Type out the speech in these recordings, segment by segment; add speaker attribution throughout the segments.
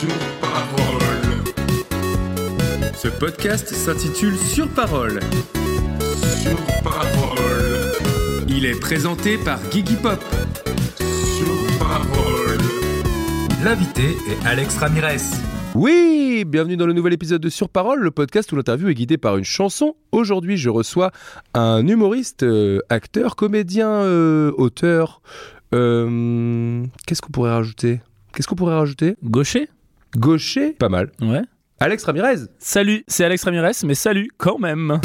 Speaker 1: Sur parole.
Speaker 2: Ce podcast s'intitule Sur parole.
Speaker 1: Sur parole.
Speaker 2: Il est présenté par Guigui Pop.
Speaker 1: Sur parole.
Speaker 2: L'invité est Alex Ramirez.
Speaker 3: Oui, bienvenue dans le nouvel épisode de Sur Parole, le podcast où l'interview est guidée par une chanson. Aujourd'hui, je reçois un humoriste, euh, acteur, comédien, euh, auteur. Euh, Qu'est-ce qu'on pourrait rajouter Qu'est-ce qu'on pourrait rajouter
Speaker 4: Gaucher
Speaker 3: Gaucher, pas mal.
Speaker 4: Ouais.
Speaker 3: Alex Ramirez.
Speaker 4: Salut, c'est Alex Ramirez, mais salut quand même,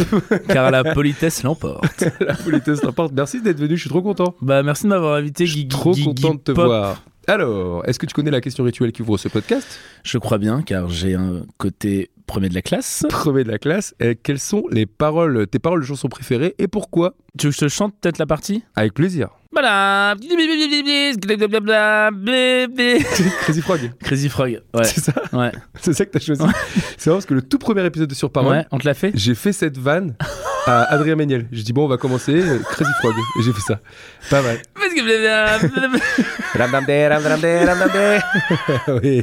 Speaker 4: car la politesse l'emporte.
Speaker 3: La politesse t'emporte. Merci d'être venu, je suis trop content.
Speaker 4: Bah merci de m'avoir invité,
Speaker 3: Je suis
Speaker 4: Guigui.
Speaker 3: trop
Speaker 4: Guigui
Speaker 3: content de te
Speaker 4: Pop.
Speaker 3: voir. Alors, est-ce que tu connais la question rituelle qui ouvre ce podcast
Speaker 4: Je crois bien, car j'ai un côté premier de la classe.
Speaker 3: Premier de la classe. Et quelles sont les paroles, tes paroles de chansons préférées et pourquoi
Speaker 4: Tu veux que je te chante peut-être la partie
Speaker 3: Avec plaisir.
Speaker 4: Voilà.
Speaker 3: Crazy Frog,
Speaker 4: Crazy Frog. Ouais.
Speaker 3: c'est ça
Speaker 4: Ouais.
Speaker 3: C'est ça que t'as choisi. C'est vrai parce que le tout premier épisode de Sur Parole,
Speaker 4: ouais. On te l'a fait
Speaker 3: j'ai fait cette vanne à Adrien Méniel. J'ai dit bon, on va commencer euh, Crazy Frog. Et j'ai fait ça. Pas mal. Oui.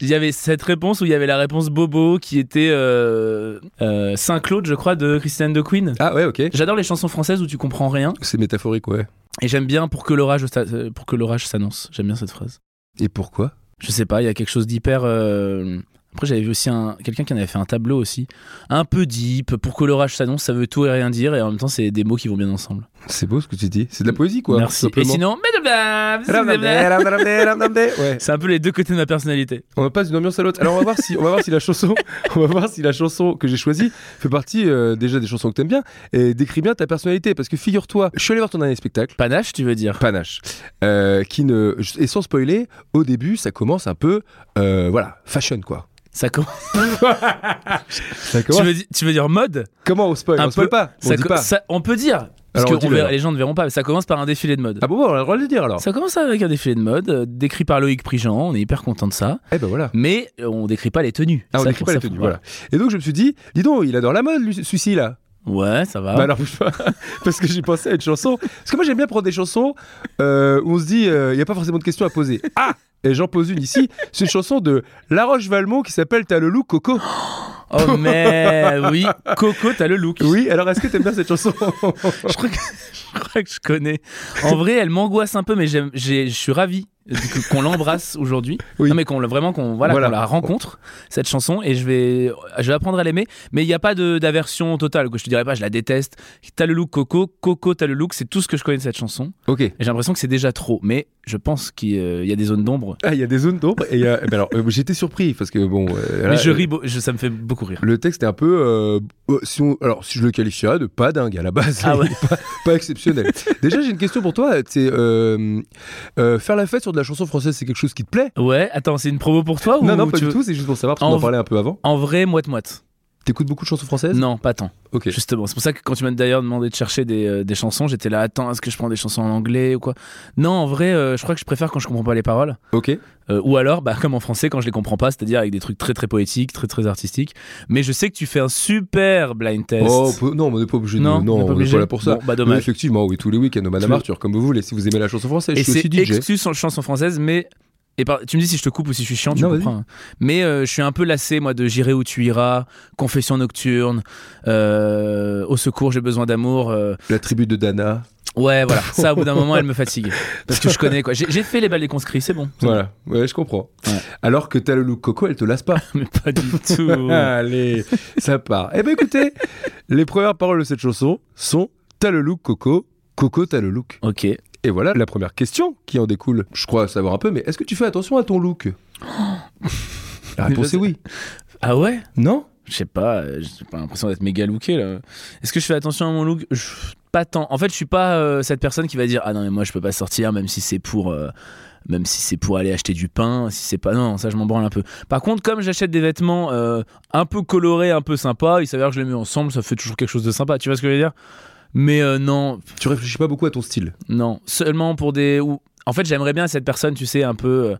Speaker 4: Il y avait cette réponse où il y avait la réponse Bobo qui était euh, euh, Saint-Claude, je crois, de Christiane de Queen.
Speaker 3: Ah ouais, ok.
Speaker 4: J'adore les chansons françaises où tu comprends rien.
Speaker 3: C'est métaphorique, ouais.
Speaker 4: Et j'aime bien pour que l'orage sta- euh, pour que l'orage s'annonce. J'aime bien cette phrase.
Speaker 3: Et pourquoi
Speaker 4: Je sais pas, il y a quelque chose d'hyper. euh, Après, j'avais vu aussi un... quelqu'un qui en avait fait un tableau aussi, un peu deep. Pour que l'orage s'annonce, ça veut tout et rien dire, et en même temps, c'est des mots qui vont bien ensemble.
Speaker 3: C'est beau ce que tu dis. C'est de la poésie, quoi.
Speaker 4: Merci.
Speaker 3: tout
Speaker 4: Et
Speaker 3: simplement.
Speaker 4: sinon,
Speaker 3: Ouais.
Speaker 4: c'est un peu les deux côtés de ma personnalité.
Speaker 3: On passe d'une ambiance à l'autre. Alors on va voir si on va voir si la chanson, on va voir si la chanson que j'ai choisie fait partie euh, déjà des chansons que t'aimes bien et décrit bien ta personnalité. Parce que figure-toi, je suis allé voir ton dernier spectacle.
Speaker 4: Panache, tu veux dire
Speaker 3: Panache, euh, qui ne et sans spoiler, au début ça commence un peu, euh, voilà, fashion quoi.
Speaker 4: Ça com-
Speaker 3: Ça
Speaker 4: tu,
Speaker 3: commence.
Speaker 4: veux, di- tu veux dire mode
Speaker 3: Comment on spoil
Speaker 4: Un
Speaker 3: On spoil
Speaker 4: peu-
Speaker 3: pas. On
Speaker 4: ça
Speaker 3: dit
Speaker 4: co-
Speaker 3: pas.
Speaker 4: ça- on peut dire. Parce
Speaker 3: Alors,
Speaker 4: que
Speaker 3: dis-le
Speaker 4: on verra-
Speaker 3: alors.
Speaker 4: les gens ne verront pas, mais ça commence par un défilé de mode.
Speaker 3: Ah bon, bon, on a le droit de le dire alors.
Speaker 4: Ça commence avec un défilé de mode, euh, décrit par Loïc Prigent, on est hyper content de ça.
Speaker 3: Eh ben voilà.
Speaker 4: Mais euh, on décrit pas les tenues.
Speaker 3: Ah, on
Speaker 4: Ça,
Speaker 3: décrit
Speaker 4: faut-
Speaker 3: pas la
Speaker 4: ça, faut-
Speaker 3: tenue, voilà. Et donc je me suis dit, dis donc, il adore la mode, lui, celui-ci là.
Speaker 4: Ouais, ça va.
Speaker 3: Bah alors bouge pas, parce que j'ai pensé à une chanson. Parce que moi j'aime bien prendre des chansons euh, où on se dit, il n'y a pas forcément de questions à poser. Ah Et j'en pose une ici, c'est une chanson de La Roche Valmont qui s'appelle T'as le loup Coco.
Speaker 4: Oh mais oui, Coco, t'as le look.
Speaker 3: Oui, alors est-ce que t'aimes bien cette chanson
Speaker 4: Je crois, que, je crois que je connais. En vrai, elle m'angoisse un peu, mais j'aime- j'ai- je suis ravi que- qu'on l'embrasse aujourd'hui.
Speaker 3: Oui.
Speaker 4: Non, mais qu'on le- vraiment qu'on voilà,
Speaker 3: Voilà.
Speaker 4: qu'on la rencontre cette chanson et je vais je vais apprendre à l'aimer. Mais il n'y a pas de- d'aversion totale. que Je te dirais pas, je la déteste. T'as le look, Coco, Coco, t'as le look. C'est tout ce que je connais de cette chanson.
Speaker 3: Ok.
Speaker 4: Et j'ai l'impression que c'est déjà trop. Mais je pense qu'il y a- il y a des zones d'ombre.
Speaker 3: Ah, il y a des zones d'ombre. Et il y a- eh ben alors, euh, j'étais surpris parce que bon. euh, là,
Speaker 4: Mais je
Speaker 3: euh,
Speaker 4: ris, beau- je- ça me fait beaucoup rire.
Speaker 3: Le texte est un peu, euh, euh, si on- alors si je le qualifierais de pas dingue à la base,
Speaker 4: Ah ouais.
Speaker 3: Il est pas, pas exceptionnel. Déjà, j'ai une question pour toi. C'est euh, euh, faire la fête sur de la chanson française, c'est quelque chose qui te plaît
Speaker 4: Ouais, attends, c'est une promo pour toi ou
Speaker 3: Non, non, pas
Speaker 4: tu
Speaker 3: du
Speaker 4: veux-
Speaker 3: tout. C'est juste pour savoir parce qu'on
Speaker 4: En
Speaker 3: en
Speaker 4: v-
Speaker 3: parlait un peu avant.
Speaker 4: En vrai, moite-moite.
Speaker 3: T'écoutes beaucoup de chansons françaises
Speaker 4: Non, pas tant.
Speaker 3: Ok.
Speaker 4: Justement, c'est pour ça que quand tu m'as d'ailleurs demandé de chercher des, euh, des chansons, j'étais là, attends, est-ce que je prends des chansons en anglais ou quoi Non, en vrai, euh, je crois que je préfère quand je comprends pas les paroles.
Speaker 3: Ok.
Speaker 4: Euh, ou alors, bah, comme en français, quand je les comprends pas, c'est-à-dire avec des trucs très très poétiques, très très artistiques. Mais je sais que tu fais un super blind test.
Speaker 3: Oh, on peut- non, mais on n'est pas obligé. de- Non,
Speaker 4: Non, on n'est pas
Speaker 3: on n'est
Speaker 4: obligé.
Speaker 3: pas là pour ça.
Speaker 4: Bon, bah,
Speaker 3: Mais
Speaker 4: dommage.
Speaker 3: effectivement, oui, tous les week-ends au Madame
Speaker 4: Tu-
Speaker 3: Arthur, comme vous voulez. Si vous aimez la chanson française,
Speaker 4: Et
Speaker 3: je suis
Speaker 4: c'est
Speaker 3: aussi DJ.
Speaker 4: exclu sur chanson française, mais. Et par- Tu me dis si je te coupe ou si je suis chiant, tu
Speaker 3: Non,
Speaker 4: comprends. hein. Mais euh, je suis un peu lassé, moi, de J'irai où tu iras, Confession nocturne, euh, Au secours, j'ai besoin d'amour. euh,
Speaker 3: La tribu de Dana.
Speaker 4: Ouais, voilà. Ça, au bout d'un moment, elle me fatigue. Parce que je connais, quoi. J'ai j'ai fait les balles des conscrits, c'est bon.
Speaker 3: Voilà. Ouais, je comprends.
Speaker 4: Ouais.
Speaker 3: Alors que t'as le look coco, elle te lasse pas.
Speaker 4: Mais pas du tout.
Speaker 3: Allez, ça part. Eh ben écoutez, les premières paroles de cette chanson sont T'as le look, Coco. Coco, t'as le look.
Speaker 4: ok.
Speaker 3: Et voilà la première question qui en découle. Je crois savoir un peu, mais est-ce que tu fais attention à ton look La réponse est oui.
Speaker 4: Ah ouais
Speaker 3: Non
Speaker 4: Je sais pas. euh, J'ai pas l'impression d'être méga looké, là. Est-ce que je fais attention à mon look Je- Pas tant. En fait, je suis pas euh, cette personne qui va dire Ah non, mais moi, je peux pas sortir, même si c'est pour. euh, même si c'est pour aller acheter du pain, si c'est pas. Non, ça, je m'en branle un peu. Par contre, comme j'achète des vêtements euh, un peu colorés, un peu sympas, il s'avère que je les mets ensemble, ça fait toujours quelque chose de sympa. Tu vois ce que je veux dire Mais euh, non,
Speaker 3: Tu réfléchis pas beaucoup à ton style.
Speaker 4: non, seulement pour des. ou- En fait, j'aimerais bien cette personne, tu sais, un peu. euh,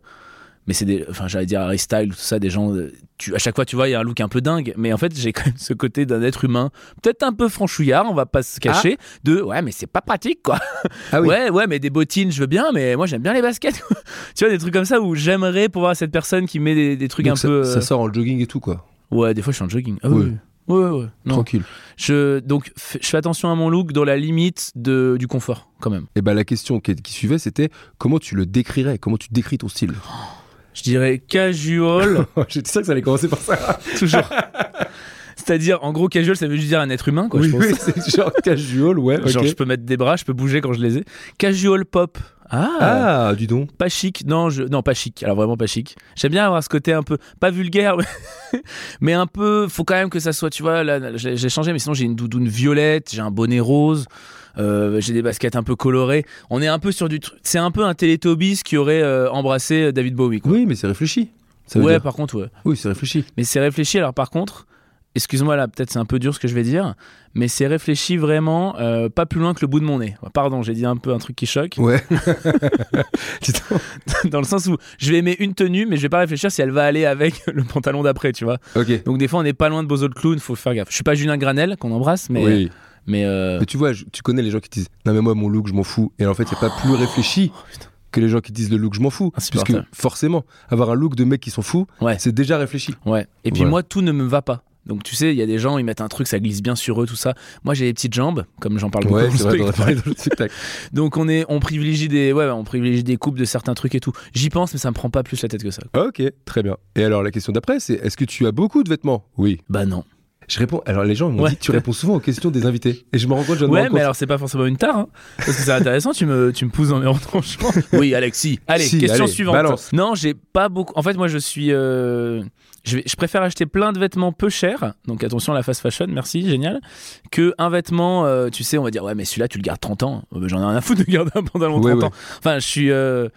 Speaker 4: Mais c'est des. Enfin, j'allais dire Harry Styles, tout ça, des gens. euh, Tu... À chaque fois, tu vois, il y a un look un peu dingue. Mais en fait, j'ai quand même ce côté d'un être humain, peut-être un peu franchouillard, on va pas se cacher. De ouais, mais c'est pas pratique, quoi.
Speaker 3: Ah oui.
Speaker 4: Ouais, ouais, mais des bottines, je veux bien, mais moi, j'aime bien les baskets. tu vois, des trucs comme ça où j'aimerais pouvoir cette personne qui met des, des trucs
Speaker 3: Donc
Speaker 4: un
Speaker 3: ça,
Speaker 4: peu.
Speaker 3: ça
Speaker 4: euh,
Speaker 3: sort en jogging et tout, quoi.
Speaker 4: Ouais, des fois, je suis en jogging. Ah
Speaker 3: Ouais.
Speaker 4: oui. Ouais, ouais, ouais. Non.
Speaker 3: Tranquille.
Speaker 4: Je, donc, f- je fais attention à mon look dans la limite de, du confort, quand même.
Speaker 3: Et ben la question qui, qui suivait, c'était comment tu le décrirais Comment tu décris ton style
Speaker 4: Je dirais casual.
Speaker 3: J'étais sûr que Oh, ça allait commencer par ça.
Speaker 4: Toujours. C'est-à-dire, en gros, casual, ça veut juste dire un être humain, quoi,
Speaker 3: oui,
Speaker 4: je pense.
Speaker 3: oui, c'est genre casual, ouais.
Speaker 4: Genre,
Speaker 3: ok.
Speaker 4: je peux mettre des bras, je peux bouger quand je les ai. Casual pop. Ah,
Speaker 3: Ah, dis donc.
Speaker 4: Pas chic. Non, je... non, pas chic. Alors, vraiment pas chic. J'aime bien avoir ce côté un peu. Pas vulgaire, mais- mais un peu. Faut quand même que ça soit, tu vois, là, là, j'ai j'ai changé, mais sinon, j'ai une doudoune violette, j'ai un bonnet rose. euh, j'ai des baskets un peu colorées. On est un peu sur du truc. C'est un peu un Teletubbies qui aurait euh, embrassé euh, David Bowie. Quoi.
Speaker 3: Oui, mais c'est réfléchi. Ça veut
Speaker 4: Ouais,
Speaker 3: dire-
Speaker 4: par contre, ouais.
Speaker 3: Oui, c'est réfléchi.
Speaker 4: Mais c'est réfléchi, alors par contre, excuse-moi là, peut-être c'est un peu dur ce que je vais dire, mais c'est réfléchi vraiment euh, pas plus loin que le bout de mon nez. Pardon, j'ai dit un peu un truc qui choque,
Speaker 3: Ouais. Dis donc.
Speaker 4: dans le sens où je vais aimer une tenue, mais je vais pas réfléchir si elle va aller avec le pantalon d'après, tu vois.
Speaker 3: ok.
Speaker 4: Donc des fois on n'est pas loin de Bozo le clown, faut faire gaffe. Je suis pas Julien Granel, qu'on embrasse, mais...
Speaker 3: Oui.
Speaker 4: mais euh,
Speaker 3: Mais tu vois, je- tu connais les gens qui disent Non, mais moi, mon look, je m'en fous. Et en fait, c'est pas plus réfléchi
Speaker 4: Oh, putain. Ah,
Speaker 3: que les gens qui disent le look, je m'en fous. Parce que
Speaker 4: Insupportable.
Speaker 3: forcément, avoir un look de mec qui s'en fout,
Speaker 4: Ouais.
Speaker 3: c'est déjà réfléchi.
Speaker 4: Ouais. Et puis
Speaker 3: Voilà.
Speaker 4: moi, tout ne me va pas. Donc tu sais, il y a des gens, ils mettent un truc, ça glisse bien sur eux, tout ça. Moi, j'ai des petites jambes, comme j'en parle beaucoup.
Speaker 3: Ouais,
Speaker 4: dans le
Speaker 3: c'est vrai, t'en as parlé
Speaker 4: spectacle.
Speaker 3: dans le spectacle.
Speaker 4: Donc on est, on privilégie des, ouais, on privilégie des coupes de certains trucs et tout. J'y pense, mais ça me prend pas plus la tête que ça.
Speaker 3: Ok, très bien. Et alors, la question d'après, c'est Est-ce que tu as beaucoup de vêtements Oui.
Speaker 4: Bah non.
Speaker 3: Je réponds. Alors, les gens m'ont
Speaker 4: Ouais.
Speaker 3: dit Tu réponds souvent aux questions des invités. Et je me rends compte, je viens de me
Speaker 4: Ouais,
Speaker 3: rendre
Speaker 4: mais
Speaker 3: compte.
Speaker 4: alors c'est pas forcément une tare, hein. parce que c'est intéressant. tu me, tu me pousses dans mes retranchements. Oui, Alexis. Allez,
Speaker 3: Si,
Speaker 4: question
Speaker 3: allez,
Speaker 4: suivante.
Speaker 3: balance.
Speaker 4: Non, j'ai pas beaucoup. En fait, moi, je suis, euh, je, vais- je préfère acheter plein de vêtements peu chers. Donc attention à la fast fashion, merci, génial. Que un vêtement, euh, tu sais, on va dire ouais, mais celui-là, tu le gardes 30 ans. Euh, J'en ai rien à foutre de garder un pantalon
Speaker 3: Ouais,
Speaker 4: 30
Speaker 3: ouais.
Speaker 4: ans. Enfin, je suis. euh,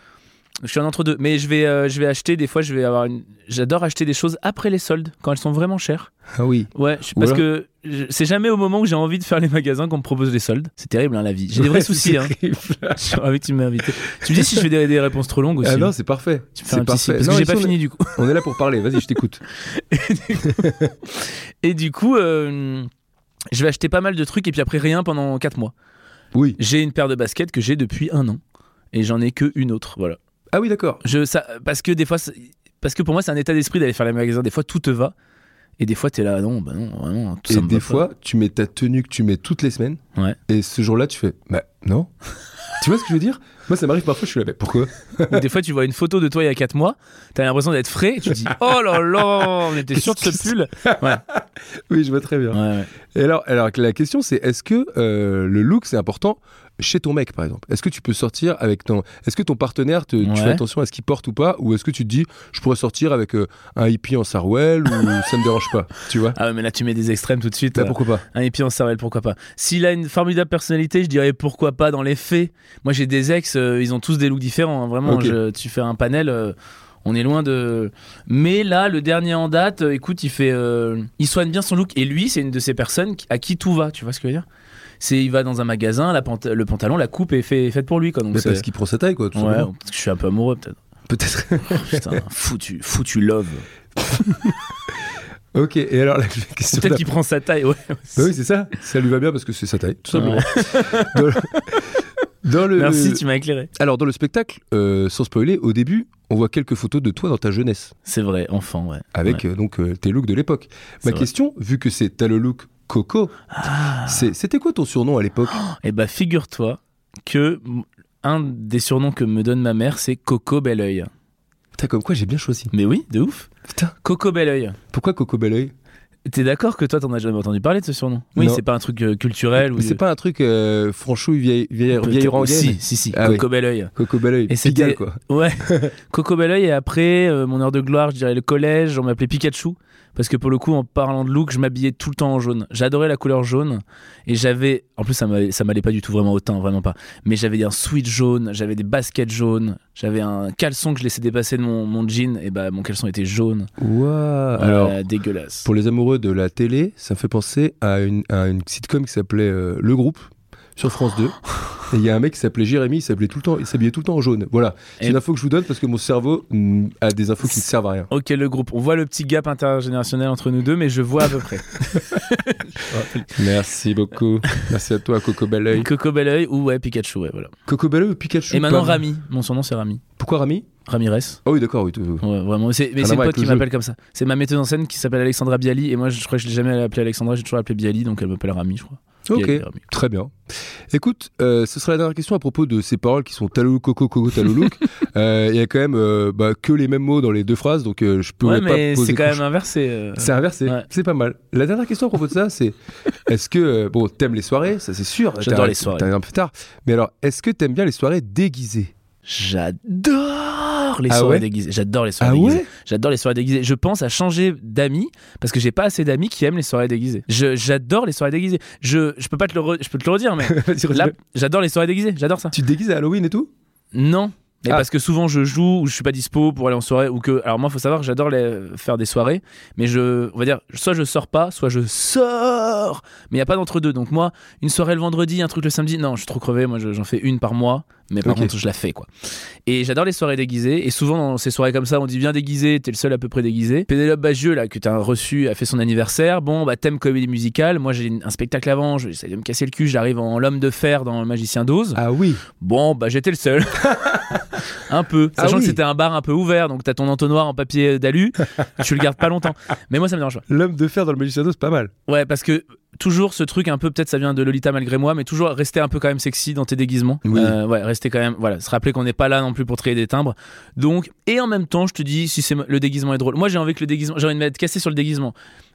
Speaker 4: je suis un entre deux, mais je vais, euh, je vais acheter des fois, je vais avoir une. J'adore acheter des choses après les soldes quand elles sont vraiment chères.
Speaker 3: Ah oui.
Speaker 4: Ouais, je-
Speaker 3: Ou
Speaker 4: parce
Speaker 3: alors-
Speaker 4: que je- c'est jamais au moment où j'ai envie de faire les magasins qu'on me propose les soldes. C'est terrible, hein, la vie. J'ai des vrais
Speaker 3: Ouais,
Speaker 4: soucis.
Speaker 3: c'est
Speaker 4: Hein.
Speaker 3: terrible.
Speaker 4: Je suis ravi que tu m'aies invité. Tu me dis si je fais des, des réponses trop longues aussi.
Speaker 3: Ah
Speaker 4: hein.
Speaker 3: non, c'est parfait.
Speaker 4: tu me fais un
Speaker 3: C'est
Speaker 4: petit si-
Speaker 3: parfait.
Speaker 4: Parce
Speaker 3: Non,
Speaker 4: que j'ai
Speaker 3: ici,
Speaker 4: pas
Speaker 3: on est-
Speaker 4: fini du coup.
Speaker 3: On est là pour parler. Vas-y, je t'écoute.
Speaker 4: Et du coup, euh, je vais acheter pas mal de trucs et puis après rien pendant 4 mois.
Speaker 3: Oui.
Speaker 4: J'ai une paire de baskets que j'ai depuis un an et j'en ai que une autre. Voilà.
Speaker 3: Ah oui, d'accord.
Speaker 4: Je, ça, parce que des fois, c'est- parce que pour moi, c'est un état d'esprit d'aller faire les magasins. Des fois, tout te va. Et des fois, t'es là, non, bah non, vraiment, tout ça
Speaker 3: Et
Speaker 4: me
Speaker 3: des
Speaker 4: va pas.
Speaker 3: fois, tu mets ta tenue que tu mets toutes les semaines.
Speaker 4: Ouais.
Speaker 3: Et ce jour-là, tu fais Bah non. tu vois ce que je veux dire Moi, ça m'arrive parfois, je suis là. Mais pourquoi
Speaker 4: Ou des fois, tu vois une photo de toi il y a 4 mois, t'as l'impression d'être frais, et tu te dis Oh là là, on était sûr de ce pull.
Speaker 3: Oui, je vois très bien.
Speaker 4: Ouais, ouais.
Speaker 3: Et alors, alors, la question, c'est est-ce que euh, le look, c'est important chez ton mec, par exemple Est-ce que tu peux sortir avec ton. Est-ce que ton partenaire, te,
Speaker 4: Ouais.
Speaker 3: tu fais attention à ce qu'il porte ou pas Ou est-ce que tu te dis Je pourrais sortir avec euh, un hippie en sarouel ou ça me dérange pas Tu vois
Speaker 4: Ah ouais, mais là, tu mets des extrêmes tout de suite.
Speaker 3: Bah,
Speaker 4: euh,
Speaker 3: pourquoi pas
Speaker 4: Un hippie en cervelle, pourquoi pas S'il a une formidable personnalité, je dirais pourquoi pas dans les faits. Moi, j'ai des ex, euh, ils ont tous des looks différents. hein, Vraiment,
Speaker 3: Ok.
Speaker 4: je- tu fais un panel. euh, on est loin de. Mais là, le dernier en date, euh, écoute, il fait. euh, il soigne bien son look. Et lui, c'est une de ces personnes qui- à qui tout va. Tu vois ce que je veux dire C'est. Il va dans un magasin, la pant- le pantalon, la coupe est fait- faite pour lui. Quoi, donc
Speaker 3: Mais
Speaker 4: c'est-
Speaker 3: Bah, parce qu'il prend sa taille, quoi. tout
Speaker 4: Ouais,
Speaker 3: simplement.
Speaker 4: parce que je suis un peu amoureux peut-être.
Speaker 3: Peut-être.
Speaker 4: Putain, foutu, foutu love.
Speaker 3: ok, et alors la question.
Speaker 4: Peut-être qu'il prend sa taille, ouais.
Speaker 3: Bah oui, c'est ça. Ça lui va bien parce que c'est sa taille, tout simplement.
Speaker 4: Ouais.
Speaker 3: Dans le- dans le-
Speaker 4: Merci, tu m'as éclairé.
Speaker 3: Alors, dans le spectacle, euh, sans spoiler, au début, on voit quelques photos de toi dans ta jeunesse,
Speaker 4: C'est vrai, enfant, ouais.
Speaker 3: avec
Speaker 4: Ouais.
Speaker 3: euh, donc euh, tes looks de l'époque.
Speaker 4: C'est
Speaker 3: Ma
Speaker 4: vrai.
Speaker 3: question, vu que c'est t'as le look Coco, c'est- c'était quoi ton surnom à l'époque
Speaker 4: Ah. Eh bah, figure-toi que m- un des surnoms que me donne ma mère, c'est Coco Belleuil.
Speaker 3: Putain, comme quoi j'ai bien choisi.
Speaker 4: Mais oui, de ouf.
Speaker 3: Putain,
Speaker 4: Coco Belleuil.
Speaker 3: pourquoi Coco Belleuil
Speaker 4: T'es d'accord que toi, t'en as jamais entendu parler de ce surnom Oui,
Speaker 3: Non.
Speaker 4: c'est pas un truc euh, culturel ou.
Speaker 3: C'est pas un truc euh, franchouille vieille, vieille, vieille rengaine.
Speaker 4: Si, si, si.
Speaker 3: Ah oui.
Speaker 4: Coco Belleuil.
Speaker 3: Coco Baloy,
Speaker 4: Et c'était-
Speaker 3: Pigalle, quoi.
Speaker 4: Ouais. Coco Belleuil, et après, euh, mon heure de gloire, je dirais le collège, on m'appelait Pikachu. Parce que pour le coup, en parlant de look, je m'habillais tout le temps en jaune. J'adorais la couleur jaune. Et j'avais. En plus, ça m'allait ça m'allait pas du tout vraiment au teint, vraiment pas. Mais j'avais un sweat jaune, j'avais des baskets jaunes, j'avais un caleçon que je laissais dépasser de mon, mon jean. Et bah, mon caleçon était jaune.
Speaker 3: Ouah.
Speaker 4: Voilà,
Speaker 3: Alors,
Speaker 4: dégueulasse.
Speaker 3: pour les amoureux de la télé, ça me fait penser à une, à une sitcom qui s'appelait euh, Le Groupe sur France 2. Et il y a un mec qui s'appelait Jérémy, il s'appelait tout le temps, il s'habillait tout le temps en jaune. Voilà. C'est
Speaker 4: Et-
Speaker 3: une info que je vous donne parce que mon cerveau mm, a des infos qui ne servent à rien.
Speaker 4: Ok, le groupe. On voit le petit gap intergénérationnel entre nous deux, mais je vois à peu près.
Speaker 3: Merci beaucoup. Merci à toi, Coco Baloy.
Speaker 4: Coco Belleuil ou ouais, Pikachu, ouais, voilà.
Speaker 3: Coco Baloy ou Pikachu
Speaker 4: Et maintenant,
Speaker 3: pardon.
Speaker 4: Rami. Mon surnom, c'est Rami.
Speaker 3: Pourquoi Rami
Speaker 4: Ramirez.
Speaker 3: Ah oui, d'accord, oui. tout- tout.
Speaker 4: Ouais, vraiment. C'est- Mais
Speaker 3: Rien à
Speaker 4: c'est
Speaker 3: voir
Speaker 4: le pote
Speaker 3: avec le
Speaker 4: qui
Speaker 3: jeu.
Speaker 4: m'appelle comme ça. C'est ma metteuse en scène qui s'appelle Alexandra Bialy. Et moi, je crois que je l'ai jamais appelée Alexandra, j'ai toujours appelé Bialy, donc elle m'appelle Rami, je crois.
Speaker 3: Ok.
Speaker 4: Bialy, Rami.
Speaker 3: Très bien. Écoute, euh, ce sera la dernière question à propos de ces paroles qui sont talou coco coco taloulouk. Euh, Il y a quand même euh, bah, que les mêmes mots dans les deux phrases, donc euh, je peux
Speaker 4: Ouais,
Speaker 3: pas
Speaker 4: mais
Speaker 3: poser
Speaker 4: c'est quand
Speaker 3: grand-
Speaker 4: même inversé. euh.
Speaker 3: C'est inversé,
Speaker 4: Ouais.
Speaker 3: c'est pas mal. La dernière question à propos de ça, c'est est-ce que euh, bon, t'aimes les soirées, ça c'est sûr.
Speaker 4: J'adore
Speaker 3: t'as-
Speaker 4: les soirées.
Speaker 3: T'as un peu tard, mais alors est-ce que t'aimes bien les soirées déguisées
Speaker 4: J'adore les
Speaker 3: Ah
Speaker 4: soirées
Speaker 3: ouais
Speaker 4: déguisées. J'adore les soirées
Speaker 3: Ah
Speaker 4: déguisées.
Speaker 3: ouais
Speaker 4: J'adore les soirées déguisées. Je pense à changer d'amis parce que j'ai pas assez d'amis qui aiment les soirées déguisées. Je- J'adore les soirées déguisées. Je, je peux pas te le re- je peux te le redire, mais
Speaker 3: Vas-y,
Speaker 4: là,
Speaker 3: redis-le.
Speaker 4: j'adore les soirées déguisées. J'adore ça.
Speaker 3: Tu te déguises à Halloween et tout
Speaker 4: Non. Mais
Speaker 3: Ah.
Speaker 4: parce que souvent je joue ou je suis pas dispo pour aller en soirée ou que alors moi faut savoir que j'adore les- faire des soirées mais je on va dire soit je sors pas soit je sors mais il y a pas d'entre deux donc moi une soirée le vendredi un truc le samedi non je suis trop crevé moi je- j'en fais une par mois mais par
Speaker 3: Ok.
Speaker 4: contre je la fais quoi et j'adore les soirées déguisées et souvent dans ces soirées comme ça on dit viens déguisé t'es le seul à peu près déguisé Pénélope Bagieux là que t'as reçu a fait son anniversaire bon bah thème comédie musicale moi j'ai un spectacle avant j'essaie de me casser le cul j'arrive en l'homme de fer dans le magicien d'Oz
Speaker 3: Ah oui.
Speaker 4: Bon, bah j'étais le seul. un peu.
Speaker 3: Ah
Speaker 4: Sachant
Speaker 3: oui.
Speaker 4: que c'était un bar un peu ouvert, donc t'as ton entonnoir en papier d'alu, tu le gardes pas longtemps. Mais moi ça me dérange pas.
Speaker 3: L'homme de fer dans le magicien d'Oz, c'est pas mal.
Speaker 4: Ouais, parce que toujours ce truc un peu, peut-être ça vient de Lolita malgré moi, mais toujours rester un peu quand même sexy dans tes déguisements.
Speaker 3: Oui.
Speaker 4: Euh, ouais, rester quand même, voilà, se rappeler qu'on n'est pas là non plus pour trier des timbres. Donc, et en même temps, je te dis si c'est le déguisement est drôle. Moi j'ai envie que le déguisement, j'ai envie de m'être cassé sur le déguisement.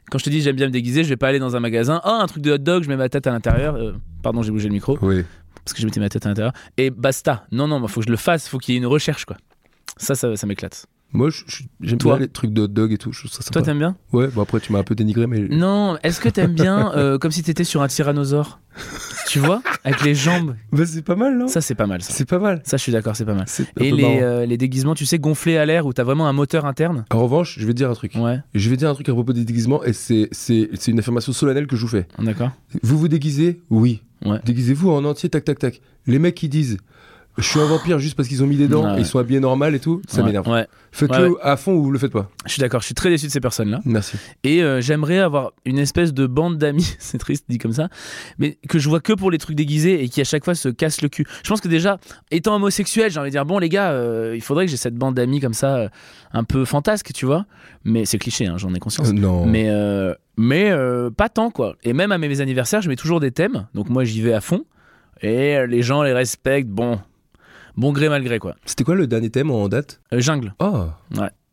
Speaker 4: Quand je te dis j'aime bien me déguiser, je vais pas aller dans un magasin. Ah, un truc de hot dog, je mets ma tête à l'intérieur. Euh, pardon, j'ai bougé le micro
Speaker 3: Oui.
Speaker 4: parce que je mettais ma tête à l'intérieur. Et basta. Non, non, il faut que je le fasse, faut qu'il y ait une recherche, quoi. Ça, ça, ça m'éclate.
Speaker 3: Moi, je- je- j'aime
Speaker 4: Toi
Speaker 3: bien les trucs de hot dog et tout. Je trouve ça
Speaker 4: Toi,
Speaker 3: sympa.
Speaker 4: t'aimes Mm. bien
Speaker 3: ouais, bon après tu m'as un peu dénigré, mais
Speaker 4: Non, est-ce que t'aimes bien euh, comme si t'étais sur un tyrannosaure Tu vois Avec les jambes.
Speaker 3: Bah, c'est pas mal, non
Speaker 4: Ça, c'est pas mal, ça.
Speaker 3: C'est pas mal.
Speaker 4: Ça, je suis d'accord, c'est pas mal.
Speaker 3: C'est un
Speaker 4: Et
Speaker 3: peu
Speaker 4: les,
Speaker 3: marrant.
Speaker 4: euh, les déguisements, tu sais, gonflés à l'air où t'as vraiment un moteur interne
Speaker 3: En revanche, je vais te dire un truc.
Speaker 4: Ouais,
Speaker 3: Je vais te dire un truc à propos des déguisements et c'est, c'est, c'est une affirmation solennelle que je vous fais.
Speaker 4: d'accord.
Speaker 3: Vous vous déguisez Oui.
Speaker 4: Ouais.
Speaker 3: Déguisez-vous en entier, tac, tac, tac. Les mecs qui disent je suis un vampire juste parce qu'ils ont mis des dents,
Speaker 4: Ouais, ouais.
Speaker 3: ils sont habillés normal et tout, ça
Speaker 4: Ouais,
Speaker 3: m'énerve.
Speaker 4: Ouais,
Speaker 3: Faites-le à fond ou vous le faites pas.
Speaker 4: je suis d'accord, je suis très déçu de ces personnes-là.
Speaker 3: Merci.
Speaker 4: Et euh, j'aimerais avoir une espèce de bande d'amis, c'est triste dit comme ça, mais que je vois que pour les trucs déguisés et qui à chaque fois se cassent le cul. Je pense que déjà, étant homosexuel, j'ai envie de dire, bon les gars, euh, il faudrait que j'ai cette bande d'amis comme ça, euh, un peu fantasque, tu vois. Mais c'est cliché, hein, j'en ai conscience.
Speaker 3: Euh, non.
Speaker 4: Mais, euh, mais euh, pas tant, quoi. Et même à mes anniversaires, je mets toujours des thèmes, donc moi j'y vais à fond. Et euh, les gens les respectent, bon, bon gré malgré, quoi.
Speaker 3: C'était quoi le dernier thème en date
Speaker 4: Euh, jungle.
Speaker 3: Oh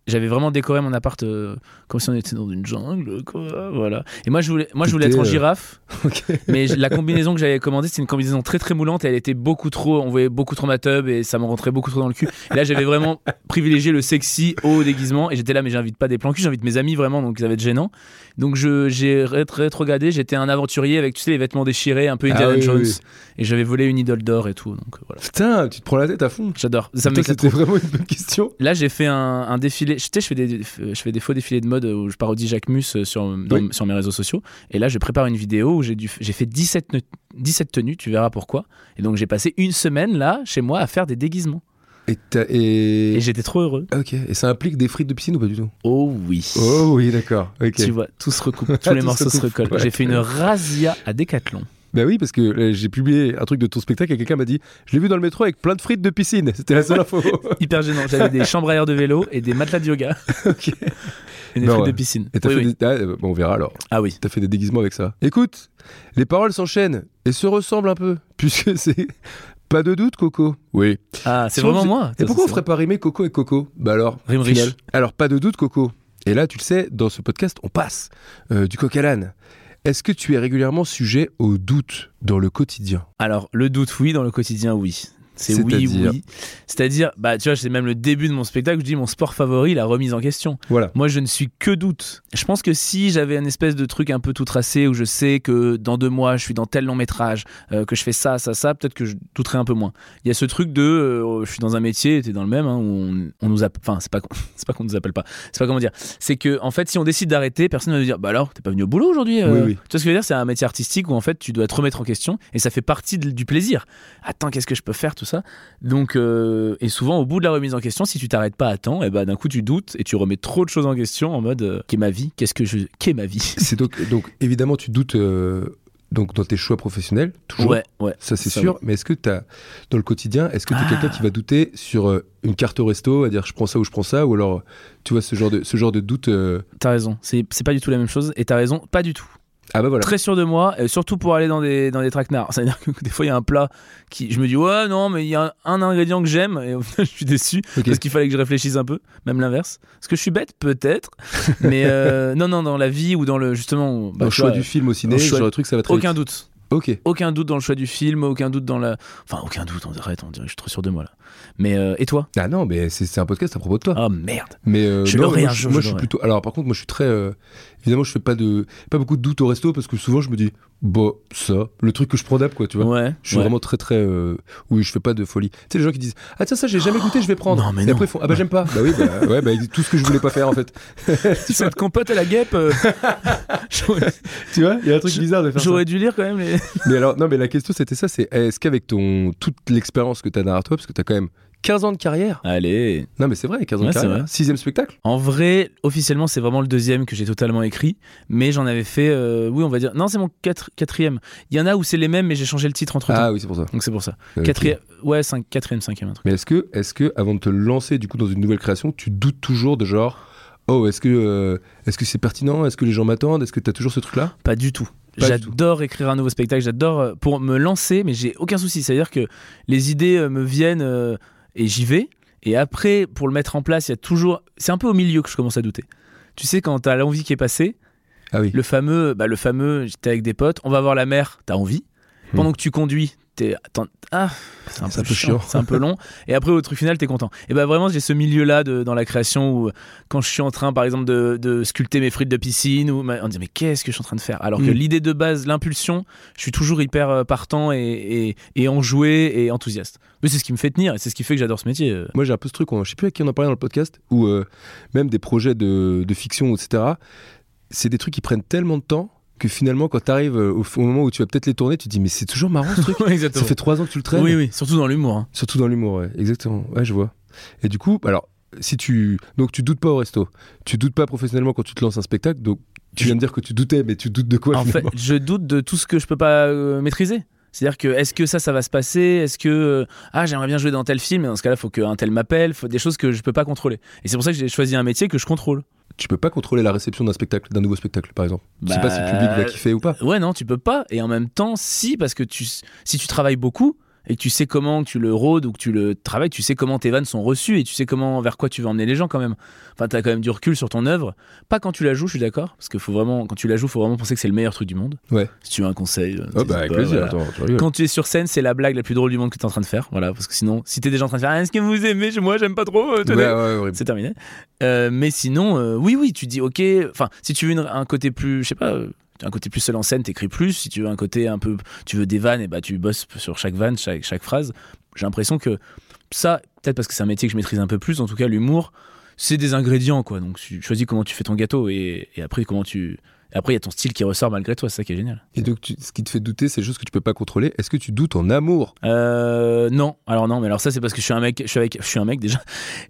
Speaker 4: J'avais vraiment décoré mon appart euh, comme si on était dans une jungle, quoi. Voilà. Et moi, je voulais, moi, je voulais être en
Speaker 3: T'étais, euh,
Speaker 4: girafe,
Speaker 3: Ok.
Speaker 4: mais je- la combinaison que j'avais commandée, c'était une combinaison très très moulante et elle était beaucoup trop, on voyait beaucoup trop ma teub et ça me rentrait beaucoup trop dans le cul. Et là, j'avais vraiment privilégié le sexy au déguisement et j'étais là, mais j'invite pas des plans cul, j'invite mes amis vraiment, donc ça va être gênant. Donc je- j'ai rét- rétrogradé, j'étais un aventurier avec, tu sais, les vêtements déchirés, un peu
Speaker 3: Ah
Speaker 4: Indiana
Speaker 3: oui, oui,
Speaker 4: Jones.
Speaker 3: oui.
Speaker 4: Et j'avais volé une idole d'or et tout, donc euh, voilà.
Speaker 3: Putain, tu te prends la tête à fond.
Speaker 4: J'adore. Ça
Speaker 3: Putain,
Speaker 4: m'éclate
Speaker 3: c'était vraiment une bonne question.
Speaker 4: Là, j'ai fait un, un défilé. Je- Tu sais, je fais, des, je fais des faux défilés de mode où je parodie Jacquemus sur, dans-
Speaker 3: Oui.
Speaker 4: sur mes réseaux sociaux. Et là, je prépare une vidéo où j'ai dû- j'ai fait 17, ne- 17 tenues, tu verras pourquoi. Et donc, j'ai passé une semaine là, chez moi, à faire des déguisements.
Speaker 3: Et, t'as-
Speaker 4: Et,
Speaker 3: et... Ah,
Speaker 4: j'étais trop heureux.
Speaker 3: Ok, et ça implique des frites de piscine ou pas du tout
Speaker 4: Oh oui.
Speaker 3: Oh oui, d'accord. Ok.
Speaker 4: Tu vois, tout se recoupe, tous
Speaker 3: Tout
Speaker 4: les
Speaker 3: se
Speaker 4: morceaux se,
Speaker 3: recoupe,
Speaker 4: recollent.
Speaker 3: ouais.
Speaker 4: J'ai fait une razzia à Décathlon.
Speaker 3: Bah oui, parce que euh, j'ai publié un truc de ton spectacle et quelqu'un m'a dit Je l'ai vu dans le métro avec plein de frites de piscine. C'était la seule info.
Speaker 4: Hyper gênant. J'avais des chambres à air de vélo et des matelas de yoga.
Speaker 3: Ok.
Speaker 4: Et des
Speaker 3: Bah
Speaker 4: trucs
Speaker 3: ouais.
Speaker 4: de piscine.
Speaker 3: Et t'as
Speaker 4: Oui,
Speaker 3: fait
Speaker 4: oui.
Speaker 3: des- ah, euh, bon, on verra alors.
Speaker 4: Ah oui.
Speaker 3: T'as fait des déguisements avec ça. Écoute, les paroles s'enchaînent et se ressemblent un peu, puisque c'est. Pas de doute, Coco. Oui.
Speaker 4: Ah, c'est
Speaker 3: Je trouve
Speaker 4: vraiment
Speaker 3: que
Speaker 4: moi.
Speaker 3: Et
Speaker 4: Ça,
Speaker 3: pourquoi on
Speaker 4: c'est
Speaker 3: ferait pas rimer Coco et Coco Bah alors.
Speaker 4: Rime
Speaker 3: final.
Speaker 4: riche.
Speaker 3: Alors, pas de doute, Coco. Et là, tu le sais, dans ce podcast, on passe euh, du coq à l'âne. Est-ce que tu es régulièrement sujet au doute dans le quotidien
Speaker 4: Alors, le doute, oui, dans le quotidien, oui. C'est oui,
Speaker 3: C'est-à-dire
Speaker 4: oui. C'est-à-dire, bah, tu vois, c'est même le début de mon spectacle, je dis mon sport favori, la remise en question.
Speaker 3: Voilà.
Speaker 4: Moi, je ne suis que doute. Je pense que si j'avais un espèce de truc un peu tout tracé où je sais que dans deux mois, je suis dans tel long métrage, euh, que je fais ça, ça, ça, peut-être que je douterais un peu moins. Il y a ce truc de, euh, je suis dans un métier, t'es dans le même, hein, où on, on nous appelle, enfin, c'est pas, qu'on- c'est pas qu'on nous appelle pas, c'est pas comment dire. C'est que, en fait, si on décide d'arrêter, personne ne va nous dire, bah alors, t'es pas venu au boulot aujourd'hui. euh.
Speaker 3: Oui, oui.
Speaker 4: Tu vois ce que je veux dire C'est un métier artistique où, en fait, tu dois te remettre en question et ça fait partie de- du plaisir. Attends, qu'est-ce que je peux faire, tout ça donc, euh, et souvent, au bout de la remise en question, si tu t'arrêtes pas à temps, et ben d'un coup, tu doutes et tu remets trop de choses en question en mode euh, qu'est ma vie Qu'est-ce que je qu'est ma vie
Speaker 3: C'est donc, donc, évidemment, tu doutes euh, donc, dans tes choix professionnels, toujours.
Speaker 4: Ouais, ouais.
Speaker 3: Ça, c'est
Speaker 4: Ça,
Speaker 3: sûr. Mais est-ce que tu as, dans le quotidien, est-ce que tu es
Speaker 4: Ah.
Speaker 3: quelqu'un qui va douter sur euh, une carte au resto, à dire je prends ça ou je prends ça Ou alors, tu vois, ce genre de, ce genre de doute. euh,
Speaker 4: T'as raison. C'est c'est pas du tout la même chose. Et t'as raison, pas du tout.
Speaker 3: Ah bah voilà.
Speaker 4: Très sûr de moi, euh, surtout pour aller dans des dans des traquenards. C'est-à-dire que des fois, il y a un plat qui, je me dis ouais, non, mais il y a un, un ingrédient que j'aime et au final, je suis déçu
Speaker 3: Ok.
Speaker 4: parce qu'il fallait que je réfléchisse un peu. Même l'inverse. Est-ce que je suis bête peut-être Mais euh, non, non, dans la vie ou dans le justement, bah,
Speaker 3: Dans le
Speaker 4: tu
Speaker 3: choix
Speaker 4: vois,
Speaker 3: du film au ciné,
Speaker 4: dans le
Speaker 3: ce
Speaker 4: choix-
Speaker 3: genre de truc, ça va très
Speaker 4: aucun
Speaker 3: vite.
Speaker 4: doute.
Speaker 3: Ok.
Speaker 4: aucun doute dans le choix du film, aucun doute dans la. Enfin, aucun doute, on arrête, on dirait que je suis trop sûr de moi là. Mais euh, et toi
Speaker 3: Ah non, mais c'est c'est un podcast à propos de toi.
Speaker 4: Ah merde
Speaker 3: Mais euh,
Speaker 4: Je
Speaker 3: non,
Speaker 4: l'aurai
Speaker 3: moi,
Speaker 4: un
Speaker 3: je-
Speaker 4: jour,
Speaker 3: moi,
Speaker 4: je
Speaker 3: je suis
Speaker 4: l'aurai.
Speaker 3: plutôt. Alors par contre, moi je suis très. euh, Évidemment, je fais pas de pas beaucoup de doutes au resto parce que souvent je me dis bah ça, le truc que je prends d'hab quoi, tu vois.
Speaker 4: Ouais.
Speaker 3: Je suis
Speaker 4: ouais.
Speaker 3: vraiment très très. euh, Oui, je fais pas de folie. Tu sais les gens qui disent ah tiens ça j'ai jamais goûté, je vais prendre.
Speaker 4: Non, mais
Speaker 3: Et
Speaker 4: non.
Speaker 3: après ils font ah bah j'aime pas. bah oui bah ouais bah tout ce que je voulais pas faire en fait.
Speaker 4: Cette compote à la guêpe, euh, j'aurais-
Speaker 3: Tu vois il y a un truc bizarre de faire ça.
Speaker 4: j'aurais dû lire quand même les.
Speaker 3: Mais alors non mais la question c'était ça c'est est-ce qu'avec ton toute l'expérience que t'as derrière toi parce que t'as quand même 15 ans de carrière.
Speaker 4: Allez
Speaker 3: Non mais c'est vrai 15 ans
Speaker 4: Ouais,
Speaker 3: de
Speaker 4: c'est
Speaker 3: carrière.
Speaker 4: vrai.
Speaker 3: Sixième spectacle.
Speaker 4: En vrai, officiellement, c'est vraiment le deuxième que j'ai totalement écrit, mais j'en avais fait. euh, oui, on va dire. Non, c'est mon quatre- quatrième. Il y en a où c'est les mêmes, mais j'ai changé le titre entre temps.
Speaker 3: Ah oui c'est pour ça.
Speaker 4: Donc c'est pour ça.
Speaker 3: Euh,
Speaker 4: Quatrième. Ouais, cinq, quatrième, cinquième, un truc.
Speaker 3: Mais est-ce que, est-ce que, avant de te lancer du coup dans une nouvelle création, tu doutes toujours de genre, oh, est-ce que, euh, est-ce que c'est pertinent, est-ce que les gens m'attendent, est-ce que t'as toujours ce truc-là
Speaker 4: Pas du tout.
Speaker 3: Pas du
Speaker 4: J'adore écrire un nouveau spectacle, j'adore euh, pour me lancer, mais j'ai aucun souci. C'est-à-dire que les idées euh, me viennent euh, et j'y vais. Et après, pour le mettre en place, il y a toujours. C'est un peu au milieu que je commence à douter. Tu sais, quand t'as l'envie qui est passée,
Speaker 3: Ah oui.
Speaker 4: le fameux, bah, le fameux, j'étais avec des potes, on va voir la mer, t'as envie.
Speaker 3: Hmm.
Speaker 4: Pendant que tu conduis, t'es. attends, Ah, c'est un,
Speaker 3: C'est un
Speaker 4: peu
Speaker 3: peu
Speaker 4: chiant,
Speaker 3: chiant.
Speaker 4: c'est un peu long. Et après, au truc final, t'es content. Et bah vraiment, j'ai ce milieu-là de- dans la création où, quand je suis en train, par exemple, de, de sculpter mes frites de piscine, ou ma- on dit mais qu'est-ce que je suis en train de faire Alors que
Speaker 3: Hmm.
Speaker 4: l'idée de base, l'impulsion, je suis toujours hyper euh, partant et, et, et enjoué et enthousiaste. Mais c'est ce qui me fait tenir et c'est ce qui fait que j'adore ce métier. euh.
Speaker 3: Moi j'ai un peu ce truc, on- je sais plus à qui on en parlait dans le podcast, ou euh, même des projets de, de fiction, etc. C'est des trucs qui prennent tellement de temps que finalement quand t'arrives euh, au, f- au moment où tu vas peut-être les tourner, tu te dis mais c'est toujours marrant ce truc.
Speaker 4: Ouais, exactement.
Speaker 3: Ça fait trois ans que tu le traînes.
Speaker 4: Oui, oui, surtout dans l'humour. hein.
Speaker 3: Surtout dans l'humour, ouais. exactement. Ouais, je vois. Et du coup, alors, si tu. Donc, tu doutes pas au resto. Tu doutes pas professionnellement quand tu te lances un spectacle. Donc, tu viens de dire que tu doutais, mais tu doutes de quoi
Speaker 4: en fait,
Speaker 3: finalement
Speaker 4: je doute de tout ce que je peux pas euh, maîtriser. C'est-à-dire que est-ce que ça, ça va se passer Est-ce que euh, ah j'aimerais bien jouer dans tel film mais Dans ce cas-là, faut qu'un tel m'appelle. Faut des choses que je peux pas contrôler. Et c'est pour ça que j'ai choisi un métier que je contrôle.
Speaker 3: Tu peux pas contrôler la réception d'un spectacle, d'un nouveau spectacle, par exemple. Tu sais
Speaker 4: Bah,
Speaker 3: pas si le public va kiffer ou pas.
Speaker 4: Ouais, non, tu peux pas. Et en même temps, si, parce que tu, si tu travailles beaucoup et que tu sais comment tu le rôdes ou que tu le travailles, tu sais comment tes vannes sont reçues et tu sais comment vers quoi tu veux emmener les gens quand même. Enfin, t'as quand même du recul sur ton œuvre. Pas quand tu la joues, je suis d'accord, parce que faut vraiment, quand tu la joues, faut vraiment penser que c'est le meilleur truc du monde.
Speaker 3: Ouais.
Speaker 4: Si tu veux un conseil. euh,
Speaker 3: Oh,
Speaker 4: n'hésite
Speaker 3: bah, avec
Speaker 4: pas,
Speaker 3: plaisir.
Speaker 4: voilà.
Speaker 3: Attends, tu rigoles.
Speaker 4: Quand tu es sur scène, c'est la blague la plus drôle du monde que tu es en train de faire. Voilà, parce que sinon, si t'es déjà en train de faire, Ah, est-ce que vous aimez Moi, j'aime pas trop. euh,
Speaker 3: Ouais,
Speaker 4: tenez.
Speaker 3: ouais, ouais, horrible.
Speaker 4: C'est terminé. Euh, mais sinon, euh, oui, oui, tu dis ok. Enfin, si tu veux une- un côté plus, je sais pas, euh, un côté plus seul en scène, t'écris plus. Si tu veux un côté un peu, tu veux des vannes, et bah tu bosses sur chaque vanne, chaque, chaque phrase. J'ai l'impression que ça, peut-être parce que c'est un métier que je maîtrise un peu plus, en tout cas l'humour, c'est des ingrédients quoi. Donc tu choisis comment tu fais ton gâteau et, et après comment tu. Après, il y a ton style qui ressort malgré toi, c'est ça qui est génial.
Speaker 3: Et donc, tu- ce qui te fait douter, c'est les choses que tu peux pas contrôler. Est-ce que tu doutes en amour
Speaker 4: Euh, non, alors non, mais alors ça c'est parce que je suis un mec, je suis avec, je suis un mec déjà.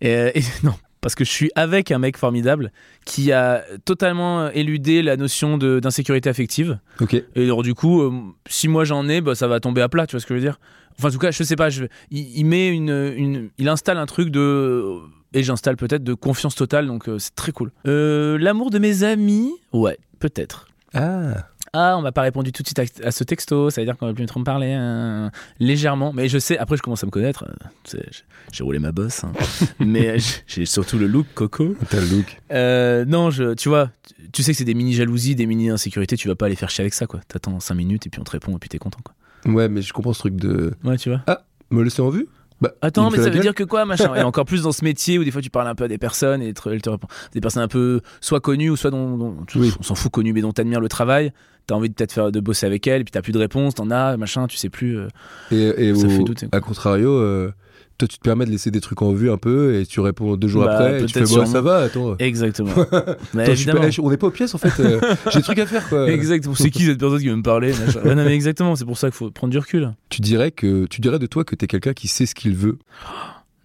Speaker 4: Et, euh, et non, parce que je suis avec un mec formidable qui a totalement éludé la notion de- d'insécurité affective.
Speaker 3: Ok.
Speaker 4: Et alors du coup, euh, si moi j'en ai, bah, ça va tomber à plat, tu vois ce que je veux dire Enfin en tout cas, je sais pas, je, il, il met une, une, il installe un truc de et j'installe peut-être de confiance totale, donc euh, c'est très cool. Euh, L'amour de mes amis, ouais, peut-être.
Speaker 3: Ah.
Speaker 4: Ah, on m'a pas répondu tout de suite à, à ce texto, ça veut dire qu'on va plus me trop me parler. euh, légèrement. Mais je sais, après, je commence à me connaître. euh, tu sais, j'ai- J'ai roulé ma bosse. hein. mais euh, j'ai- j'ai surtout le look coco.
Speaker 3: T'as le look.
Speaker 4: Euh, non, je, tu vois, tu- tu sais que c'est des mini-jalousies, des mini-insécurités, tu vas pas aller faire chier avec ça, quoi. T'attends 5 minutes et puis on te répond et puis t'es content, quoi.
Speaker 3: Ouais, mais je comprends ce truc de.
Speaker 4: Ouais, tu vois.
Speaker 3: Me laisser en vue Bah, il
Speaker 4: Attends,
Speaker 3: me fait
Speaker 4: mais ça
Speaker 3: la
Speaker 4: veut
Speaker 3: gueule.
Speaker 4: dire que quoi, machin Et encore plus dans ce métier où des fois tu parles un peu à des personnes et te- elles te répondent. Des personnes un peu soit connues ou soit dont, dont-
Speaker 3: Oui.
Speaker 4: on s'en fout connues, mais dont t'admires le travail. T'as envie de peut-être faire de bosser avec elles, puis t'as plus de réponse, t'en as, machin, tu sais plus. euh.
Speaker 3: Et, et
Speaker 4: Ça
Speaker 3: au-
Speaker 4: fait douter, quoi.
Speaker 3: à contrario, euh, toi, tu te permets de laisser des trucs en vue un peu et tu réponds deux jours
Speaker 4: Bah,
Speaker 3: après et tu fais
Speaker 4: peut-être
Speaker 3: bon,
Speaker 4: sûrement.
Speaker 3: ça va, attends.
Speaker 4: Exactement. mais
Speaker 3: Attends, je suis
Speaker 4: évidemment.
Speaker 3: pas- euh. eh, on n'est pas aux pièces en fait. euh, J'ai des trucs à faire quoi.
Speaker 4: Exactement. C'est qui cette personne qui veut me parler machin. Ouais, Non, mais exactement. C'est pour ça qu'il faut prendre du recul.
Speaker 3: Tu dirais que tu dirais de toi que t'es quelqu'un qui sait ce qu'il veut.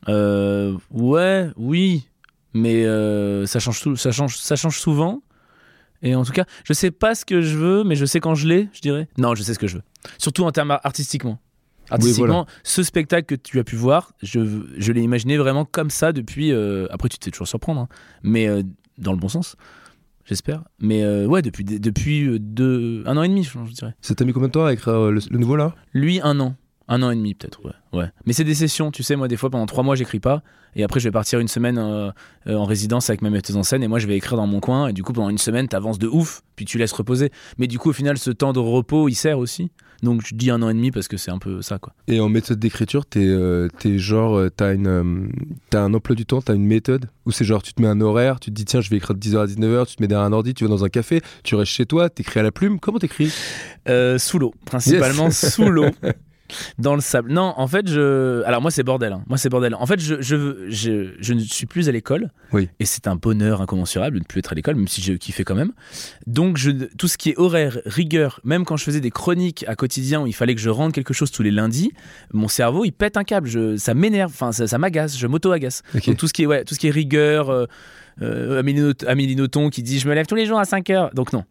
Speaker 4: Euh, ouais, oui, mais euh, ça change tout, ça change, ça change souvent. Et en tout cas, je sais pas ce que je veux, mais je sais quand je l'ai, je dirais. Non, je sais ce que je veux. Surtout en termes ar- artistiquement. Artistiquement, ce spectacle que tu as pu voir, je, je l'ai imaginé vraiment comme ça depuis. euh, après, tu te fais toujours surprendre, hein, mais euh, dans le bon sens, j'espère. Mais euh, ouais, depuis, des- depuis euh, deux, un an et demi, je je dirais.
Speaker 3: Ça t'a mis combien de temps à écrire euh, le, le nouveau là
Speaker 4: Lui, un an. Un an et demi, peut-être, ouais. ouais. Mais c'est des sessions, tu sais, moi, des fois, pendant trois mois, j'écris pas. Et après, je vais partir une semaine euh, euh, en résidence avec ma metteuse en scène. Et moi, je vais écrire dans mon coin. Et du coup, pendant une semaine, t'avances de ouf. Puis tu laisses reposer. Mais du coup, au final, ce temps de repos, il sert aussi. Donc, je dis un an et demi parce que c'est un peu ça, quoi.
Speaker 3: Et en méthode d'écriture, t'es euh, t'es genre, euh, t'as une, euh, t'as un emploi du temps, t'as une méthode où c'est genre, tu te mets un horaire, tu te dis tiens, je vais écrire de 10h à 19h, tu te mets derrière un ordi, tu vas dans un café, tu restes chez toi, t'écris à la plume. Comment t'écris
Speaker 4: Euh, sous l'eau, principalement sous l'eau. Dans le sable. Non, en fait, je. Alors, moi, c'est bordel. hein. Moi, c'est bordel. En fait, je, je, je, je ne suis plus à l'école.
Speaker 3: Oui.
Speaker 4: Et c'est un bonheur incommensurable de ne plus être à l'école, même si je kiffais quand même. Donc, je, tout ce qui est horaire, rigueur, même quand je faisais des chroniques à quotidien où il fallait que je rende quelque chose tous les lundis, mon cerveau, il pète un câble. Je, ça m'énerve. Enfin, ça, ça m'agace. Je m'auto-agace.
Speaker 3: Ok.
Speaker 4: Donc, tout ce qui est, ouais, tout ce qui est rigueur, euh, euh, Amélie Not- Amélie Nothomb qui dit Je me lève tous les jours à 5 heures. Donc, non.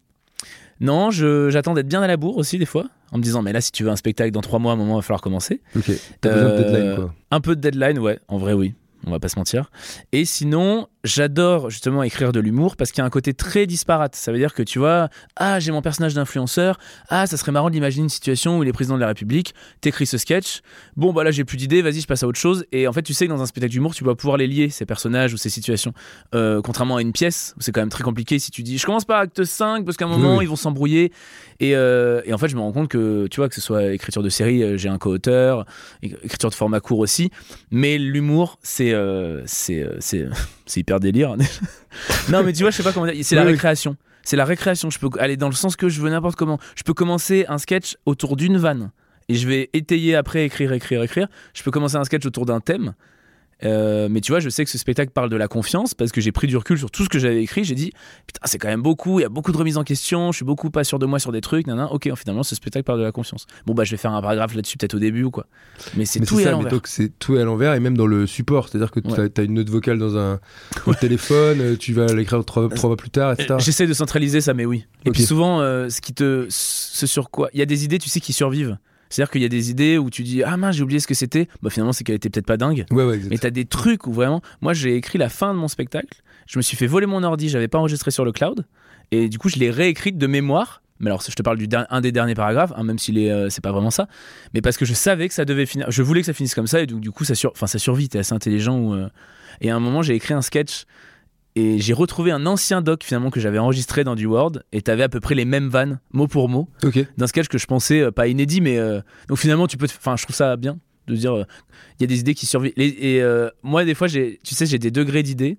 Speaker 4: Non, je- j'attends d'être bien à la bourre aussi des fois, en me disant mais là si tu veux un spectacle dans trois mois, à un moment il va falloir commencer.
Speaker 3: Ok. T'as besoin de
Speaker 4: Euh,
Speaker 3: deadline quoi.
Speaker 4: Un peu de deadline, ouais, en vrai oui, on va pas se mentir. Et sinon, j'adore justement écrire de l'humour parce qu'il y a un côté très disparate. Ça veut dire que tu vois, ah j'ai mon personnage d'influenceur, ah ça serait marrant d'imaginer une situation où il est président de la République, t'écris ce sketch, bon bah là j'ai plus d'idées, vas-y je passe à autre chose. Et en fait tu sais que dans un spectacle d'humour tu vas pouvoir les lier, ces personnages ou ces situations. Euh, contrairement à une pièce où c'est quand même très compliqué si tu dis je commence par acte 5 parce qu'à un moment
Speaker 3: Oui.
Speaker 4: ils vont s'embrouiller. Et, euh, et en fait je me rends compte que tu vois que ce soit écriture de série, euh, j'ai un co-auteur, é- écriture de format court aussi. Mais l'humour c'est euh, c'est euh, c'est c'est hyper délire. hein, non mais tu vois je sais pas comment dire, c'est la
Speaker 3: Oui, oui.
Speaker 4: récréation. C'est la récréation, je peux aller dans le sens que je veux n'importe comment. Je peux commencer un sketch autour d'une vanne et je vais étayer après, écrire, écrire, écrire. Je peux commencer un sketch autour d'un thème. Euh, mais tu vois, je sais que ce spectacle parle de la confiance parce que j'ai pris du recul sur tout ce que j'avais écrit. J'ai dit, putain, c'est quand même beaucoup, il y a beaucoup de remises en question, je suis beaucoup pas sûr de moi sur des trucs, nanana. Ok, finalement, ce spectacle parle de la confiance. Bon, bah, je vais faire un paragraphe là-dessus peut-être au début ou quoi. Mais c'est
Speaker 3: Mais
Speaker 4: tout et à
Speaker 3: ça, mais
Speaker 4: l'envers.
Speaker 3: donc c'est tout est à l'envers et même dans le support, c'est-à-dire que
Speaker 4: Ouais.
Speaker 3: t'as- t'as une note vocale dans un au téléphone, euh, tu vas l'écrire trois, trois mois plus tard, etc.
Speaker 4: Euh, J'essaie de centraliser ça, mais oui. Et
Speaker 3: Ok.
Speaker 4: puis souvent, euh, ce qui te, ce sur quoi, il y a des idées, tu sais, qui survivent. C'est-à-dire qu'il y a des idées où tu dis ah mince j'ai oublié ce que c'était. Bah finalement c'est qu'elle était peut-être pas dingue.
Speaker 3: Ouais, ouais,
Speaker 4: Mais
Speaker 3: exact.
Speaker 4: t'as des trucs où vraiment, moi j'ai écrit la fin de mon spectacle. Je me suis fait voler mon ordi, j'avais pas enregistré sur le cloud, et du coup je l'ai réécrite de mémoire. Mais alors je te parle du der- un des derniers paragraphes, hein, même s'il est, euh, c'est pas vraiment ça. Mais parce que je savais que ça devait finir, je voulais que ça finisse comme ça, et donc du coup ça sur, enfin ça survit. T'es assez intelligent ou. euh, Et à un moment j'ai écrit un sketch. Et j'ai retrouvé un ancien doc finalement que j'avais enregistré dans du Word et t'avais à peu près les mêmes vannes, mot pour mot
Speaker 3: Ok.
Speaker 4: d'un sketch que je pensais euh, pas inédit, mais euh, donc finalement tu peux. te- Enfin, je trouve ça bien de dire euh, il y a des idées qui survivent. Les- et euh, moi, des fois, j'ai, tu sais, j'ai des degrés d'idées.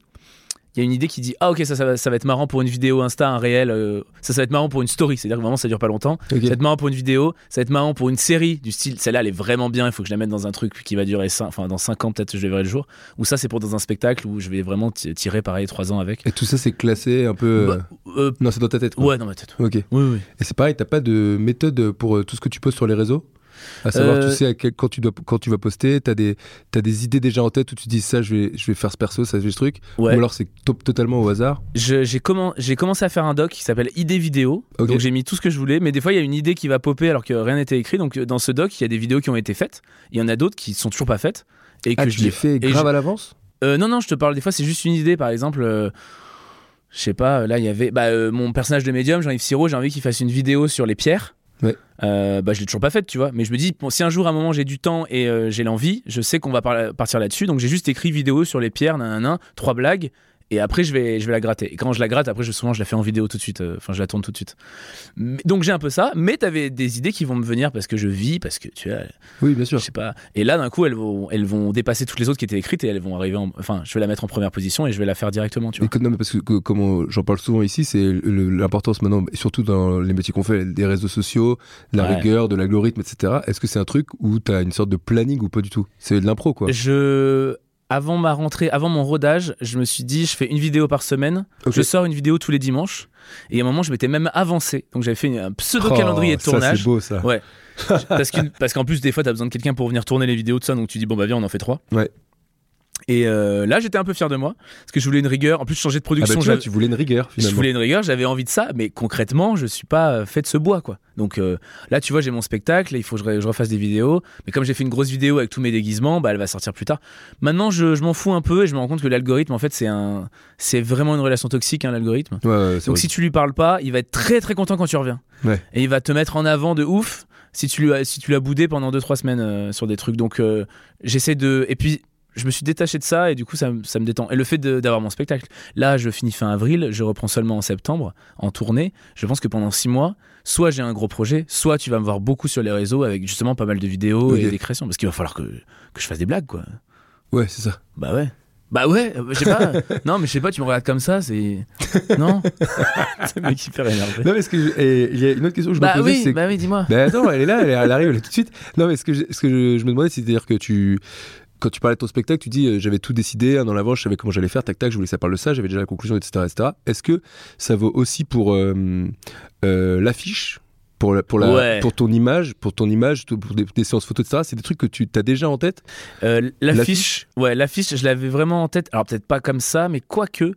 Speaker 4: Il y a une idée qui dit ah ok ça ça va, ça va être marrant pour une vidéo Insta, un réel, euh, ça ça va être marrant pour une story, c'est-à-dire que vraiment ça dure pas longtemps.
Speaker 3: Ok.
Speaker 4: Ça va être marrant pour une vidéo, ça va être marrant pour une série du style celle-là elle est vraiment bien, il faut que je la mette dans un truc qui va durer cinq- enfin dans 5 ans peut-être je le verrai le jour. Ou ça c'est pour dans un spectacle où je vais vraiment ti- tirer pareil 3 ans avec.
Speaker 3: Et tout ça c'est classé un peu. euh,
Speaker 4: Bah, euh,
Speaker 3: Non, c'est dans ta tête. quoi.
Speaker 4: ouais non mais peut-être.
Speaker 3: Ok. Et
Speaker 4: Oui oui.
Speaker 3: c'est pareil, t'as pas de méthode pour euh, tout ce que tu poses sur les réseaux À savoir,
Speaker 4: Euh,
Speaker 3: tu sais à quel- quand, tu dois, quand tu vas poster, t'as des, t'as des idées déjà en tête où tu dis ça, je vais, je vais faire ce perso, ça, je vais ce truc.
Speaker 4: Ouais.
Speaker 3: Ou alors c'est to- totalement au hasard.
Speaker 4: Je- j'ai commen- j'ai commencé à faire un doc qui s'appelle idées vidéo.
Speaker 3: Ok.
Speaker 4: Donc j'ai mis tout ce que je voulais, mais des fois il y a une idée qui va popper alors que rien n'était écrit. Donc euh, dans ce doc, il y a des vidéos qui ont été faites, il y en a d'autres qui sont toujours pas faites et que
Speaker 3: ah,
Speaker 4: je
Speaker 3: tu
Speaker 4: les
Speaker 3: les fais
Speaker 4: et
Speaker 3: grave
Speaker 4: je-
Speaker 3: à l'avance
Speaker 4: Euh, non non, je te parle des fois c'est juste une idée par exemple euh, je sais pas, là il y avait bah, euh, mon personnage de médium, Jean-Yves Siro, j'ai envie qu'il fasse une vidéo sur les pierres.
Speaker 3: Ouais.
Speaker 4: Euh, bah, je l'ai toujours pas faite, tu vois. Mais je me dis, bon, si un jour, à un moment, j'ai du temps et euh, j'ai l'envie, je sais qu'on va par- partir là-dessus. Donc j'ai juste écrit vidéo sur les pierres, nanana, trois blagues. Et après, je vais, je vais la gratter. Et quand je la gratte, après, je, souvent, je la fais en vidéo tout de suite. euh, Enfin, je la tourne tout de suite. Mais- donc j'ai un peu ça. Mais t'avais des idées qui vont me venir parce que je vis, parce que tu as
Speaker 3: Oui, bien sûr.
Speaker 4: je sais pas. Et là, d'un coup, elles vont, elles vont dépasser toutes les autres qui étaient écrites et elles vont arriver en. Enfin, je vais la mettre en première position et je vais la faire directement, tu
Speaker 3: Mais
Speaker 4: vois.
Speaker 3: comme- non, mais parce que, que- comme on- j'en parle souvent ici, c'est le- l'importance maintenant, et surtout dans les métiers qu'on fait, des réseaux sociaux, de la
Speaker 4: Ouais.
Speaker 3: rigueur, de l'algorithme, etc. Est-ce que c'est un truc où tu as une sorte de planning ou pas du tout C'est de l'impro, quoi.
Speaker 4: Je. Avant ma rentrée, avant mon rodage, je me suis dit, je fais une vidéo par semaine.
Speaker 3: Ok.
Speaker 4: Je sors une vidéo tous les dimanches. Et à un moment, je m'étais même avancé. Donc j'avais fait une- un pseudo calendrier
Speaker 3: Oh,
Speaker 4: de tournage.
Speaker 3: Ça, c'est beau, ça.
Speaker 4: Ouais. parce, qu'une- parce qu'en plus, des fois, t'as besoin de quelqu'un pour venir tourner les vidéos, tout ça. Donc tu dis, bon, bah viens, on en fait trois.
Speaker 3: Ouais.
Speaker 4: Et euh, là, j'étais un peu fier de moi. Parce que je voulais une rigueur. En plus, changer de
Speaker 3: Ah bah,
Speaker 4: production.
Speaker 3: tu, vois,
Speaker 4: j'avais-
Speaker 3: tu voulais une rigueur,
Speaker 4: Je
Speaker 3: finalement.
Speaker 4: voulais une rigueur, j'avais envie de ça, mais concrètement, je suis pas euh, fait de ce bois, quoi. Donc euh, là, tu vois, j'ai mon spectacle, il faut que je, re- je refasse des vidéos, mais comme j'ai fait une grosse vidéo avec tous mes déguisements, bah, elle va sortir plus tard. Maintenant, je, je m'en fous un peu et je me rends compte que l'algorithme, en fait, c'est un, c'est vraiment une relation toxique, hein, l'algorithme.
Speaker 3: Ouais, ouais, c'est
Speaker 4: Donc
Speaker 3: vrai.
Speaker 4: si tu lui parles pas, il va être très très content quand tu reviens,
Speaker 3: Ouais.
Speaker 4: et il va te mettre en avant de ouf si tu lui as, si tu l'as boudé pendant 2-3 semaines euh, sur des trucs. Donc euh, j'essaie de, et puis je me suis détaché de ça et du coup ça, me- ça me détend. Et le fait de- d'avoir mon spectacle, là je finis fin avril, je reprends seulement en septembre en tournée. Je pense que pendant six mois, soit j'ai un gros projet, soit tu vas me voir beaucoup sur les réseaux avec justement pas mal de vidéos
Speaker 3: Ok.
Speaker 4: et des créations, parce qu'il va falloir que, que je fasse des blagues quoi.
Speaker 3: Ouais, c'est ça.
Speaker 4: Bah ouais. Bah ouais, euh, je sais pas. non mais je sais pas, tu me regardes comme ça, c'est non. C'est le mec hyper énervé.
Speaker 3: Non, mais ce que je- et il y a une autre question que je
Speaker 4: Bah
Speaker 3: me posais,
Speaker 4: oui,
Speaker 3: c'est
Speaker 4: bah oui, dis-moi.
Speaker 3: Ben attends, elle est là, elle, elle arrive, elle est tout de suite. Non, mais ce que je, ce que je, je me demandais, c'est-à-dire que tu. Quand tu parlais de ton spectacle, tu dis euh, j'avais tout décidé, un an à l'avance, je savais comment j'allais faire, tac tac, je voulais que ça parle de ça, j'avais déjà la conclusion, etc. etc. Est-ce que ça vaut aussi pour euh, euh, l'affiche, pour, la- pour, la,
Speaker 4: Ouais.
Speaker 3: pour ton image, pour ton image, tout- pour des, des séances photos, etc. C'est des trucs que tu as déjà en tête
Speaker 4: Euh,
Speaker 3: L'affiche
Speaker 4: l'affiche, ouais, l'affiche, je l'avais vraiment en tête. Alors peut-être pas comme ça, mais quoique,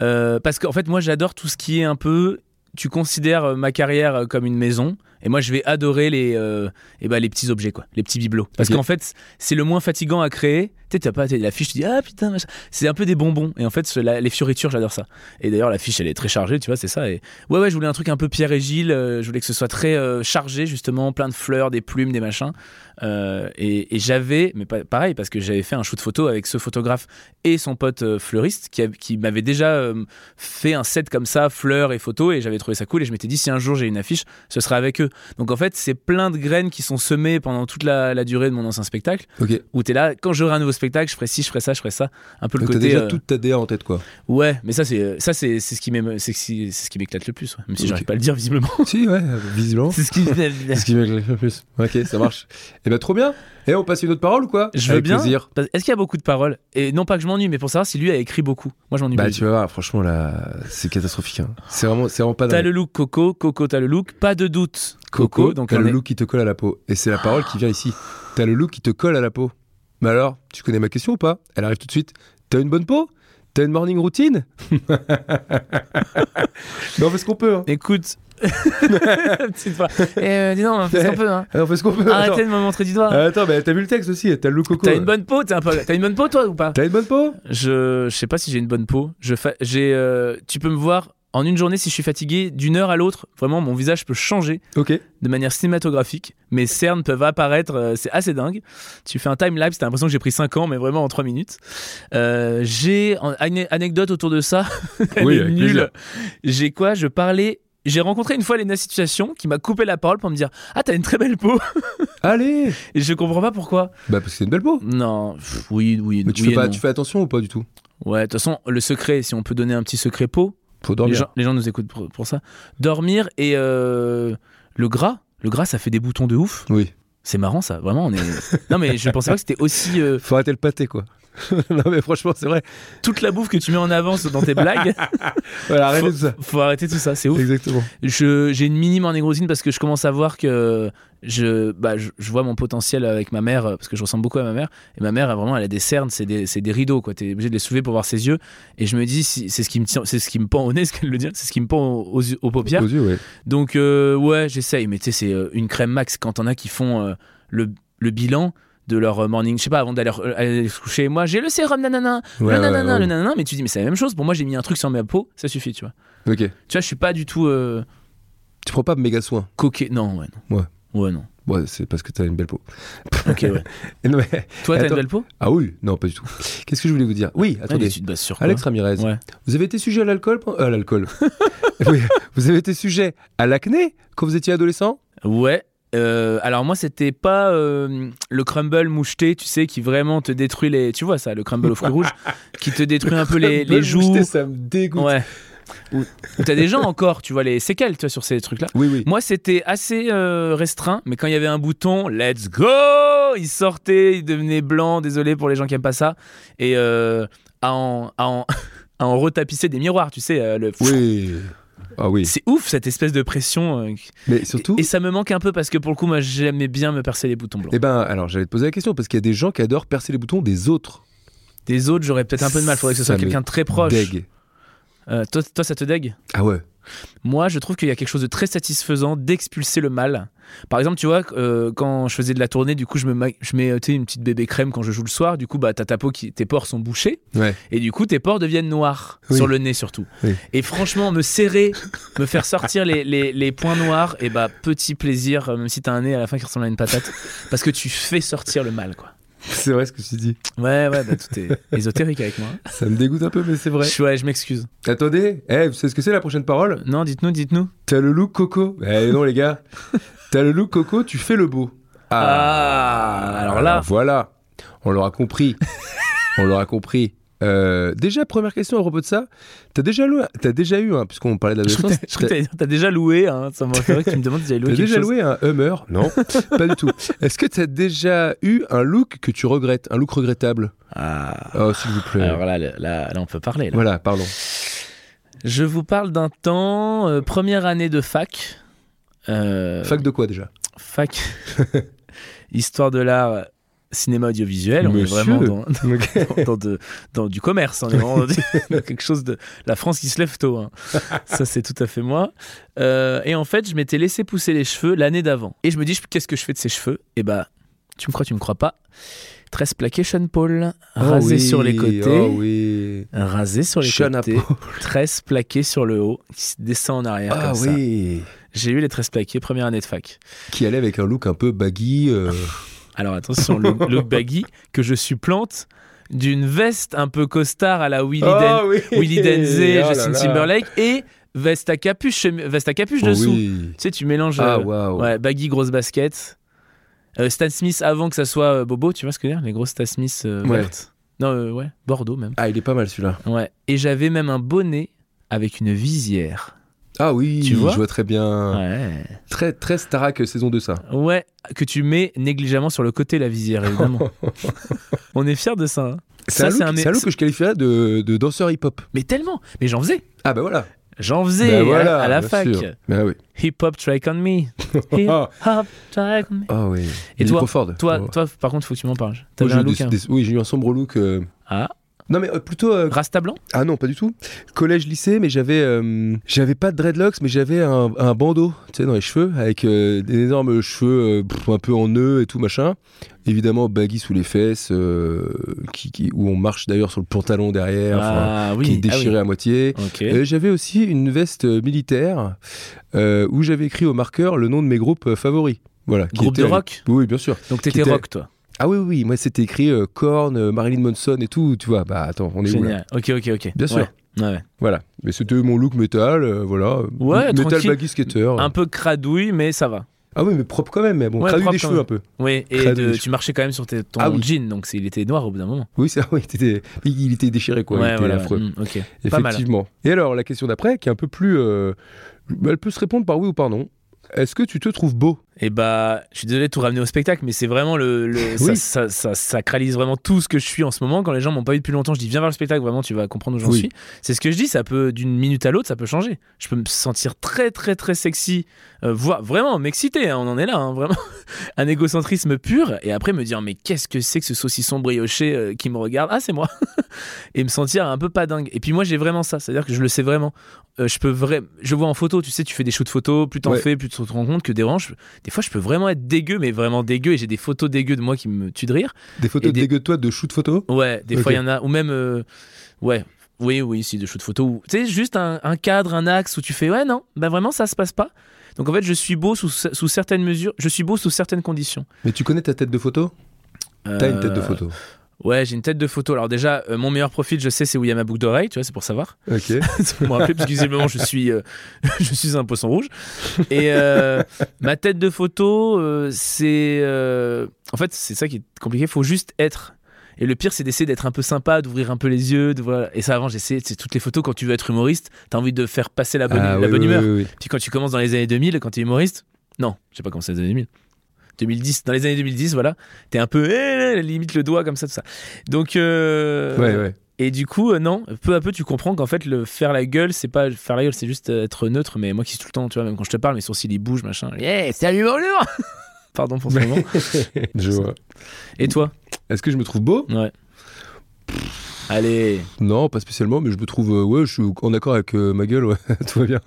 Speaker 4: Euh, parce qu'en fait, moi, j'adore tout ce qui est un peu. Tu considères euh, ma carrière euh, comme une maison, et moi, je vais adorer les, euh, eh ben, les petits objets, quoi, les petits bibelots. Parce
Speaker 3: Ok.
Speaker 4: qu'en fait, c'est le moins fatigant à créer. Tu sais, t'as pas t'as l'affiche, tu dis ah putain, machin. c'est un peu des bonbons. Et en fait, ce- la- les fioritures, j'adore ça. Et d'ailleurs, l'affiche, elle est très chargée, tu vois, c'est ça. Et ouais, ouais, je voulais un truc un peu Pierre et Gilles. euh, je voulais que ce soit très euh, chargé, justement, plein de fleurs, des plumes, des machins. Euh, et et j'avais, mais pas, pareil, parce que j'avais fait un shoot photo avec ce photographe et son pote euh, fleuriste qui, a- qui m'avait déjà euh, fait un set comme ça, fleurs et photos, et j'avais trouvé ça cool. Et je m'étais dit, si un jour j'ai une affiche, ce sera avec eux. Donc en fait, c'est plein de graines qui sont semées pendant toute la, la durée de mon ancien spectacle,
Speaker 3: Ok.
Speaker 4: où t'es là, quand j'aurai un nouveau spectacle, je ferai ci, je ferai ça, je ferai ça. Un peu le
Speaker 3: Donc t'as
Speaker 4: côté.
Speaker 3: déjà
Speaker 4: euh,
Speaker 3: toute ta DA en tête, quoi.
Speaker 4: Ouais, mais ça, c'est euh, ça c'est c'est ce qui m'aime- c'est ce- c'est ce qui m'éclate le plus, ouais. même si
Speaker 3: Ok.
Speaker 4: j'arrive pas à le dire visiblement.
Speaker 3: si, ouais, euh, visiblement.
Speaker 4: c'est ce qui
Speaker 3: C'est ce qui m'éclate le plus. Ok, ça marche. Eh ben trop bien. Et on passe une autre parole ou quoi
Speaker 4: Je veux
Speaker 3: Avec
Speaker 4: bien.
Speaker 3: plaisir.
Speaker 4: Parce- Est-ce qu'il y a beaucoup de paroles Et non pas que je m'ennuie, mais pour savoir si lui a écrit beaucoup. Moi, je m'ennuie
Speaker 3: Bah
Speaker 4: pas.
Speaker 3: tu vas voir, franchement là, c'est catastrophique. hein. C'est vraiment, c'est vraiment pas.
Speaker 4: T'as
Speaker 3: dingue.
Speaker 4: le look Coco, Coco t'as le look, pas de doute.
Speaker 3: Coco,
Speaker 4: donc
Speaker 3: t'as
Speaker 4: un
Speaker 3: le
Speaker 4: é-
Speaker 3: look qui te colle à la peau. Et c'est la parole qui vient ici. T'as le look qui te colle à la peau. Mais alors, tu connais ma question ou pas Elle arrive tout de suite. T'as une bonne peau T'as une morning routine Non, on fait ce qu'on peut. hein.
Speaker 4: Écoute. Petite phrase. Eh, euh, dis donc, fais un peu. Hein.
Speaker 3: Eh, On fait ce qu'on peut.
Speaker 4: Arrêtez de me montrer du doigt.
Speaker 3: Attends, Euh, Attends, mais t'as vu le texte aussi T'as le look Coco.
Speaker 4: T'as une bonne peau, t'es un peu- T'as une bonne peau toi ou pas
Speaker 3: T'as une bonne peau
Speaker 4: Je, je sais pas si j'ai une bonne peau. Je fa- j'ai, euh, tu peux me voir en une journée si je suis fatigué, d'une heure à l'autre. Vraiment, mon visage peut changer
Speaker 3: Ok.
Speaker 4: de manière cinématographique. Mes cernes peuvent apparaître. euh, c'est assez dingue. Tu fais un time lapse. T'as l'impression que j'ai pris 5 ans, mais vraiment en 3 minutes. Euh, j'ai en- ané- anecdote autour de ça. Elle
Speaker 3: Oui,
Speaker 4: est
Speaker 3: avec
Speaker 4: nulle.
Speaker 3: plaisir.
Speaker 4: J'ai quoi Je parlais. J'ai rencontré une fois Lena Situation qui m'a coupé la parole pour me dire Ah, t'as une très belle peau
Speaker 3: Allez
Speaker 4: Et je comprends pas pourquoi.
Speaker 3: Bah, parce que c'est une belle peau.
Speaker 4: Non, pff, oui, oui,
Speaker 3: Mais tu,
Speaker 4: oui
Speaker 3: fais
Speaker 4: et
Speaker 3: pas,
Speaker 4: non.
Speaker 3: tu fais attention ou pas du tout
Speaker 4: Ouais, de toute façon, le secret, si on peut donner un petit secret peau,
Speaker 3: Faut
Speaker 4: les
Speaker 3: dormir.
Speaker 4: gens, les gens nous écoutent pour, pour ça. Dormir et euh, le gras, le gras, ça fait des boutons de ouf.
Speaker 3: Oui.
Speaker 4: C'est marrant ça, vraiment. On est... non mais je pensais pas que c'était aussi euh,
Speaker 3: Faut arrêter le pâté, quoi. non, mais franchement, c'est vrai.
Speaker 4: toute la bouffe que tu mets en avance dans tes blagues.
Speaker 3: Voilà, arrêtez
Speaker 4: faut,
Speaker 3: tout ça.
Speaker 4: faut arrêter tout ça, c'est ouf.
Speaker 3: Exactement.
Speaker 4: Je- J'ai une minime en négrosine parce que je commence à voir que je, bah, je, je vois mon potentiel avec ma mère euh, parce que je ressemble beaucoup à ma mère. Et ma mère, elle, vraiment, elle a des cernes, c'est des, c'est des rideaux, quoi. T'es obligé de les soulever pour voir ses yeux. Et je me dis, si, c'est ce qui me tient, c'est ce qui me pend au nez, ce qu'elle le dit, c'est ce qui me pend aux, aux yeux- aux paupières.
Speaker 3: Aux yeux, ouais.
Speaker 4: Donc, euh, ouais, j'essaye. Mais tu sais, c'est euh, une crème max quand on a qui font euh, le, le bilan. de leur euh, morning, je sais pas, avant d'aller euh, aller se coucher. Moi, j'ai le sérum, nanana,
Speaker 3: Ouais, ouais,
Speaker 4: le nanana,
Speaker 3: ouais.
Speaker 4: le nanana. Mais tu dis, mais c'est la même chose. Pour moi, j'ai mis un truc sur ma peau, ça suffit, tu vois.
Speaker 3: Ok.
Speaker 4: Tu vois, je suis pas du tout euh,
Speaker 3: Tu prends pas méga soin.
Speaker 4: coquet. Non, ouais, non.
Speaker 3: Ouais.
Speaker 4: Ouais, non.
Speaker 3: Ouais, c'est parce que t'as une belle peau.
Speaker 4: Ok, ouais.
Speaker 3: Et non, mais-
Speaker 4: Toi, t'as une
Speaker 3: Attends.
Speaker 4: belle peau
Speaker 3: Ah oui, non, pas du tout. Qu'est-ce que je voulais vous dire Oui,
Speaker 4: Ah, mais
Speaker 3: attendez.
Speaker 4: Tu te bases sur quoi
Speaker 3: Alex Ramirez,
Speaker 4: Ouais.
Speaker 3: vous avez été sujet à l'alcool pen- euh, À l'alcool. Oui, vous avez été sujet à l'acné quand vous étiez adolescent
Speaker 4: Ouais. euh, alors moi c'était pas euh, le crumble moucheté tu sais qui vraiment te détruit les tu vois ça le crumble aux fruits rouges qui te détruit un peu les, les joues
Speaker 3: Putain, ça me dégoûte.
Speaker 4: ouais Ou- ou t'as des gens encore tu vois les séquelles tu vois sur ces trucs là
Speaker 3: Oui, oui.
Speaker 4: moi c'était assez euh, restreint mais quand il y avait un bouton let's go il sortait il devenait blanc désolé pour les gens qui aiment pas ça et euh, à en à en, à en retapisser des miroirs tu sais euh, le
Speaker 3: Oui. Ah oui.
Speaker 4: c'est ouf cette espèce de pression euh,
Speaker 3: Mais surtout.
Speaker 4: et ça me manque un peu parce que pour le coup, moi, j'aimais bien me percer les boutons blancs.
Speaker 3: Eh ben, alors j'allais te poser la question parce qu'il y a des gens qui adorent percer les boutons des autres.
Speaker 4: Des autres, j'aurais peut-être un peu de mal. Faudrait que ce soit
Speaker 3: Ça me
Speaker 4: quelqu'un de très proche.
Speaker 3: Deg.
Speaker 4: Euh, toi, toi, ça te dégue
Speaker 3: Ah ouais.
Speaker 4: Moi, je trouve qu'il y a quelque chose de très satisfaisant d'expulser le mal. Par exemple, tu vois, euh, quand je faisais de la tournée, du coup, je me, ma- je mets, euh, tu sais, une petite bébé crème quand je joue le soir. Du coup, bah, t'as ta peau qui, tes pores sont bouchés.
Speaker 3: Ouais.
Speaker 4: Et du coup, tes pores deviennent noirs,
Speaker 3: Oui.
Speaker 4: sur le nez surtout.
Speaker 3: Oui.
Speaker 4: Et franchement, me serrer, me faire sortir les, les- les points noirs, et bah, petit plaisir, euh, même si t'as un nez à la fin qui ressemble à une patate, parce que tu fais sortir le mal, quoi.
Speaker 3: C'est vrai ce que tu dis.
Speaker 4: Ouais, ouais, bah, tout est ésotérique avec moi.
Speaker 3: Ça me dégoûte un peu, mais c'est vrai.
Speaker 4: Je, ouais, je m'excuse.
Speaker 3: Attendez, eh, vous savez ce que c'est la prochaine parole
Speaker 4: Non, dites-nous, dites-nous.
Speaker 3: T'as le look coco. Eh non, les gars. T'as le look coco, tu fais le beau.
Speaker 4: Ah, alors là.
Speaker 3: Voilà. On l'aura compris. On l'aura compris. Euh, déjà, première question à propos de ça. T'as déjà, loué- t'as déjà eu, hein, puisqu'on parlait
Speaker 4: Je crois
Speaker 3: d'adolescence.
Speaker 4: que t'as- t'as déjà loué, hein. ça m'a fait que tu me demandes si j'avais
Speaker 3: T'as
Speaker 4: loué quelque
Speaker 3: déjà
Speaker 4: chose.
Speaker 3: loué un Hummer Non, pas du tout. Est-ce que t'as déjà eu un look que tu regrettes Un look regrettable
Speaker 4: Ah,
Speaker 3: Oh, s'il vous plaît.
Speaker 4: alors là, là, là, là, on peut parler. là.
Speaker 3: voilà, pardon.
Speaker 4: Je vous parle d'un temps, euh, première année de fac. Euh,
Speaker 3: Fac de quoi déjà
Speaker 4: fac. Histoire de l'art, cinéma audiovisuel. On est
Speaker 3: Monsieur.
Speaker 4: vraiment dans,
Speaker 3: Ok.
Speaker 4: dans, dans de- dans du commerce, hein, on est vraiment dans, du- dans quelque chose de la France qui se lève tôt. hein. Ça, c'est tout à fait moi. Euh, et en fait, je m'étais laissé pousser les cheveux l'année d'avant. Et je me dis, je- qu'est-ce que je fais de ces cheveux Eh bah, tu me crois, tu me crois pas. 13 plaqué Sean Paul, rasé
Speaker 3: Oh oui,
Speaker 4: sur les côtés.
Speaker 3: Oh oui.
Speaker 4: Rasé sur les
Speaker 3: Sean
Speaker 4: côtés,
Speaker 3: Paul.
Speaker 4: 13 plaqué sur le haut, qui se descend en arrière
Speaker 3: Ah
Speaker 4: comme ça.
Speaker 3: oui.
Speaker 4: J'ai eu les 13 plaqués, première année de fac.
Speaker 3: Qui allait avec un look un peu baggy. euh,
Speaker 4: Alors attention, le, le baggy que je supplante d'une veste un peu costard à la Willy Den-
Speaker 3: Ah, oh, oui.
Speaker 4: Willy Denzey,
Speaker 3: Oh là
Speaker 4: Justin
Speaker 3: là.
Speaker 4: Timberlake et veste à capuche, chemi- veste à capuche
Speaker 3: Oh
Speaker 4: dessous.
Speaker 3: oui.
Speaker 4: Tu sais, tu mélanges
Speaker 3: Ah
Speaker 4: euh,
Speaker 3: waouh.
Speaker 4: ouais, baggy, grosse basket. Euh, Stan Smith avant que ça soit euh, Bobo, tu vois ce que je veux dire Les grosses Stan Smith euh,
Speaker 3: Ouais.
Speaker 4: vertes. Non, euh, ouais, Bordeaux même.
Speaker 3: Ah, il est pas mal celui-là.
Speaker 4: Ouais. Et j'avais même un bonnet avec une visière.
Speaker 3: Ah oui,
Speaker 4: Tu vois
Speaker 3: je vois très bien.
Speaker 4: Ouais.
Speaker 3: Très, très Starak saison 2 ça.
Speaker 4: Ouais, que tu mets négligemment sur le côté la visière, évidemment. On est fiers de ça. hein.
Speaker 3: C'est un,
Speaker 4: Ça,
Speaker 3: look-
Speaker 4: c'est un-
Speaker 3: c'est un look que je qualifierais de, de danseur hip-hop.
Speaker 4: Mais tellement Mais j'en faisais
Speaker 3: Ah bah voilà.
Speaker 4: J'en
Speaker 3: Bah
Speaker 4: faisais à la-
Speaker 3: voilà,
Speaker 4: à la
Speaker 3: bien
Speaker 4: fac.
Speaker 3: sûr. Bah oui.
Speaker 4: Hip hop track on me. Hip hop track on me.
Speaker 3: Ah oui.
Speaker 4: Et
Speaker 3: Il est
Speaker 4: toi-
Speaker 3: trop fort.
Speaker 4: Toi,
Speaker 3: Moi,
Speaker 4: toi, par contre, faut que tu m'en parles.
Speaker 3: j'ai
Speaker 4: T'avais
Speaker 3: eu
Speaker 4: un
Speaker 3: des-
Speaker 4: look. hein.
Speaker 3: des- oui, j'ai eu un sombre look. euh,
Speaker 4: Ah,
Speaker 3: Non mais euh, plutôt euh,
Speaker 4: Rasta blanc
Speaker 3: ah non pas du tout collège lycée mais j'avais euh, j'avais pas de dreadlocks mais j'avais un, un bandeau tu sais dans les cheveux avec euh, des énormes cheveux euh, pff, un peu en nœud et tout machin évidemment baggy sous les fesses euh, qui, qui- où on marche d'ailleurs sur le pantalon derrière enfin,
Speaker 4: Ah oui.
Speaker 3: qui est
Speaker 4: ah oui.
Speaker 3: déchiré à moitié
Speaker 4: Ok.
Speaker 3: Euh, j'avais aussi une veste euh, militaire euh, où j'avais écrit au marqueur le nom de mes groupes euh, favoris. Voilà, qui
Speaker 4: Groupe
Speaker 3: était
Speaker 4: de
Speaker 3: à
Speaker 4: rock
Speaker 3: l'époque. Oui, bien sûr.
Speaker 4: Donc t'étais
Speaker 3: était-
Speaker 4: rock, toi.
Speaker 3: Ah oui, oui, oui, moi c'était écrit euh, Korn, euh, Marilyn Manson et tout, tu vois. Bah attends, on est où là
Speaker 4: Génial. Ok, ok, ok.
Speaker 3: Bien sûr.
Speaker 4: Ouais. Ouais, ouais.
Speaker 3: Voilà. Mais c'était mon look métal, euh, voilà.
Speaker 4: Ouais,
Speaker 3: Métal
Speaker 4: tranquille.
Speaker 3: baggy skater.
Speaker 4: Un peu cradouille, mais ça va.
Speaker 3: Ah oui, mais propre quand même, mais bon,
Speaker 4: Ouais,
Speaker 3: traduit
Speaker 4: propre
Speaker 3: des
Speaker 4: quand
Speaker 3: cheveux
Speaker 4: même.
Speaker 3: un peu.
Speaker 4: Oui, et
Speaker 3: Très
Speaker 4: de-
Speaker 3: douille.
Speaker 4: tu marchais quand même sur tes- ton
Speaker 3: Ah oui.
Speaker 4: jean, donc c'est- il était noir au bout d'un moment.
Speaker 3: Oui, ça, oui, t'étais- il était déchiré quoi, il était
Speaker 4: voilà,
Speaker 3: affreux.
Speaker 4: Mm, ok. Pas mal.
Speaker 3: Effectivement. Et alors, la question d'après, qui est un peu plus. euh, bah, elle peut se répondre par oui ou par non. Est-ce que tu te trouves beau
Speaker 4: Et bah, je suis désolé de tout ramener au spectacle, mais c'est vraiment le. le- ça,
Speaker 3: Oui.
Speaker 4: ça, ça sacralise vraiment tout ce que je suis en ce moment. Quand les gens m'ont pas vu depuis longtemps, je dis viens voir le spectacle, vraiment, tu vas comprendre où j'en
Speaker 3: Oui.
Speaker 4: suis. C'est ce que je dis, ça peut, d'une minute à l'autre, ça peut changer. Je peux me sentir très, très, très sexy, euh, voire vraiment m'exciter, hein, on en est là, hein, vraiment. Un égocentrisme pur, et après me dire, mais qu'est-ce que c'est que ce saucisson brioché euh, qui me regarde Ah, c'est moi Et me sentir un peu pas dingue. Et puis moi, j'ai vraiment ça, c'est-à-dire que je le sais vraiment. Euh, je peux vrai... je vois en photo, tu sais, tu fais des shoots photos, plus t'en
Speaker 3: Ouais.
Speaker 4: fais, plus tu te rends compte que des ranges, Des fois, je peux vraiment être dégueu, mais vraiment dégueu, et j'ai des photos dégueu de moi qui me tuent de rire.
Speaker 3: Des photos
Speaker 4: Et des-
Speaker 3: dégueu de toi, de shoot photo
Speaker 4: Ouais, des
Speaker 3: Ok.
Speaker 4: fois, il y en a, ou même, euh, ouais, oui, oui, si, de shoot photo. ou- Tu sais, juste un, un cadre, un axe où tu fais, ouais, non, bah vraiment, ça se passe pas. Donc en fait, je suis beau sous, sous certaines mesures, je suis beau sous certaines conditions.
Speaker 3: Mais tu connais ta tête de photo T'as une tête de
Speaker 4: Euh,
Speaker 3: photo.
Speaker 4: Ouais, j'ai une tête de photo. Alors déjà, euh, mon meilleur profil, je sais, c'est où il y a ma boucle d'oreille, tu vois, c'est pour savoir.
Speaker 3: Ok.
Speaker 4: C'est pour me rappeler, parce que visiblement, je suis, euh, je suis un poisson rouge. Et euh, ma tête de photo, euh, c'est... euh, en fait, c'est ça qui est compliqué, faut juste être. Et le pire, c'est d'essayer d'être un peu sympa, d'ouvrir un peu les yeux. De, voilà. Et ça, avant, j'essayais, c'est toutes les photos, quand tu veux être humoriste, t'as envie de faire passer la bonne,
Speaker 3: Ah,
Speaker 4: la
Speaker 3: oui,
Speaker 4: bonne
Speaker 3: oui,
Speaker 4: humeur.
Speaker 3: oui, oui.
Speaker 4: Puis quand tu commences dans les années 2000, quand t'es humoriste, non, je sais pas comment c'est les années 2000. 2010, dans les années 2010, voilà, t'es un peu eh, limite le doigt comme ça, tout ça. Donc, euh,
Speaker 3: Ouais, ouais.
Speaker 4: et du coup, euh, non, peu à peu, tu comprends qu'en fait, le faire la gueule, c'est pas faire la gueule, c'est juste euh, être neutre. Mais moi qui suis tout le temps, tu vois, même quand je te parle, mes sourcils ils bougent, machin. Yeah, salut bonjour. Pardon pour ce moment.
Speaker 3: Je vois.
Speaker 4: Et toi
Speaker 3: Est-ce que je me trouve beau
Speaker 4: Ouais. Allez.
Speaker 3: Non, pas spécialement, mais je me trouve. euh, ouais, je suis en accord avec euh, ma gueule, ouais. Tout va bien.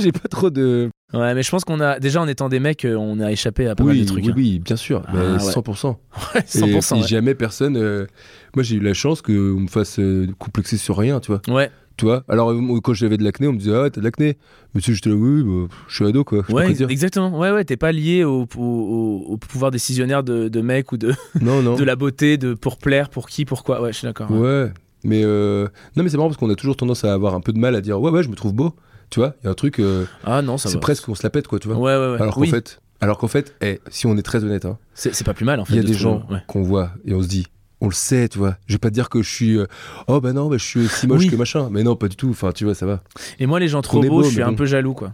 Speaker 3: J'ai pas trop de.
Speaker 4: Ouais, mais je pense qu'on a déjà en étant des mecs, euh, on a échappé à pas mal de trucs.
Speaker 3: oui,
Speaker 4: hein.
Speaker 3: oui, bien sûr.
Speaker 4: Ah,
Speaker 3: mais
Speaker 4: ouais.
Speaker 3: 100%.
Speaker 4: Ouais,
Speaker 3: Et
Speaker 4: 100%.
Speaker 3: si
Speaker 4: ouais.
Speaker 3: jamais personne. euh, moi, j'ai eu la chance qu'on me fasse euh, complexer sur rien, tu vois.
Speaker 4: Ouais,
Speaker 3: Tu vois Alors, euh, moi, quand j'avais de l'acné, on me disait Ah, t'as de l'acné. Mais tu sais, j'étais là, oui, oui, bah, je suis ado, quoi. Je peux
Speaker 4: ouais,
Speaker 3: pas te dire.
Speaker 4: exactement. Ouais, ouais, t'es pas lié au, au- au- au pouvoir décisionnaire de, de mecs ou de,
Speaker 3: Non, non.
Speaker 4: de la beauté, de pour plaire, pour qui, pourquoi. Ouais, je suis d'accord.
Speaker 3: Ouais. Mais euh, non, mais c'est marrant parce qu'on a toujours tendance à avoir un peu de mal à dire Ouais, ouais, je me trouve beau. Tu vois Il y a un truc, euh,
Speaker 4: Ah non, ça
Speaker 3: c'est
Speaker 4: va.
Speaker 3: presque qu'on se la pète, quoi, tu vois.
Speaker 4: Ouais, ouais, ouais.
Speaker 3: Alors qu'en
Speaker 4: Oui,
Speaker 3: fait. Alors qu'en fait, eh, si on est très honnête, hein,
Speaker 4: c'est c'est pas plus mal en fait.
Speaker 3: il y a
Speaker 4: de
Speaker 3: des
Speaker 4: trouver-
Speaker 3: gens
Speaker 4: ouais.
Speaker 3: qu'on voit et on se dit, on le sait, tu vois. Je vais pas te dire que je suis, euh, oh bah non, bah, je suis si moche
Speaker 4: Oui.
Speaker 3: que machin. Mais non, pas du tout. Enfin, tu vois, ça va.
Speaker 4: Et moi, les gens trop
Speaker 3: est
Speaker 4: beaux,
Speaker 3: beau,
Speaker 4: je suis
Speaker 3: mais
Speaker 4: un
Speaker 3: bon.
Speaker 4: peu jaloux, quoi.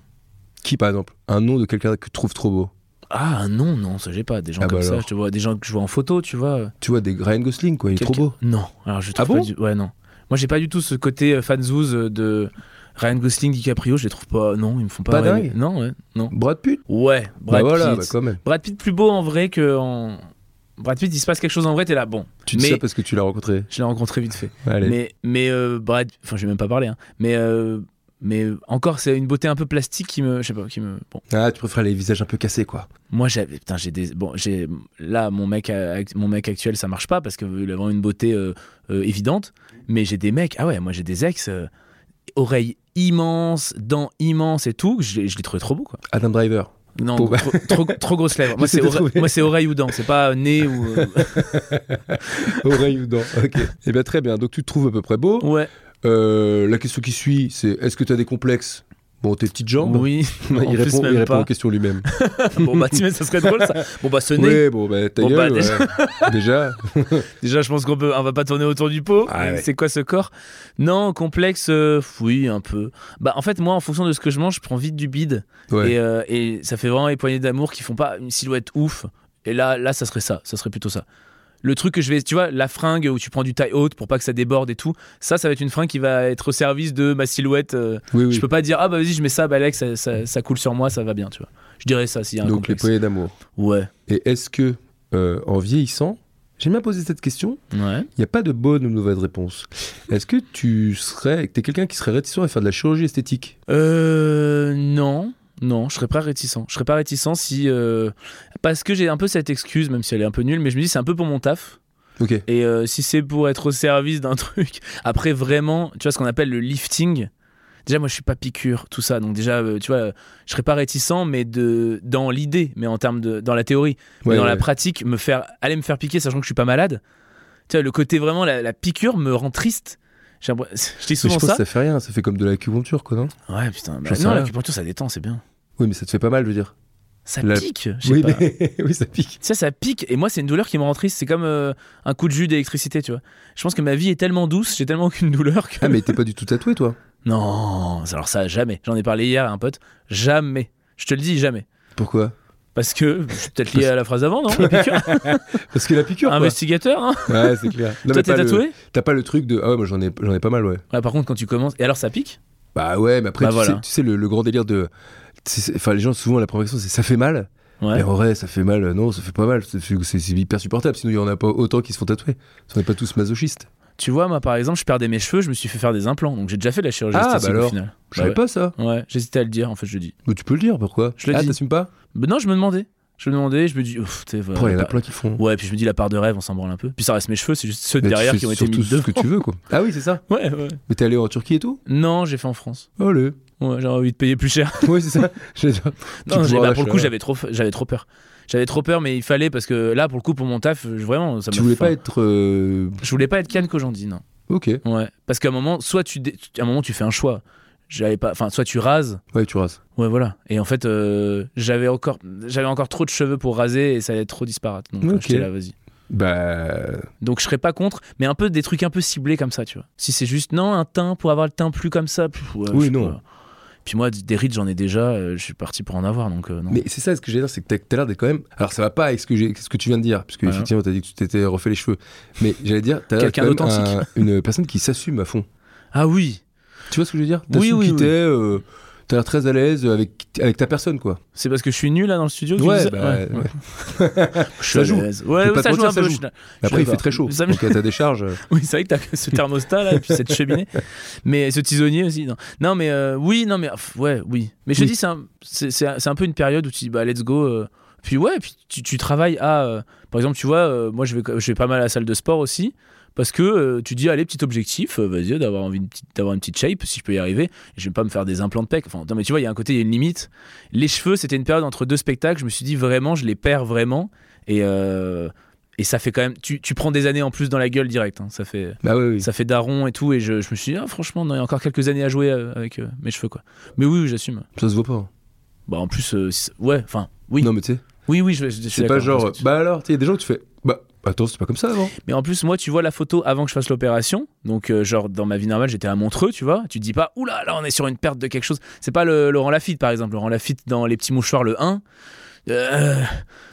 Speaker 3: Qui, par exemple, un nom de quelqu'un que tu trouves trop beau.
Speaker 4: Ah non, non, ça j'ai pas. Des gens
Speaker 3: Ah,
Speaker 4: comme
Speaker 3: bah
Speaker 4: ça,
Speaker 3: alors.
Speaker 4: je te vois, des gens que je vois en photo, tu vois.
Speaker 3: Tu vois, des Ryan Gosling, quoi. Il est
Speaker 4: Quelqu'un-
Speaker 3: trop beau.
Speaker 4: Non, alors je
Speaker 3: Ah
Speaker 4: trouve pas
Speaker 3: bon
Speaker 4: du- Ouais, non. Moi, j'ai pas du tout ce côté euh, fanzouz euh, de Ryan Gosling, DiCaprio, je les trouve pas. Non, ils me font pas.
Speaker 3: Pas
Speaker 4: rêver.
Speaker 3: dingue
Speaker 4: Non, ouais, non.
Speaker 3: Brad Pitt.
Speaker 4: Ouais,
Speaker 3: Bah
Speaker 4: Brad
Speaker 3: voilà,
Speaker 4: Pitt.
Speaker 3: bah quand même.
Speaker 4: Brad Pitt plus beau en vrai que en. Brad Pitt, il se passe quelque chose en vrai, t'es là. Bon,
Speaker 3: Tu dis
Speaker 4: Mais-
Speaker 3: ça parce que tu l'as rencontré.
Speaker 4: je l'ai rencontré vite fait.
Speaker 3: Allez.
Speaker 4: Mais, mais euh, Brad. Enfin, je vais même pas parler, hein. Mais, euh, mais encore, c'est une beauté un peu plastique qui me. Je sais pas, qui me. Bon.
Speaker 3: Ah, tu préfères les visages un peu cassés, quoi.
Speaker 4: Moi, j'avais. Putain, j'ai des. Bon, j'ai. Là, mon mec, a- mon mec actuel, ça marche pas parce qu'il a vraiment une beauté euh, euh, évidente. Mais j'ai des mecs. Ah ouais, moi, j'ai des ex. euh, oreilles immenses, dents immenses et tout. que Je, les- je les trouvais trop beaux, quoi.
Speaker 3: Adam Driver.
Speaker 4: Non,
Speaker 3: Bon, bah.
Speaker 4: trop, trop, trop grosses lèvres. Moi,
Speaker 3: J'essaie
Speaker 4: c'est
Speaker 3: de
Speaker 4: ore-
Speaker 3: trouver.
Speaker 4: moi, c'est oreille ou dents. C'est pas euh, nez ou. euh,
Speaker 3: Oreille ou dents. Ok. Eh bien, très bien. Donc, tu te trouves à peu près beau.
Speaker 4: Ouais.
Speaker 3: Euh, la question qui suit, c'est est-ce que tu as des complexes Bon, tes petites jambes.
Speaker 4: Oui.
Speaker 3: il
Speaker 4: en plus,
Speaker 3: répond,
Speaker 4: même
Speaker 3: il répond
Speaker 4: pas.
Speaker 3: aux questions lui-même.
Speaker 4: bon bah tu sais, ça serait drôle ça. Bon bah ce nez.
Speaker 3: Oui, bon, bah, ta
Speaker 4: Bon, bah,
Speaker 3: gueule, ouais. déjà.
Speaker 4: Déjà je pense qu'on peut, on va pas tourner autour du pot.
Speaker 3: Ah ouais.
Speaker 4: C'est quoi ce corps Non complexe. euh, oui un peu. Bah en fait moi en fonction de ce que je mange je prends vite du bide
Speaker 3: Ouais.
Speaker 4: et, euh, et ça fait vraiment les poignées d'amour qui font pas une silhouette ouf. Et là là ça serait ça, ça serait plutôt ça. Le truc que je vais, tu vois, la fringue où tu prends du taille haute pour pas que ça déborde et tout, ça, ça va être une fringue qui va être au service de ma silhouette. euh,
Speaker 3: oui, oui.
Speaker 4: Je peux pas dire, ah bah vas-y, je mets ça, bah Alex, ça, ça- ça coule sur moi, ça va bien, tu vois. Je dirais ça s'il y a un
Speaker 3: Donc,
Speaker 4: complexe.
Speaker 3: les poignées d'amour.
Speaker 4: Ouais,
Speaker 3: Et est-ce que, euh, en vieillissant, j'aime bien poser cette question,
Speaker 4: ouais.
Speaker 3: il n'y a pas de bonne ou de mauvaise réponse. Est-ce que tu serais, que t'es quelqu'un qui serait réticent à faire de la chirurgie esthétique
Speaker 4: Euh. Non. Non, je serais pas réticent. Je serais pas réticent si. euh, Parce que j'ai un peu cette excuse, même si elle est un peu nulle, mais je me dis c'est un peu pour mon taf.
Speaker 3: Ok.
Speaker 4: Et euh, si c'est pour être au service d'un truc. Après, vraiment, tu vois, ce qu'on appelle le lifting. Déjà, moi, je suis pas piqûre, tout ça. Donc, déjà, euh, tu vois, euh, je serais pas réticent, mais de... dans l'idée, mais en termes de. dans la théorie. Mais
Speaker 3: Ouais,
Speaker 4: dans
Speaker 3: ouais.
Speaker 4: la pratique, me faire, aller me faire piquer, sachant que je suis pas malade. Tu vois, le côté vraiment, la, la piqûre me rend triste. J'ai l'impression- Je dis
Speaker 3: Mais je
Speaker 4: souvent
Speaker 3: pense
Speaker 4: ça.
Speaker 3: que ça fait rien, ça fait comme de l'acupuncture, quoi, non
Speaker 4: Ouais, putain. bah,
Speaker 3: J'en sais
Speaker 4: non,
Speaker 3: rien.
Speaker 4: l'acupuncture, ça détend, c'est bien.
Speaker 3: Oui, mais ça te fait pas mal, je veux dire.
Speaker 4: Ça
Speaker 3: La-
Speaker 4: pique, je sais
Speaker 3: Oui,
Speaker 4: pas.
Speaker 3: mais... oui, ça pique.
Speaker 4: Ça, ça pique. Et moi, c'est une douleur qui me rend triste. C'est comme euh, un coup de jus d'électricité, tu vois. Je pense que ma vie est tellement douce, j'ai tellement aucune douleur que.
Speaker 3: Ah, mais t'es pas du tout tatoué, toi
Speaker 4: Non, alors ça, jamais. J'en ai parlé hier à un pote. Jamais. Je te le dis, jamais.
Speaker 3: Pourquoi
Speaker 4: Parce que je suis peut-être lié à la phrase avant, non la piqûre
Speaker 3: Parce que la piqûre, quoi.
Speaker 4: Investigateur, hein
Speaker 3: Ouais, c'est clair. Non,
Speaker 4: Toi,
Speaker 3: mais
Speaker 4: t'es
Speaker 3: pas le-
Speaker 4: tatoué
Speaker 3: T'as pas le truc de. Ah ouais, moi j'en ai, j'en ai pas mal, ouais.
Speaker 4: Ouais, par contre, quand tu commences. Et alors, ça pique
Speaker 3: Bah ouais, mais après,
Speaker 4: Bah
Speaker 3: tu,
Speaker 4: voilà.
Speaker 3: sais, tu sais, le, le grand délire de. tu sais, Enfin, les gens, souvent, la première question, c'est ça fait mal.
Speaker 4: Ouais.
Speaker 3: Et en vrai, ça fait mal. euh, Non, ça fait pas mal. C'est c'est- c'est hyper supportable. Sinon, il y en a pas autant qui se font tatouer. On n'est pas tous masochistes.
Speaker 4: Tu vois, moi, par exemple, je perdais mes cheveux, je me suis fait faire des implants. Donc, j'ai déjà fait de la chirurgie
Speaker 3: Ah, bah
Speaker 4: esthétique au
Speaker 3: alors.
Speaker 4: final.
Speaker 3: Je savais
Speaker 4: Bah
Speaker 3: pas ça.
Speaker 4: ouais. Ouais, j'hésitais à le dire, en fait, je le dis.
Speaker 3: Mais tu peux le dire, pourquoi
Speaker 4: Je le
Speaker 3: Ah,
Speaker 4: dis.
Speaker 3: t'assumes pas
Speaker 4: Mais non, je me demandais. Je me demandais, je me dis, ouf, tu sais, voilà,
Speaker 3: Après, il y en a
Speaker 4: pas-
Speaker 3: plein qui font.
Speaker 4: Ouais, puis je me dis, la part de rêve, on s'en branle un peu. Puis ça reste mes cheveux, c'est juste ceux de
Speaker 3: Mais tu
Speaker 4: derrière
Speaker 3: fais
Speaker 4: qui ont été
Speaker 3: surtout
Speaker 4: mis
Speaker 3: ce que
Speaker 4: devant.
Speaker 3: tu veux, quoi. Ah oui, c'est ça.
Speaker 4: Ouais, ouais.
Speaker 3: Mais t'es allé en Turquie et tout
Speaker 4: Non, j'ai fait en France.
Speaker 3: Allez.
Speaker 4: Ouais, j'aurais envie de payer plus cher.
Speaker 3: Oui, c'est ça. J'ai-
Speaker 4: Non,
Speaker 3: Tu
Speaker 4: j'ai-
Speaker 3: pourras
Speaker 4: bah, pour le
Speaker 3: lâcher,
Speaker 4: coup,
Speaker 3: ouais.
Speaker 4: j'avais trop, j'avais trop peur. J'avais trop peur, mais il fallait parce que là, pour le coup, pour mon taf, je- vraiment, ça
Speaker 3: Tu
Speaker 4: me
Speaker 3: voulais
Speaker 4: enfin,
Speaker 3: pas être. euh,
Speaker 4: Je voulais pas être Can qu'aujourd'hui, non.
Speaker 3: Ok.
Speaker 4: Ouais, parce qu'à un moment, soit tu, dé- à un moment, tu fais un choix. J'avais pas, enfin, soit tu rases.
Speaker 3: Ouais, tu rases.
Speaker 4: Ouais, voilà. Et en fait, euh, j'avais encore, j'avais encore trop de cheveux pour raser et ça allait être trop disparate. Donc euh,
Speaker 3: Ok.
Speaker 4: j'étais là, vas-y.
Speaker 3: Bah.
Speaker 4: Donc je serais pas contre, mais un peu des trucs un peu ciblés comme ça, tu vois. Si c'est juste non, un teint pour avoir le teint plus comme ça. pff, ouais,
Speaker 3: Oui,
Speaker 4: je sais
Speaker 3: non.
Speaker 4: pas. Puis moi, des rides, j'en ai déjà. euh, je suis parti pour en avoir, donc euh, non.
Speaker 3: Mais c'est ça ce que j'ai dire, c'est que t'as- t'as l'air d'être quand même. Alors ça va pas avec ce que, j'ai- ce que tu viens de dire, parce que
Speaker 4: Ouais.
Speaker 3: effectivement t'as dit que tu t'étais refait les cheveux. Mais j'allais dire, t'as l'air
Speaker 4: Quelqu'un
Speaker 3: quand même
Speaker 4: d'authentique.
Speaker 3: un- une personne qui s'assume à fond.
Speaker 4: Ah oui,
Speaker 3: Tu vois ce que je veux dire
Speaker 4: Oui,
Speaker 3: T'assumes
Speaker 4: oui,
Speaker 3: qui
Speaker 4: oui.
Speaker 3: t'es, euh, t'as l'air très à l'aise avec, avec ta personne, quoi.
Speaker 4: c'est parce que je suis nul là dans le studio. que tu
Speaker 3: Ouais,
Speaker 4: disais
Speaker 3: bah,
Speaker 4: Ouais,
Speaker 3: ouais.
Speaker 4: ouais. Je suis à
Speaker 3: joue.
Speaker 4: l'aise. Ouais,
Speaker 3: Faut pas
Speaker 4: ça
Speaker 3: te
Speaker 4: joue un
Speaker 3: mentir, ça
Speaker 4: peu.
Speaker 3: joue.
Speaker 4: je- je suis
Speaker 3: Après il fait
Speaker 4: d'accord.
Speaker 3: très chaud,
Speaker 4: Ça me-
Speaker 3: donc euh, t'as des charges. euh,
Speaker 4: Oui, c'est vrai que t'as que ce thermostat là, et puis cette cheminée, mais ce tisonnier aussi. Non, non mais euh, oui, non mais pff, ouais, oui. Mais je te
Speaker 3: Oui.
Speaker 4: dis, c'est un, c'est- c'est un- c'est un peu une période où tu dis bah let's go. euh, puis ouais, puis tu, tu travailles à, euh, par exemple, tu vois, euh, moi je vais, je vais pas mal à la salle de sport aussi. Parce que euh, tu dis, allez, petit objectif, euh, vas-y, d'avoir envie d'une petite- d'avoir une petite shape, si je peux y arriver. Je vais pas me faire des implants de pec. Enfin, non, mais tu vois, il y a un côté, il y a une limite. Les cheveux, c'était une période entre deux spectacles. Je me suis dit, vraiment, je les perds vraiment. Et, euh, et ça fait quand même. Tu, tu prends des années en plus dans la gueule direct. hein. ça fait
Speaker 3: Bah oui, oui.
Speaker 4: ça fait daron et tout et je, je me suis dit ah, franchement non, il y a encore quelques années à jouer euh, avec euh, mes cheveux quoi mais oui, oui, j'assume
Speaker 3: Ça se voit pas.
Speaker 4: bah en plus euh, si- ouais enfin oui
Speaker 3: Non mais tu sais,
Speaker 4: oui oui je, je- je suis
Speaker 3: c'est pas
Speaker 4: d'accord, je
Speaker 3: genre.
Speaker 4: pense que tu-
Speaker 3: Bah alors, tu sais, y a des gens où tu fais. Bah attends, c'est pas comme ça avant.
Speaker 4: mais en plus moi tu vois la photo avant que je fasse l'opération donc euh, genre dans ma vie normale j'étais à Montreux tu vois tu te dis pas oula là on est sur une perte de quelque chose c'est pas le Laurent Lafitte par exemple Laurent Lafitte dans les petits mouchoirs le 1 euh,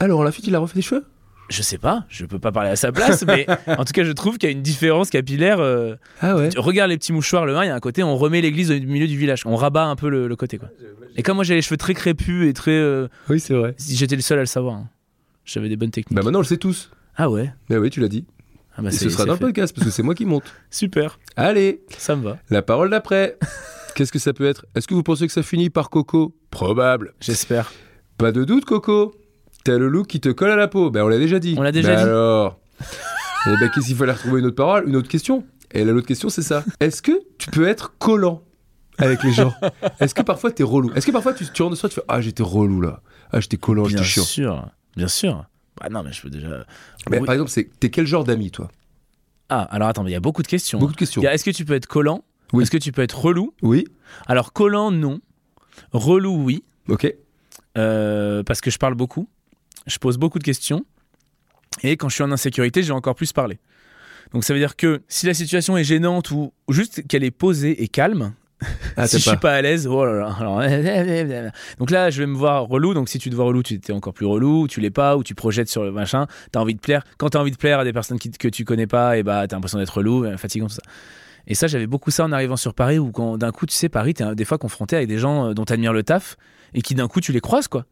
Speaker 3: Alors la fille il a refait les cheveux
Speaker 4: je sais pas je peux pas parler à sa place mais en tout cas je trouve qu'il y a une différence capillaire euh,
Speaker 3: Ah ouais.
Speaker 4: Tu regardes les petits mouchoirs, le 1, il y a un côté, on remet l'église au milieu du village. On rabat un peu le, le côté, quoi. Et comme moi, j'avais les cheveux très crépus et très. euh,
Speaker 3: Oui, c'est vrai.
Speaker 4: J'étais le seul à le savoir. hein. J'avais des bonnes techniques.
Speaker 3: Bah maintenant on le sait tous.
Speaker 4: ah ouais
Speaker 3: Bah oui, tu l'as dit.
Speaker 4: ah bah
Speaker 3: Et
Speaker 4: c'est-
Speaker 3: ce sera
Speaker 4: c'est
Speaker 3: dans le
Speaker 4: fait.
Speaker 3: podcast parce que c'est moi qui monte.
Speaker 4: Super,
Speaker 3: Allez
Speaker 4: ça me va,
Speaker 3: La parole d'après. Qu'est-ce que ça peut être Est-ce que vous pensez que ça finit par Coco Probable.
Speaker 4: j'espère.
Speaker 3: Pas de doute, Coco. T'as le look qui te colle à la peau. Ben, on l'a déjà dit.
Speaker 4: On l'a déjà
Speaker 3: Ben
Speaker 4: dit.
Speaker 3: alors Eh ben, qu'est-ce qu'il fallait retrouver une autre parole, une autre question Et là, l'autre question, c'est ça. Est-ce que tu peux être collant avec les gens Est-ce que parfois t'es relou Est-ce que parfois tu, tu rentres de soi, tu fais Ah, j'étais relou là. Ah, j'étais collant,
Speaker 4: bien
Speaker 3: j'étais chiant.
Speaker 4: sûr, bien sûr. Bah non, mais je peux déjà.
Speaker 3: Mais
Speaker 4: Oui.
Speaker 3: par exemple, c'est t'es quel genre d'ami, toi
Speaker 4: Ah, alors attends, mais il y a beaucoup de questions.
Speaker 3: Beaucoup
Speaker 4: hein.
Speaker 3: de questions.
Speaker 4: Il y a, Est-ce que tu peux être collant
Speaker 3: Oui.
Speaker 4: Est-ce que tu peux être relou
Speaker 3: Oui.
Speaker 4: Alors, collant, non. Relou, oui.
Speaker 3: Ok.
Speaker 4: Euh, parce que je parle beaucoup, je pose beaucoup de questions, et quand je suis en insécurité, j'ai encore plus parlé. Donc ça veut dire que si la situation est gênante ou juste qu'elle est posée et calme,
Speaker 3: Ah,
Speaker 4: si
Speaker 3: t'as
Speaker 4: je suis pas à l'aise, oh là là, alors, donc là je vais me voir relou. Donc si tu te vois relou, tu t'es encore plus relou, ou tu l'es pas, ou tu projettes sur le machin. T'as envie de plaire. Quand t'as envie de plaire à des personnes qui- que tu connais pas, et bah t'as l'impression d'être relou, euh, fatigant tout ça. Et ça j'avais beaucoup ça en arrivant sur Paris, où quand d'un coup tu sais Paris, t'es euh, des fois confronté avec des gens euh, dont t'admires le taf et qui d'un coup tu les croises quoi.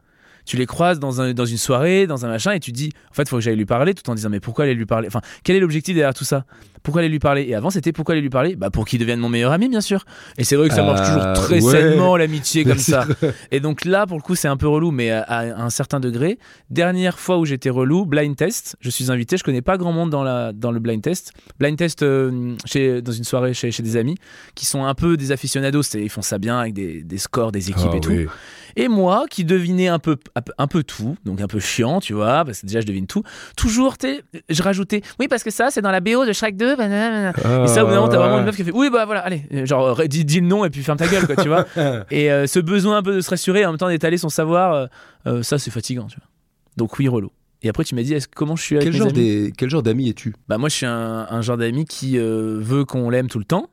Speaker 4: Tu les croises dans, un- dans une soirée, dans un machin, et tu te dis, en fait, faut que j'aille lui parler, tout en disant, mais pourquoi aller lui parler Enfin, quel est l'objectif derrière tout ça Pourquoi aller lui parler Et avant, c'était pourquoi aller lui parler Bah, pour qu'il devienne mon meilleur ami, bien sûr. Et c'est vrai que ça marche
Speaker 3: Ah,
Speaker 4: toujours très
Speaker 3: ouais.
Speaker 4: sainement, l'amitié,
Speaker 3: Bien
Speaker 4: comme ça. Et donc là, pour le coup, c'est un peu relou, mais à, à un certain degré. Dernière fois où j'étais relou, blind test, je suis invité, je connais pas grand monde dans, la, dans le blind test. Blind test euh, chez, dans une soirée chez, chez des amis qui sont un peu des aficionados, c'est- ils font ça bien avec des, des scores, des équipes
Speaker 3: Ah
Speaker 4: et tout.
Speaker 3: oui.
Speaker 4: Et moi, qui devinais un peu, un peu tout, donc un peu chiant, tu vois, parce que déjà je devine tout, toujours, tu sais, je rajoutais, oui, parce que ça, c'est dans la BO de Shrek 2, blablabla. Et ça, au bout d'un moment, t'as vraiment une meuf qui fait Oui, bah voilà, allez, euh, genre, re- dis, dis le nom et puis ferme ta gueule, quoi, tu vois.
Speaker 3: Ah
Speaker 4: Et euh, ce besoin un peu de se rassurer et en même temps d'étaler son savoir, euh, euh, ça, c'est fatigant, tu vois. Donc, oui, relou. Et après, tu m'as dit Est-ce- Comment je suis avec
Speaker 3: Quel
Speaker 4: mes
Speaker 3: genre,
Speaker 4: amis
Speaker 3: des... quel genre d'ami es-tu
Speaker 4: Bah, moi, je suis un, un genre d'ami qui euh, veut qu'on l'aime tout le temps,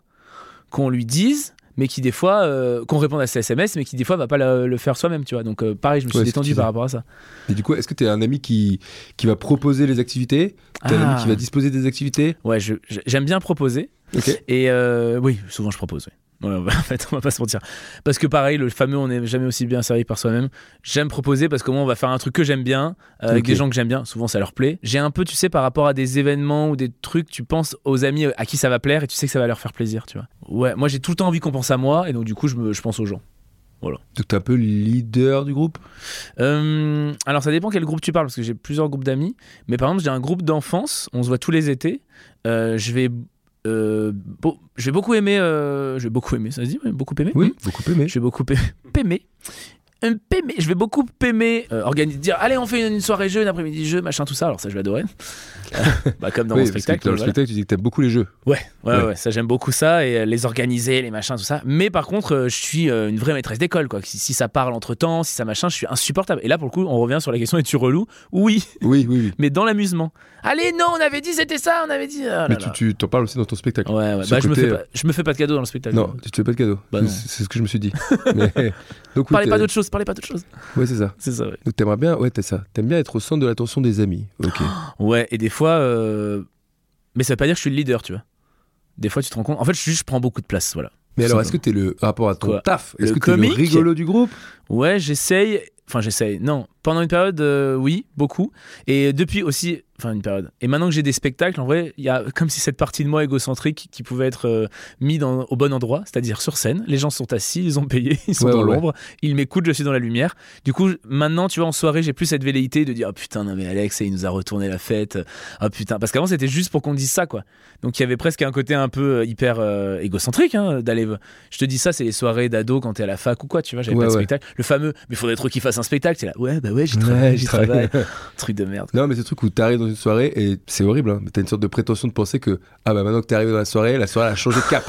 Speaker 4: qu'on lui dise. Mais qui des fois, euh, qu'on réponde à ses SMS, mais qui des fois va pas le, le faire soi-même, tu vois. Donc euh, pareil, je me suis
Speaker 3: Ouais, c'est ce que
Speaker 4: détendu
Speaker 3: tu
Speaker 4: par
Speaker 3: dis.
Speaker 4: rapport à ça.
Speaker 3: Et du coup, est-ce que t'es un ami qui, qui va proposer les activités T'es un
Speaker 4: Ah.
Speaker 3: ami qui va disposer des activités
Speaker 4: Ouais, je- je- j'aime bien proposer.
Speaker 3: Ok.
Speaker 4: Et euh, oui, souvent je propose. oui. Ouais, on va- en fait, on va pas se mentir. Parce que pareil, le fameux on n'est jamais aussi bien servi par soi-même. J'aime proposer parce qu'au moins on va faire un truc que j'aime bien, euh, avec
Speaker 3: Ok.
Speaker 4: des gens que j'aime bien. Souvent ça leur plaît. J'ai un peu, tu sais, par rapport à des événements ou des trucs, tu penses aux amis euh, à qui ça va plaire et tu sais que ça va leur faire plaisir, tu vois. Ouais, moi j'ai tout le temps envie qu'on pense à moi et donc du coup je, me, je pense aux gens. Voilà.
Speaker 3: Donc t'es un peu leader du groupe
Speaker 4: Euh, alors ça dépend quel groupe tu parles parce que j'ai plusieurs groupes d'amis. Mais par exemple j'ai un groupe d'enfance, on se voit tous les étés. Euh, je vais euh, beau- je vais beaucoup aimer, euh, je vais beaucoup aimer, ça se dit, ouais, beaucoup aimer.
Speaker 3: Oui, Hmm beaucoup aimé.
Speaker 4: Je vais beaucoup aimé. Pémé. Un pémé. Je vais beaucoup pémé. euh, organiser, dire allez, on fait une soirée jeu, une après-midi jeu, machin, tout ça. Alors ça, je vais adorer. Euh, bah, comme dans
Speaker 3: oui,
Speaker 4: mon
Speaker 3: parce que
Speaker 4: spectacle.
Speaker 3: dans le
Speaker 4: voilà.
Speaker 3: spectacle, tu dis que t'aimes beaucoup les jeux.
Speaker 4: Ouais, ouais,
Speaker 3: Ouais.
Speaker 4: ouais, ça j'aime beaucoup ça et euh, les organiser, les machins, tout ça. Mais par contre, euh, je suis euh, une vraie maîtresse d'école, quoi. Si, si ça parle entre temps, si ça machin, je suis insupportable. Et là, pour le coup, on revient sur la question es-tu relou Oui,
Speaker 3: Oui, oui, oui.
Speaker 4: mais dans l'amusement. Allez, non, on avait dit c'était ça, on avait dit. ah là
Speaker 3: Mais
Speaker 4: là.
Speaker 3: tu tu- t'en parles aussi dans ton spectacle.
Speaker 4: Ouais, ouais.
Speaker 3: ce
Speaker 4: Bah, je, me
Speaker 3: côté,
Speaker 4: fais
Speaker 3: euh,
Speaker 4: pas, je me fais pas de cadeau dans le spectacle.
Speaker 3: Non, tu te fais pas de cadeau.
Speaker 4: Bah
Speaker 3: C'est-
Speaker 4: non.
Speaker 3: c'est ce que je me suis dit. Mais- Donc, oui,
Speaker 4: Parlez pas
Speaker 3: t'es-
Speaker 4: d'autre chose, parlez pas d'autre chose.
Speaker 3: Ouais, euh, c'est ça.
Speaker 4: C'est ça, ouais.
Speaker 3: Donc t'aimerais bien, ouais, t'es ça. T'aimes bien être au centre de l'attention des amis. Ok.
Speaker 4: Oh, Ouais, et des fois. euh, Mais ça veut pas dire que je suis le leader, tu vois. Des fois, tu te rends compte. En fait, je, juste, je prends beaucoup de place, voilà.
Speaker 3: Mais
Speaker 4: Tout
Speaker 3: alors,
Speaker 4: simplement.
Speaker 3: est-ce que t'es le rapport à ton
Speaker 4: Quoi
Speaker 3: taf Est-ce
Speaker 4: Le
Speaker 3: que t'es le
Speaker 4: comique
Speaker 3: rigolo du groupe
Speaker 4: Ouais, j'essaye. Enfin, j'essaye. Non, pendant une période, euh, oui, beaucoup. Et depuis aussi, enfin, une période. Et maintenant que j'ai des spectacles, en vrai, il y a comme si cette partie de moi égocentrique qui pouvait être euh, mise dans- au bon endroit, c'est-à-dire sur scène. Les gens sont assis, ils ont payé, ils sont
Speaker 3: Ouais,
Speaker 4: dans
Speaker 3: ouais, ouais.
Speaker 4: l'ombre, ils m'écoutent, je suis dans la lumière. Du coup, je- maintenant, tu vois, en soirée, j'ai plus cette velléité de dire Ah putain, non mais Alex, il nous a retourné la fête. Ah putain, parce qu'avant, c'était juste pour qu'on dise ça, quoi. Donc, il y avait presque un côté un peu euh, hyper euh, égocentrique hein, d'aller. Je te dis ça, c'est les soirées d'ado quand t'es à la fac ou quoi, tu vois, j'avais
Speaker 3: Ouais,
Speaker 4: pas de
Speaker 3: ouais.
Speaker 4: spectacle. Le fameux, mais faudrait trop qu'il fasse un spectacle. C'est là, ouais, bah ouais, j'y travaille, j'y travaille. Truc de merde.
Speaker 3: Non, mais c'est le truc où t'arrives dans une soirée et c'est horrible, hein, mais t'as une sorte de prétention de penser que, ah bah maintenant que t'es arrivé dans la soirée, la soirée elle a changé de cap.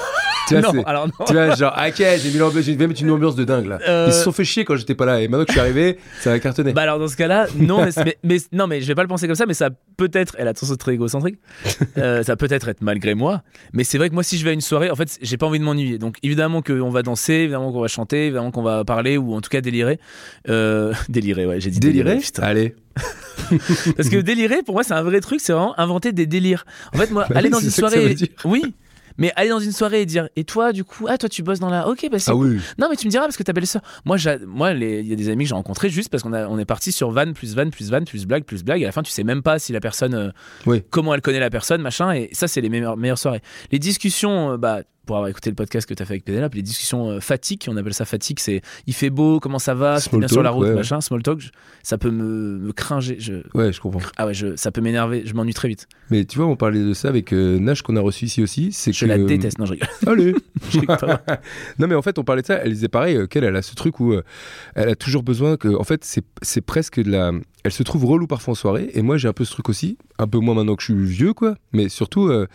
Speaker 3: tu vois,
Speaker 4: non,
Speaker 3: c'est-
Speaker 4: alors non.
Speaker 3: tu vois, genre, ok, j'ai mis l'ambiance, j'ai mis une ambiance de dingue là.
Speaker 4: Euh,
Speaker 3: Ils se sont fait chier quand j'étais pas là et maintenant que je suis arrivé, ça va cartonner.
Speaker 4: Bah alors dans ce cas-là, non, mais, mais- mais- non, mais je vais pas le penser comme ça, mais ça peut être, et attention, c'est très égocentrique, euh, ça peut être être malgré moi, mais c'est vrai que moi, si je vais à une soirée, en fait, j'ai pas envie de m'ennuyer. Donc évidemment qu'on va danser, évidemment qu'on va chanter, évidemment qu'on va parler, ou en tout cas délirer. Euh, délirer, ouais, j'ai dit
Speaker 3: Déliré
Speaker 4: putain.
Speaker 3: Allez. Ah.
Speaker 4: Parce que délirer, pour moi, c'est un vrai truc, c'est vraiment inventer des délires. En fait, moi,
Speaker 3: Bah
Speaker 4: aller
Speaker 3: oui,
Speaker 4: dans
Speaker 3: c'est
Speaker 4: une
Speaker 3: ça que ça
Speaker 4: soirée.
Speaker 3: veut dire.
Speaker 4: Oui, mais aller dans une soirée et dire, et toi, du coup, ah, toi, tu bosses dans la. Ok, bah c'est
Speaker 3: Ah oui.
Speaker 4: non, mais tu me diras parce que ta belle-sœur. Moi, j'a- moi, les- il y a des amis que j'ai rencontrés juste parce qu'on a- on est parti sur van plus van plus van plus blague plus blague. Et à la fin, tu sais même pas si la personne, euh,
Speaker 3: Oui.
Speaker 4: comment elle connaît la personne, machin. Et ça, c'est les meilleures, meilleures soirées. Les discussions, euh, bah, pour avoir écouté le podcast que tu as fait avec Pénélope, les discussions euh, fatigue, on appelle ça fatigue, c'est il fait beau, comment ça va, c'était
Speaker 3: Small
Speaker 4: bien sur la
Speaker 3: talk,
Speaker 4: route,
Speaker 3: ouais.
Speaker 4: machin, small talk. je- ça peut me, me cringer. Je,
Speaker 3: Ouais, je comprends.
Speaker 4: ah ouais, je, ça peut m'énerver, je m'ennuie très vite.
Speaker 3: Mais tu vois, on parlait de ça avec euh, Nash qu'on a reçu ici aussi. C'est
Speaker 4: Je
Speaker 3: que... euh,
Speaker 4: la déteste. Non, je rigole.
Speaker 3: Allez.
Speaker 4: Je rigole pas.
Speaker 3: non mais en fait on parlait de ça, elle disait pareil euh, qu'elle elle a ce truc où euh, elle a toujours besoin que en fait c'est c'est presque de la elle se trouve relou parfois en soirée et moi j'ai un peu ce truc aussi, un peu moins maintenant que je suis vieux quoi, mais surtout euh,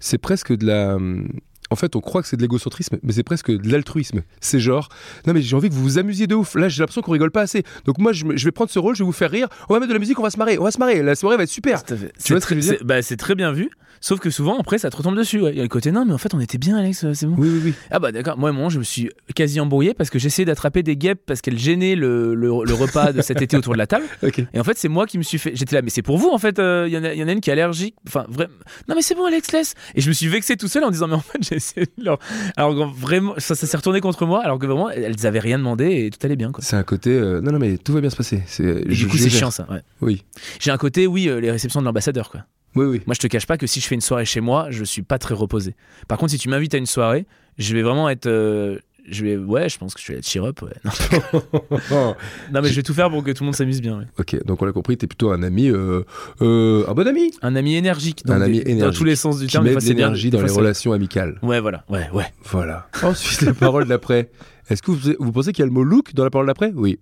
Speaker 3: c'est presque de la euh, en fait, on croit que c'est de l'égocentrisme, mais c'est presque de l'altruisme. C'est genre, non mais j'ai envie que vous vous amusiez de ouf. Là, j'ai l'impression qu'on rigole pas assez. Donc moi, je, me- je vais prendre ce rôle, je vais vous faire rire. On va mettre de la musique, on va se marrer, on va se marrer. La soirée va être super.
Speaker 4: Tout à fait.
Speaker 3: Tu vois ce que
Speaker 4: très-
Speaker 3: je veux dire
Speaker 4: c'est- bah, C'est très bien vu, sauf que souvent après ça te retombe dessus. ouais. Il y a le côté non, mais en fait on était bien, Alex, euh, c'est bon.
Speaker 3: Oui, oui, oui.
Speaker 4: Ah bah d'accord, moi à un moment je me suis quasi embrouillé parce que j'essayais d'attraper des guêpes parce qu'elles gênaient le, le- le repas de cet été autour de la table.
Speaker 3: Ok.
Speaker 4: Et en fait c'est moi qui me suis fait. J'étais là, mais c'est pour vous en fait, euh, il y, en a- il y en a une qui est allergique. Enfin, vrai... Non mais c'est bon, Alex, laisse. Et je me suis vexé tout seul en disant, mais en fait j'ai essayé de leur- Alors que vraiment, ça, ça s'est retourné contre moi alors que vraiment elles avaient rien demandé et tout allait bien quoi.
Speaker 3: C'est un côté. euh, non, non, mais tout va bien se passer. C'est.
Speaker 4: Et du coup c'est chiant ça. ouais.
Speaker 3: Oui.
Speaker 4: J'ai un côté, oui, euh, les réceptions de l'ambassadeur quoi.
Speaker 3: Oui, oui.
Speaker 4: Moi, je te cache pas que si je fais une soirée chez moi, je suis pas très reposé. Par contre, si tu m'invites à une soirée, je vais vraiment être. euh, je vais, ouais, je pense que je vais être cheer-up. ouais. Non, non, mais je vais tout faire pour que tout le monde s'amuse bien. ouais.
Speaker 3: Ok, donc on l'a compris, t'es plutôt un ami, euh, euh, un bon ami
Speaker 4: Un ami énergique, dans,
Speaker 3: Un
Speaker 4: des-
Speaker 3: ami
Speaker 4: dans
Speaker 3: énergique
Speaker 4: tous les sens du
Speaker 3: qui
Speaker 4: terme. hein. des
Speaker 3: met
Speaker 4: fois,
Speaker 3: de
Speaker 4: c'est bien,
Speaker 3: l'énergie
Speaker 4: des
Speaker 3: dans les
Speaker 4: fois,
Speaker 3: relations amicales.
Speaker 4: c'est- Ouais, voilà, ouais, ouais.
Speaker 3: Voilà. Ensuite, la parole d'après. Est-ce que vous, vous pensez qu'il y a le mot look dans la parole d'après Oui.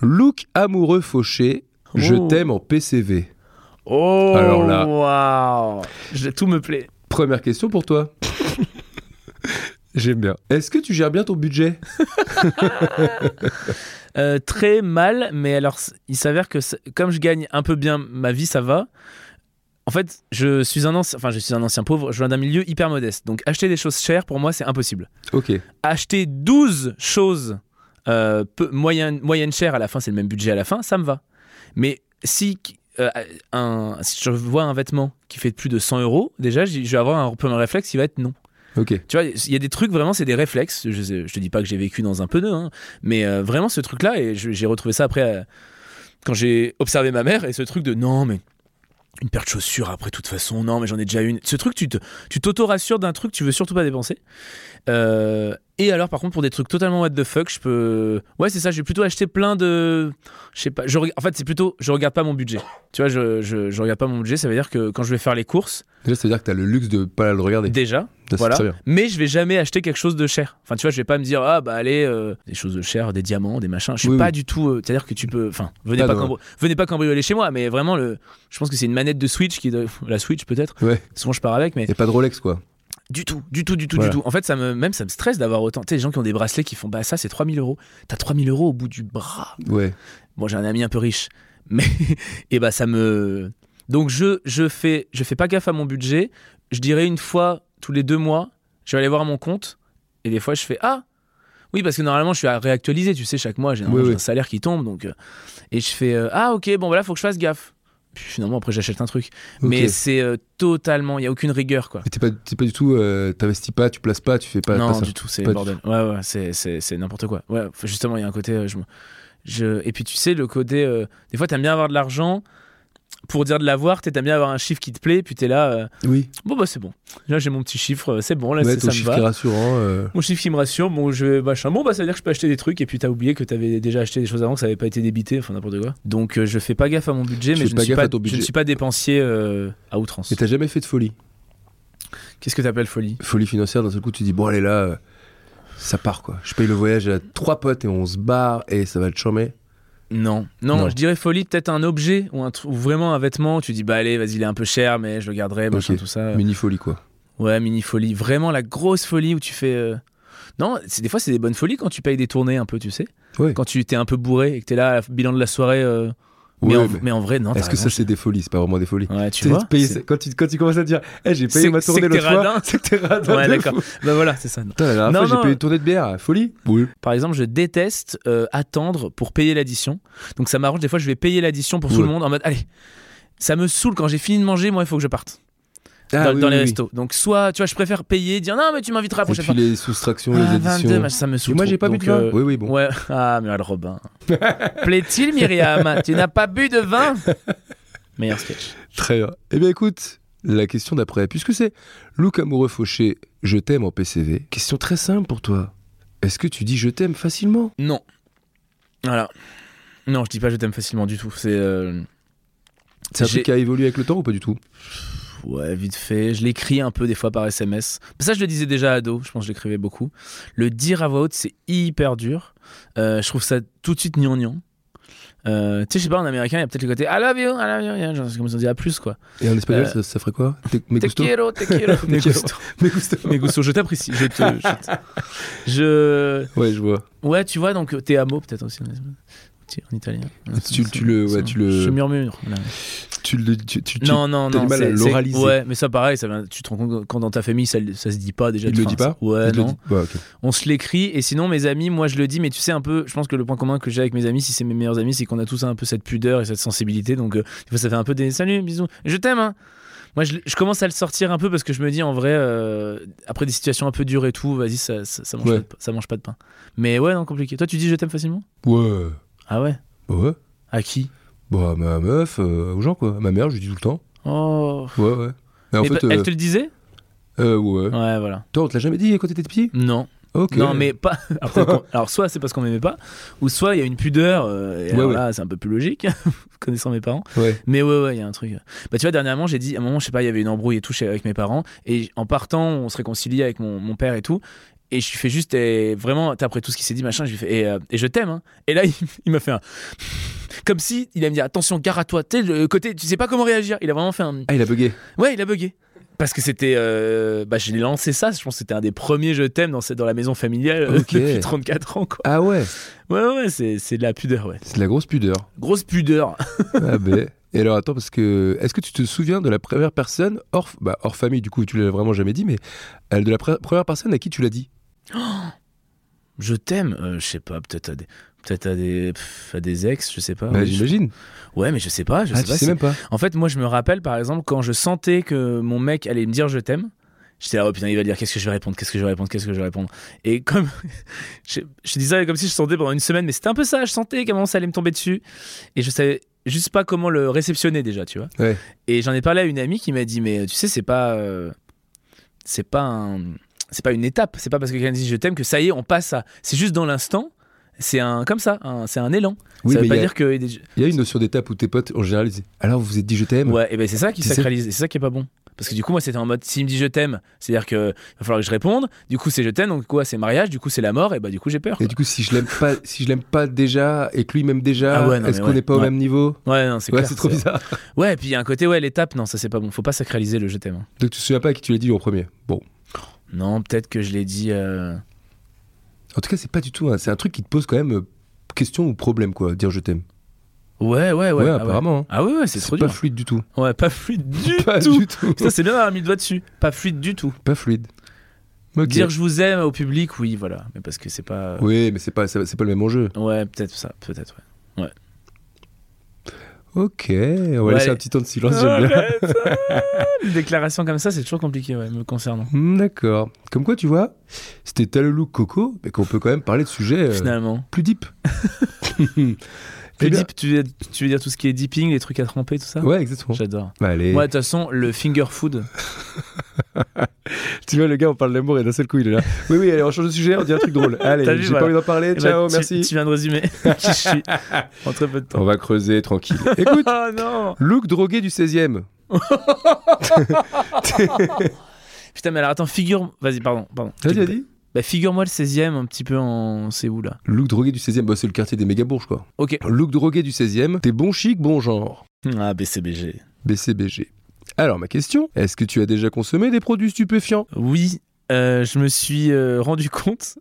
Speaker 3: Look amoureux fauché, je
Speaker 4: Oh.
Speaker 3: t'aime en PCV.
Speaker 4: Oh,
Speaker 3: Alors là-
Speaker 4: waouh Je- Tout me plaît.
Speaker 3: Première question pour toi. J'aime bien. Est-ce que tu gères bien ton budget
Speaker 4: Euh, très mal, mais alors c- il s'avère que c'est- comme je gagne un peu bien ma vie, ça va. En fait, je suis un ancien, enfin, je suis un ancien pauvre, je viens d'un milieu hyper modeste. Donc, acheter des choses chères, pour moi, c'est impossible.
Speaker 3: Ok.
Speaker 4: acheter 12 choses euh, peu- moyenne, moyenne chère à la fin, c'est le même budget à la fin, ça me va. Mais si, euh, un, si je vois un vêtement qui fait plus de 100 euros, déjà, j'y- je vais avoir un premier réflexe, il va être non.
Speaker 3: Ok.
Speaker 4: Tu vois, il y a des trucs vraiment, c'est des réflexes. Je, sais- je te dis pas que j'ai vécu dans un pneu, hein, mais euh, vraiment ce truc-là, et je- j'ai retrouvé ça après euh, quand j'ai observé ma mère, et ce truc de non, mais une paire de chaussures après, de toute façon, non, mais j'en ai déjà une. Ce truc, tu te- tu t'auto-rassures d'un truc que tu veux surtout pas dépenser. Euh, Et alors, par contre, pour des trucs totalement what the fuck, je peux. Ouais, c'est ça, je vais plutôt acheter plein de. Je sais pas. Je... reg- En fait, c'est plutôt. Je regarde pas mon budget. Tu vois, je, je, je regarde pas mon budget. Ça veut dire que quand je vais faire les courses,
Speaker 3: Déjà, ça veut dire que t'as le luxe de pas le regarder.
Speaker 4: déjà,
Speaker 3: Ça, c'est
Speaker 4: voilà.
Speaker 3: très bien.
Speaker 4: Mais je vais jamais acheter quelque chose de cher. Enfin, tu vois, je vais pas me dire, ah bah allez, euh, des choses de cher, des diamants, des machins. Je suis
Speaker 3: Oui,
Speaker 4: pas
Speaker 3: oui.
Speaker 4: du tout. euh, C'est-à-dire que tu peux. Enfin, venez,
Speaker 3: Ah,
Speaker 4: pas
Speaker 3: non.
Speaker 4: cambri- venez pas cambrioler chez moi, mais vraiment, le... je pense que c'est une manette de Switch qui. doit- La Switch peut-être.
Speaker 3: Ouais.
Speaker 4: Souvent, je pars avec, mais.
Speaker 3: Y a pas de Rolex, quoi.
Speaker 4: Du tout, du tout, du tout,
Speaker 3: Voilà.
Speaker 4: du tout. En fait, ça me, même ça me stresse d'avoir autant. Tu sais, les gens qui ont des bracelets qui font, bah ça, c'est 3000 euros. T'as 3000 euros au bout du bras.
Speaker 3: Ouais.
Speaker 4: Bon, j'ai un ami un peu riche, mais et bah ça me. Donc je je fais je fais pas gaffe à mon budget. Je dirais une fois tous les deux mois, je vais aller voir mon compte et des fois je fais ah oui parce que normalement je suis à réactualiser. Tu sais chaque mois j'ai un,
Speaker 3: Oui,
Speaker 4: j'ai
Speaker 3: oui.
Speaker 4: un salaire qui tombe donc euh, et je fais euh, ah ok bon voilà faut que je fasse gaffe. Puis finalement après j'achète un truc. Mais
Speaker 3: Mais
Speaker 4: c'est euh, totalement il y a aucune rigueur quoi.
Speaker 3: t'es pas, t'es pas du tout. euh, T'investis pas, tu places pas, tu fais pas.
Speaker 4: non,
Speaker 3: pas ça.
Speaker 4: du tout, c'est
Speaker 3: Pas
Speaker 4: le
Speaker 3: du
Speaker 4: bordel. Ouais, ouais, c'est, c'est, c'est n'importe quoi. Ouais, enfin, justement, il y a un côté. euh, je, me- je- Et puis, tu sais, le côté. euh, Des fois, t'aimes bien avoir de l'argent pour dire de l'avoir. t'sais, T'aimes bien avoir un chiffre qui te plaît. Puis, t'es là. euh,
Speaker 3: Oui.
Speaker 4: bon, bah, c'est bon. Là, j'ai mon petit chiffre. euh, C'est bon, là,
Speaker 3: ouais,
Speaker 4: c'est,
Speaker 3: ton
Speaker 4: ça me
Speaker 3: chiffre qui est
Speaker 4: va.
Speaker 3: rassurant. euh,
Speaker 4: Mon chiffre qui me rassure. Bon, je vais machin. Bon, bah, ça veut dire que je peux acheter des trucs. Et puis, t'as oublié que t'avais déjà acheté des choses avant, que ça avait pas été débité. Enfin, n'importe quoi. Donc, euh, je fais pas gaffe à mon budget.
Speaker 3: Tu
Speaker 4: mais
Speaker 3: fais
Speaker 4: je, ne
Speaker 3: pas
Speaker 4: suis
Speaker 3: gaffe
Speaker 4: pas,
Speaker 3: à ton
Speaker 4: je ne
Speaker 3: budget.
Speaker 4: suis pas dépensier euh, à outrance.
Speaker 3: Et t'as jamais fait de folie.
Speaker 4: Qu'est-ce que t'appelles folie
Speaker 3: Folie financière, d'un seul coup, tu dis, bon, allez là, euh, ça part, quoi. Je paye le voyage à trois potes et on se barre et ça va te chômer.
Speaker 4: Non. non,
Speaker 3: Non.
Speaker 4: je dirais folie, peut-être un objet ou, un tr- ou vraiment un vêtement. où Tu dis, bah allez, vas-y, il est un peu cher, mais je le garderai, machin,
Speaker 3: Ok.
Speaker 4: tout ça.
Speaker 3: Mini folie, quoi.
Speaker 4: Ouais, mini folie. Vraiment la grosse folie où tu fais. euh, Non, c'est- des fois, c'est des bonnes folies quand tu payes des tournées un peu, tu sais.
Speaker 3: Ouais.
Speaker 4: Quand tu t'es un peu bourré et que t'es là, à la- bilan de la soirée. euh, mais,
Speaker 3: Ouais,
Speaker 4: en...
Speaker 3: mais-
Speaker 4: mais en vrai, non. t'as
Speaker 3: Est-ce que ça,
Speaker 4: raison.
Speaker 3: c'est des folies C'est pas vraiment des folies.
Speaker 4: Ouais, tu
Speaker 3: T'es-
Speaker 4: vois.
Speaker 3: te payer-
Speaker 4: c'est-
Speaker 3: quand, tu, quand tu commences à dire, Eh, j'ai payé
Speaker 4: C'est-
Speaker 3: ma
Speaker 4: c'est
Speaker 3: tournée
Speaker 4: que t'es
Speaker 3: l'autre fois,
Speaker 4: radin.
Speaker 3: c'est que t'es radin.
Speaker 4: Ouais,
Speaker 3: de
Speaker 4: d'accord.
Speaker 3: fou.
Speaker 4: Bah voilà, c'est ça.
Speaker 3: Putain, la dernière
Speaker 4: Non,
Speaker 3: fois,
Speaker 4: non.
Speaker 3: j'ai payé une tournée de bière. Folie Oui.
Speaker 4: Par exemple, je déteste euh, attendre pour payer l'addition. Donc ça m'arrange, des fois je vais payer l'addition pour tout
Speaker 3: Ouais.
Speaker 4: le monde en mode allez. Ça me saoule quand j'ai fini de manger, moi il faut que je parte
Speaker 3: Ah,
Speaker 4: dans,
Speaker 3: oui,
Speaker 4: dans
Speaker 3: oui,
Speaker 4: les
Speaker 3: oui.
Speaker 4: restos. Donc soit tu vois, je préfère payer, dire non mais tu m'inviteras la
Speaker 3: Et
Speaker 4: prochaine
Speaker 3: puis
Speaker 4: fois.
Speaker 3: les soustractions,
Speaker 4: Ah,
Speaker 3: les
Speaker 4: 22,
Speaker 3: additions.
Speaker 4: mais ça me
Speaker 3: Et
Speaker 4: saoule.
Speaker 3: moi,
Speaker 4: trop.
Speaker 3: j'ai pas bu
Speaker 4: Donc,
Speaker 3: de vin.
Speaker 4: euh,
Speaker 3: Oui, oui, bon.
Speaker 4: Ouais. Ah mais le Robin. Plaît-il Myriam Tu n'as pas bu de vin Meilleur sketch.
Speaker 3: Très bien. Eh bien, écoute, la question d'après, puisque c'est Luc Amoureux Fauché, je t'aime en PCV. Question très simple pour toi. Est-ce que tu dis je t'aime facilement
Speaker 4: Non. Voilà. Non, je dis pas je t'aime facilement du tout. C'est euh,
Speaker 3: C'est un
Speaker 4: J'ai-
Speaker 3: truc qui a évolué avec le temps ou pas du tout
Speaker 4: Ouais, vite fait. Je l'écris un peu des fois par SMS. Ça, je le disais déjà ado. Je pense que je l'écrivais beaucoup. Le dire à voix haute, c'est hyper dur. Euh, je trouve ça tout de suite gnangnan. Euh, tu sais, je sais pas, en américain, il y a peut-être le côté I love you, I love you. Il y a, Genre, c'est comme si on dit à plus, quoi.
Speaker 3: Et en espagnol, ça,
Speaker 4: Euh,
Speaker 3: ça ferait quoi Te- Me
Speaker 4: Te
Speaker 3: gusto
Speaker 4: quiero, te quiero. Me
Speaker 3: quiero.
Speaker 4: gusto.
Speaker 3: Me gusto.
Speaker 4: Me gusto, je t'apprécie. Je te. Je. te- je-
Speaker 3: Ouais, je vois.
Speaker 4: Ouais, tu vois, donc te amo, peut-être aussi. en espagnol. Tu- En italien.
Speaker 3: Tu- tu le- ouais, tu le-
Speaker 4: Je murmure. voilà.
Speaker 3: Tu le tu, tu, tu-
Speaker 4: Non, non,
Speaker 3: t'as
Speaker 4: non.
Speaker 3: du mal à
Speaker 4: c'est- c'est-
Speaker 3: l'oraliser.
Speaker 4: Ouais, mais ça, pareil, ça, vient- tu te rends compte que quand dans ta famille, ça, ça se dit pas déjà.
Speaker 3: Il
Speaker 4: de
Speaker 3: le
Speaker 4: fin,
Speaker 3: dit
Speaker 4: ça.
Speaker 3: pas
Speaker 4: Ouais,
Speaker 3: Il te le
Speaker 4: euh, non.
Speaker 3: dit- ouais, ok.
Speaker 4: On se l'écrit, et sinon, mes amis, moi, je le dis, mais tu sais, un peu, je pense que le point commun que j'ai avec mes amis, si c'est mes meilleurs amis, c'est qu'on a tous un peu cette pudeur et cette sensibilité. Donc, euh, des fois, ça fait un peu des salut, bisous, je t'aime, hein. Moi, je, je commence à le sortir un peu parce que je me dis, en vrai, euh, après des situations un peu dures et tout, vas-y, ça, ça, ça mange
Speaker 3: Ouais.
Speaker 4: pas de, pa- ça mange pas de pain. Mais ouais, non, compliqué. Toi, tu dis je t'aime facilement
Speaker 3: Ouais. Bah
Speaker 4: Ah ouais
Speaker 3: Ouais.
Speaker 4: À qui
Speaker 3: Bah, ma meuf, euh, aux gens, quoi. À Ma mère, je lui dis tout le temps.
Speaker 4: Oh.
Speaker 3: Ouais, ouais. Mais en
Speaker 4: Mais
Speaker 3: fait,
Speaker 4: pa-
Speaker 3: euh,
Speaker 4: Elle te le disait
Speaker 3: euh, ouais.
Speaker 4: Ouais, voilà.
Speaker 3: Toi, on te l'a jamais dit quand t'étais petit
Speaker 4: Non.
Speaker 3: Ok.
Speaker 4: Non, mais pas. Alors, peut-être qu'on- alors, soit c'est parce qu'on m'aimait pas, ou soit il y a une pudeur, euh, et
Speaker 3: Ouais,
Speaker 4: alors
Speaker 3: ouais.
Speaker 4: là, c'est un peu plus logique, connaissant mes parents.
Speaker 3: Ouais.
Speaker 4: Mais ouais, ouais, il y a un truc. Bah, tu vois, dernièrement, j'ai dit, à un moment, je sais pas, il y avait une embrouille et tout chez- avec mes parents, et en partant, on se réconciliait avec mon, mon père et tout. Et je lui fais juste, eh, vraiment, t'as après tout ce qui s'est dit, machin, je lui fais, et, euh, et je t'aime. hein. Et là, il, il m'a fait un. Comme si il a me dit, attention, gare à toi, tu sais, le côté, tu sais pas comment réagir. Il a vraiment fait un.
Speaker 3: Ah, il a bugué.
Speaker 4: Ouais, il a bugué. Parce que c'était. euh, bah, j'ai lancé ça, je pense que c'était un des premiers je t'aime dans, cette- dans la maison familiale euh,
Speaker 3: Ok.
Speaker 4: depuis 34 ans, quoi.
Speaker 3: Ah ouais,
Speaker 4: Ouais, ouais, c'est, c'est de la pudeur, ouais.
Speaker 3: c'est de la grosse pudeur.
Speaker 4: Grosse pudeur.
Speaker 3: ah ben. Et alors attends parce que est-ce que tu te souviens de la première personne hors bah hors famille du coup tu l'as vraiment jamais dit mais euh, de la pre- première personne à qui tu l'as dit
Speaker 4: Je t'aime, euh, je sais pas, peut-être à des. Peut-être à des, pff, à des ex, je sais pas.
Speaker 3: Bah,
Speaker 4: Ouais, Ah, je-
Speaker 3: j'imagine.
Speaker 4: ouais, mais je sais pas. Je
Speaker 3: Ah
Speaker 4: sais
Speaker 3: tu
Speaker 4: pas
Speaker 3: sais
Speaker 4: si-
Speaker 3: même pas.
Speaker 4: En fait, moi, je me rappelle, par exemple, quand je sentais que mon mec allait me dire je t'aime, j'étais là, oh putain, il va dire qu'est-ce que je vais répondre, qu'est-ce que je vais répondre, qu'est-ce que je vais répondre. Et comme. je, je dis ça comme si je sentais pendant une semaine, mais c'était un peu ça, je sentais qu'à un moment ça allait me tomber dessus. Et je savais juste pas comment le réceptionner déjà, tu vois.
Speaker 3: Ouais.
Speaker 4: Et j'en ai parlé à une amie qui m'a dit, mais tu sais, c'est pas. euh, c'est pas un. c'est pas une étape. C'est pas parce que quelqu'un dit je t'aime que ça y est, on passe à. C'est juste dans l'instant. C'est un comme ça, un- c'est un élan.
Speaker 3: Oui,
Speaker 4: ça veut
Speaker 3: mais
Speaker 4: pas
Speaker 3: il y a-
Speaker 4: dire que il y a des-
Speaker 3: Il y a une notion d'étape où tes potes, en général, ils disent Alors, vous vous êtes dit je t'aime
Speaker 4: Ouais, et ben c'est ça qui
Speaker 3: C'est ça.
Speaker 4: sacralise, et c'est ça qui est pas bon. Parce que du coup, moi, c'était en mode, s'il me dit je t'aime, c'est-à-dire que il va falloir que je réponde. Du coup, c'est je t'aime, donc quoi, c'est mariage. Du coup, c'est la mort. Et bah, du coup, j'ai peur.
Speaker 3: Et du coup, si je l'aime pas, si je l'aime pas déjà et que lui m'aime déjà,
Speaker 4: Ah ouais, non,
Speaker 3: est-ce
Speaker 4: mais
Speaker 3: qu'on
Speaker 4: ouais,
Speaker 3: n'est pas au
Speaker 4: ouais.
Speaker 3: même niveau
Speaker 4: Ouais, non, c'est
Speaker 3: Ouais,
Speaker 4: clair,
Speaker 3: c'est trop bizarre.
Speaker 4: Ouais, et puis il y a un côté, ouais, l'étape, non, ça c'est pas bon. Faut pas sacraliser le je t'aime. hein.
Speaker 3: Donc, tu te souviens pas à qui tu l'as dit en premier Bon.
Speaker 4: Non, peut-être que je l'ai dit. euh,
Speaker 3: En tout cas, c'est pas du tout. un- C'est un truc qui te pose quand même euh, question ou problème, quoi. Dire je t'aime.
Speaker 4: Ouais, ouais, ouais.
Speaker 3: Ouais,
Speaker 4: ah
Speaker 3: apparemment, hein.
Speaker 4: Ah ouais, ouais, c'est trop
Speaker 3: pas
Speaker 4: dur.
Speaker 3: fluide du tout.
Speaker 4: Ouais, pas fluide du
Speaker 3: pas
Speaker 4: tout.
Speaker 3: du tout.
Speaker 4: Ça, c'est bien d'avoir mis le doigt dessus. Pas fluide du tout.
Speaker 3: Pas fluide. Ok.
Speaker 4: Dire je vous aime au public, oui, voilà. Mais parce que c'est pas. Ouais,
Speaker 3: Oui, mais c'est pas, c'est c'est pas le même enjeu.
Speaker 4: peut-être ça, peut-être, ouais.
Speaker 3: Ok, on va
Speaker 4: Ouais.
Speaker 3: laisser un petit temps de silence, j'aime bien.
Speaker 4: Arrête, ah, Oh, Une déclaration comme ça, c'est toujours compliqué, ouais, me concernant.
Speaker 3: Hmm, D'accord. Comme quoi, tu vois, c'était Talolou Coco, mais qu'on peut quand même parler de sujets euh,
Speaker 4: Finalement.
Speaker 3: plus deep. Eh
Speaker 4: Plus
Speaker 3: bien-
Speaker 4: deep, tu veux, dire- tu veux dire tout ce qui est deeping, les trucs à tremper, tout ça
Speaker 3: Ouais, exactement.
Speaker 4: J'adore.
Speaker 3: Bah, allez.
Speaker 4: Ouais, de toute façon, le finger food.
Speaker 3: Tu vois, le gars, on parle d'amour et d'un seul coup, il est là. Oui, oui, allez, on change de sujet, on dit un truc drôle. Allez,
Speaker 4: T'as vu,
Speaker 3: j'ai
Speaker 4: voilà.
Speaker 3: pas envie d'en parler,
Speaker 4: Eh
Speaker 3: ciao,
Speaker 4: ben, tu-
Speaker 3: merci. Oh.
Speaker 4: Tu viens de résumer qui je suis en très peu de temps.
Speaker 3: On va creuser tranquille. Écoute,
Speaker 4: Oh non
Speaker 3: look drogué du 16 e
Speaker 4: Putain, mais alors attends, figure. Vas-y, pardon. pardon.
Speaker 3: Vas-y, vas-y.
Speaker 4: Bah, figure-moi le 16 e un petit peu en. C'est où là
Speaker 3: Look drogué du 16 e bah, c'est le quartier des méga bourges, quoi.
Speaker 4: Ok.
Speaker 3: Look drogué du 16 e t'es bon chic, bon genre.
Speaker 4: Ah, BCBG.
Speaker 3: BCBG. Alors, ma question, est-ce que tu as déjà consommé des produits stupéfiants
Speaker 4: Oui, euh, je me suis euh, rendu compte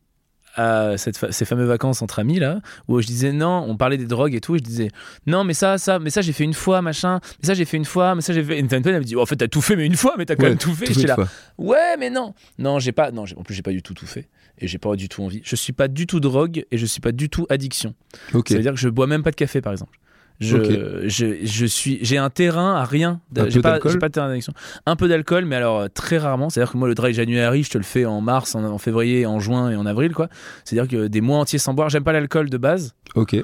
Speaker 4: à cette fa- ces fameuses vacances entre amis là, où je disais non, on parlait des drogues et tout, et je disais non, mais ça, ça, mais ça, j'ai fait une fois, machin, mais ça, j'ai fait une fois, mais ça, j'ai fait. Et Antoine, elle me dit, Oh, en fait, t'as tout fait, mais une fois, mais t'as quand
Speaker 3: Ouais,
Speaker 4: même tout fait.
Speaker 3: Tout
Speaker 4: J'étais
Speaker 3: une
Speaker 4: là,
Speaker 3: fois.
Speaker 4: Ouais, mais non. Non, j'ai pas. Non, j'ai- en plus j'ai pas du tout tout fait et j'ai pas du tout envie. Je suis pas du tout drogue et je suis pas du tout addiction.
Speaker 3: Ok.
Speaker 4: Ça veut dire que je bois même pas de café par exemple. Je,
Speaker 3: Ok.
Speaker 4: je, je suis j'ai un terrain à rien.
Speaker 3: Un peu
Speaker 4: J'ai pas
Speaker 3: d'alcool
Speaker 4: j'ai pas de terrain d'addiction. Un peu d'alcool, mais alors euh, très rarement. C'est à dire que moi le dry January, je te le fais en mars, en, en février, en juin et en avril quoi. C'est à dire que des mois entiers sans boire. J'aime pas l'alcool de base.
Speaker 3: Ok.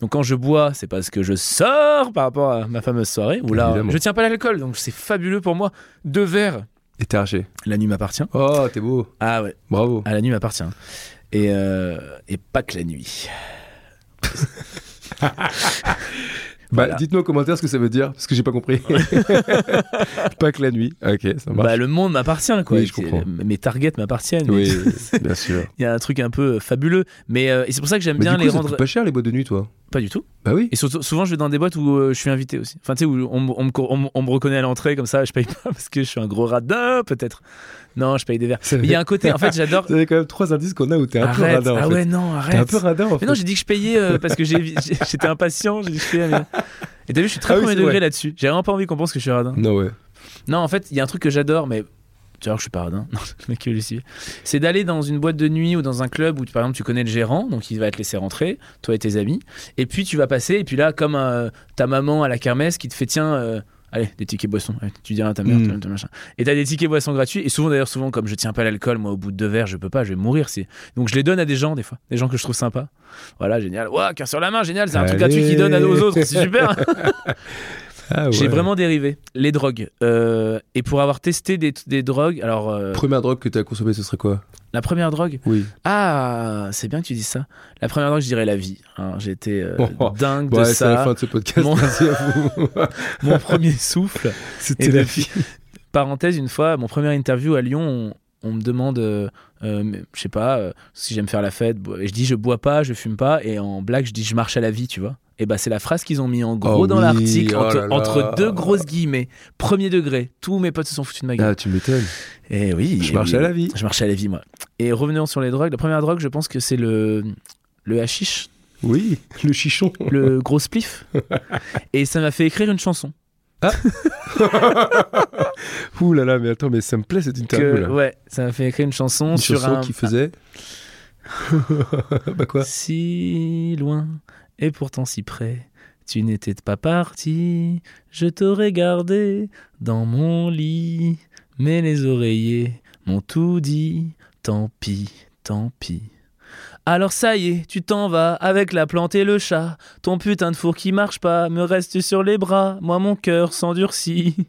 Speaker 4: Donc quand je bois, c'est parce que je sors par rapport à ma fameuse soirée où là
Speaker 3: Évidemment.
Speaker 4: je tiens pas l'alcool, donc c'est fabuleux pour moi. Deux verres,
Speaker 3: Et t'es arraché.
Speaker 4: la nuit m'appartient.
Speaker 3: Oh, t'es beau.
Speaker 4: Ah ouais.
Speaker 3: Bravo.
Speaker 4: À la nuit m'appartient. Et, euh, et pas que la nuit.
Speaker 3: Bah,
Speaker 4: voilà.
Speaker 3: dites-nous en commentaire ce que ça veut dire, parce que j'ai pas compris. pas que la nuit. Ok, ça marche.
Speaker 4: Bah, le monde m'appartient, quoi.
Speaker 3: Oui, je
Speaker 4: C'est-
Speaker 3: comprends.
Speaker 4: Mes targets m'appartiennent.
Speaker 3: oui,
Speaker 4: mais
Speaker 3: bien sûr.
Speaker 4: Il y a un truc un peu euh, fabuleux. Mais euh, et c'est pour ça que j'aime
Speaker 3: Mais
Speaker 4: bien
Speaker 3: du coup,
Speaker 4: les
Speaker 3: ça te
Speaker 4: rendre.
Speaker 3: coûte pas cher les boîtes de nuit, toi
Speaker 4: Pas du tout.
Speaker 3: Bah oui.
Speaker 4: Et surtout, souvent, je vais dans des boîtes où euh, je suis invité aussi. Enfin, tu sais, où on, me- on me co- on me- on me reconnaît à l'entrée, comme ça, je paye pas parce que je suis un gros radin, peut-être. Non, je paye des verres.
Speaker 3: Ça
Speaker 4: Mais il y a un côté, en fait, j'adore.
Speaker 3: Vous avez quand même trois indices qu'on a où t'es un peu
Speaker 4: Arrête.
Speaker 3: radin. en
Speaker 4: ah
Speaker 3: fait.
Speaker 4: ouais, non,
Speaker 3: T'es
Speaker 4: arrête.
Speaker 3: un peu radin en fait.
Speaker 4: Mais non, j'ai dit que je payais euh, parce que j'ai- j'ai- j'étais impatient. J'ai dit que je payais. mais- Et t'as vu, je suis très
Speaker 3: Ah oui,
Speaker 4: premier
Speaker 3: c'est
Speaker 4: degré
Speaker 3: vrai.
Speaker 4: là-dessus. J'ai vraiment pas envie qu'on pense que je suis radin.
Speaker 3: Non, ouais.
Speaker 4: Non, en fait, il y a un truc que j'adore, mais tu vois, je suis pas radin. Non, le mec, il veut le suivre. C'est d'aller dans une boîte de nuit ou dans un club où, par exemple, tu connais le gérant, donc il va te laisser rentrer, toi et tes amis. Et puis tu vas passer, et puis là, comme euh, ta maman à la kermesse qui te fait tiens. euh, Allez, des tickets boissons. Allez, tu diras à ta mère,
Speaker 3: Mm.
Speaker 4: tu- tu- machin. Et t'as des tickets boissons gratuits. Et souvent, d'ailleurs, souvent, comme je tiens pas l'alcool, moi, au bout de deux verres, je peux pas, je vais mourir. c'est- Donc, je les donne à des gens, des fois. Des gens que je trouve sympas. Voilà, génial. Ouah, cœur sur la main, génial. C'est un truc
Speaker 3: Allez.
Speaker 4: gratuit qui donne à nos autres. C'est super.
Speaker 3: Ah ouais.
Speaker 4: J'ai vraiment dérivé. Les drogues. Euh, et pour avoir testé des, des drogues, alors euh,
Speaker 3: Première drogue que t'as consommée, ce serait quoi
Speaker 4: la première drogue.
Speaker 3: Oui.
Speaker 4: Ah, c'est bien que tu dis ça. La première drogue, je dirais la vie. hein. J'étais euh,
Speaker 3: Oh,
Speaker 4: dingue de
Speaker 3: Ouais, c'est la
Speaker 4: ça.
Speaker 3: fin de ce podcast.
Speaker 4: Mon-
Speaker 3: Merci à vous.
Speaker 4: Mon premier souffle.
Speaker 3: C'était
Speaker 4: Et
Speaker 3: la
Speaker 4: depuis-
Speaker 3: fille.
Speaker 4: Parenthèse, une fois, mon première interview à Lyon, on, on me demande, euh, euh, mais, je sais pas, euh, si j'aime faire la fête. bo- Et je dis, je bois pas, je fume pas. Et en blague, je dis, je marche à la vie, tu vois. Et bah, c'est la phrase qu'ils ont mis en gros
Speaker 3: Oh
Speaker 4: dans
Speaker 3: oui,
Speaker 4: l'article,
Speaker 3: oh
Speaker 4: entre,
Speaker 3: là là.
Speaker 4: entre deux grosses guillemets. Premier degré. Tous mes potes se sont foutus de ma gueule.
Speaker 3: Ah, tu m'étonnes.
Speaker 4: Et oui.
Speaker 3: Je
Speaker 4: eh
Speaker 3: marche
Speaker 4: oui.
Speaker 3: à la vie.
Speaker 4: Je marchais à la vie, moi. Et revenons sur les drogues. La première drogue, je pense que c'est le, le hashish,
Speaker 3: Oui, le chichon.
Speaker 4: le gros spliff. Et ça m'a fait écrire une chanson.
Speaker 3: Ouh là là, mais attends, mais ça me plaît cette interview
Speaker 4: Que-
Speaker 3: là.
Speaker 4: ouais, ça m'a fait écrire une chanson
Speaker 3: Une
Speaker 4: sur
Speaker 3: chanson
Speaker 4: un.
Speaker 3: qui faisait. bah quoi
Speaker 4: Si loin et pourtant si près. Tu n'étais pas parti, je t'aurais gardé dans mon lit. Mais les oreillers m'ont tout dit. Tant pis, tant pis. Alors ça y est, tu t'en vas avec la plante et le chat. Ton putain de four qui marche pas me reste sur les bras. Moi mon cœur s'endurcit.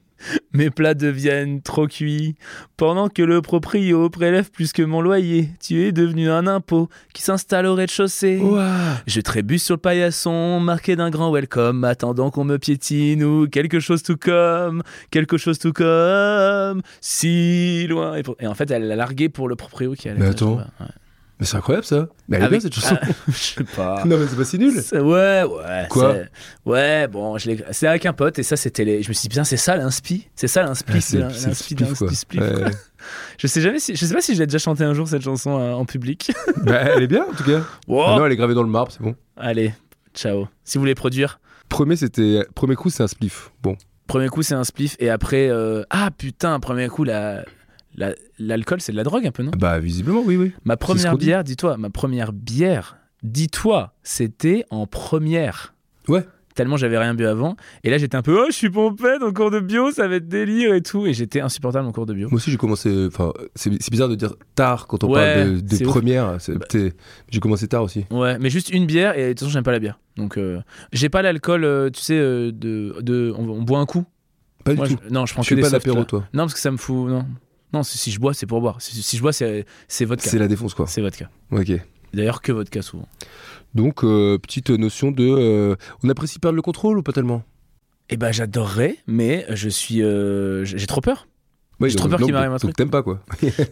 Speaker 4: Mes plats deviennent trop cuits. Pendant que le proprio prélève plus que mon loyer, tu es devenu un impôt qui s'installe au rez-de-chaussée. Je trébuche sur le paillasson, marqué d'un grand welcome, attendant qu'on me piétine ou quelque chose tout comme, quelque chose tout comme, si loin. Et, pour- et en fait, elle l'a largué pour le proprio qui allait.
Speaker 3: Mais attends.
Speaker 4: Ouais, ouais.
Speaker 3: Mais c'est incroyable ça. Mais elle est
Speaker 4: Avec-
Speaker 3: bien cette chanson.
Speaker 4: Ah, je sais pas.
Speaker 3: Non, mais c'est pas si nul.
Speaker 4: C'est- Ouais, ouais.
Speaker 3: Quoi
Speaker 4: c'est- Ouais, bon, je l'ai- c'est avec un pote et ça, c'était les. Je me suis dit, putain, c'est ça l'inspi. C'est ça l'inspi.
Speaker 3: Ouais,
Speaker 4: c'est l'in- l'inspi d'un
Speaker 3: spliff, quoi.
Speaker 4: spliff, spliff,
Speaker 3: Ouais.
Speaker 4: quoi. Je sais jamais si, je sais pas si je l'ai déjà chanté un jour cette chanson euh, en public.
Speaker 3: Bah, elle est bien en tout cas.
Speaker 4: Wow.
Speaker 3: Ah non, elle est gravée dans le marbre, c'est bon.
Speaker 4: Allez, ciao. Si vous voulez produire,
Speaker 3: Premier, c'était premier coup, c'est un spliff. Bon,
Speaker 4: premier coup c'est un spliff et après, euh, ah putain, premier coup la. la- L'alcool, c'est de la drogue un peu, non
Speaker 3: bah visiblement, oui, oui.
Speaker 4: Ma
Speaker 3: ce qu'on
Speaker 4: première
Speaker 3: dit.
Speaker 4: bière, dis-toi, ma première bière, dis-toi, c'était en première.
Speaker 3: Ouais.
Speaker 4: Tellement j'avais rien bu avant. Et là, j'étais un peu, oh, je suis pompette en cours de bio, ça va être délire et tout. Et j'étais insupportable en cours de bio.
Speaker 3: Moi aussi, j'ai commencé. Enfin, c'est c'est bizarre de dire tard quand on
Speaker 4: Ouais,
Speaker 3: parle de- des
Speaker 4: c'est ouf. Bah.
Speaker 3: premières. c'est- t'es- J'ai commencé tard aussi.
Speaker 4: Ouais, mais juste une bière et de toute façon, j'aime pas la bière. Donc, euh, j'ai pas l'alcool, euh, tu sais, euh, de, de, on, on boit un coup.
Speaker 3: Pas du
Speaker 4: Moi,
Speaker 3: tout.
Speaker 4: je- non, je prends
Speaker 3: Tu fais
Speaker 4: que des
Speaker 3: pas
Speaker 4: softs,
Speaker 3: d'apéro,
Speaker 4: là.
Speaker 3: toi.
Speaker 4: Non, parce que ça me fout. Non, non si, si je bois, c'est pour boire. Si, si je bois, c'est c'est vodka.
Speaker 3: C'est la défonce, quoi.
Speaker 4: C'est vodka.
Speaker 3: Ok.
Speaker 4: D'ailleurs, que vodka souvent.
Speaker 3: Donc, euh, petite notion de. euh, on apprécie perdre le contrôle ou pas tellement
Speaker 4: Eh ben, j'adorerais, mais je suis, euh, j'ai j'ai trop peur.
Speaker 3: Oui,
Speaker 4: J'ai trop peur qu'il m'arrive un
Speaker 3: Donc,
Speaker 4: truc.
Speaker 3: t'aimes pas, quoi.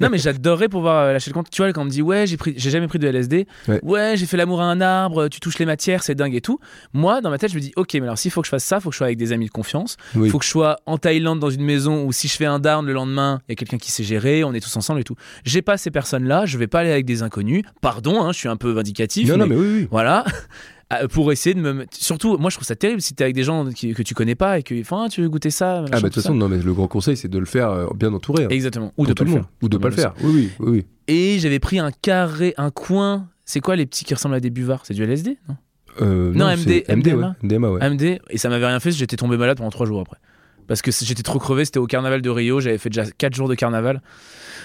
Speaker 4: Non, mais j'adorerais pouvoir euh, lâcher le compte. Tu vois, quand on me dit, ouais, j'ai pris, j'ai jamais pris de LSD.
Speaker 3: Ouais.
Speaker 4: Ouais, j'ai fait l'amour à un arbre, tu touches les matières, c'est dingue et tout. Moi, dans ma tête, je me dis, ok, mais alors s'il faut que je fasse ça, faut que je sois avec des amis de confiance.
Speaker 3: Oui.
Speaker 4: Faut que je sois en Thaïlande dans une maison où si je fais un down le lendemain, il y a quelqu'un qui sait gérer, on est tous ensemble et tout. J'ai pas ces personnes-là, je vais pas aller avec des inconnus. Pardon, hein, je suis un peu vindicatif.
Speaker 3: Non,
Speaker 4: mais-
Speaker 3: non, mais oui, oui.
Speaker 4: voilà. Euh, Pour essayer de me. mettre- Surtout, moi je trouve ça terrible si t'es avec des gens qui- que tu connais pas et que ils font Ah, tu veux goûter ça machin,
Speaker 3: Ah, bah, de
Speaker 4: tout
Speaker 3: toute
Speaker 4: ça.
Speaker 3: façon, non, mais le grand conseil, c'est de le faire euh, bien entouré. hein,
Speaker 4: Exactement. Ou
Speaker 3: pour
Speaker 4: de
Speaker 3: tout
Speaker 4: pas
Speaker 3: le
Speaker 4: le
Speaker 3: monde.
Speaker 4: faire.
Speaker 3: Ou de
Speaker 4: Comme
Speaker 3: pas le faire. Oui, oui, oui. oui.
Speaker 4: Et j'avais pris un carré, un coin. C'est quoi les petits qui ressemblent à des buvards C'est du LSD non
Speaker 3: Euh,
Speaker 4: Non,
Speaker 3: c'est
Speaker 4: MD,
Speaker 3: MD, ouais.
Speaker 4: MDMA.
Speaker 3: MDMA, ouais.
Speaker 4: AMD. Et ça m'avait rien fait, j'étais tombé malade pendant trois jours après. Parce que c- j'étais trop crevé, c'était au carnaval de Rio, j'avais fait déjà quatre jours de carnaval.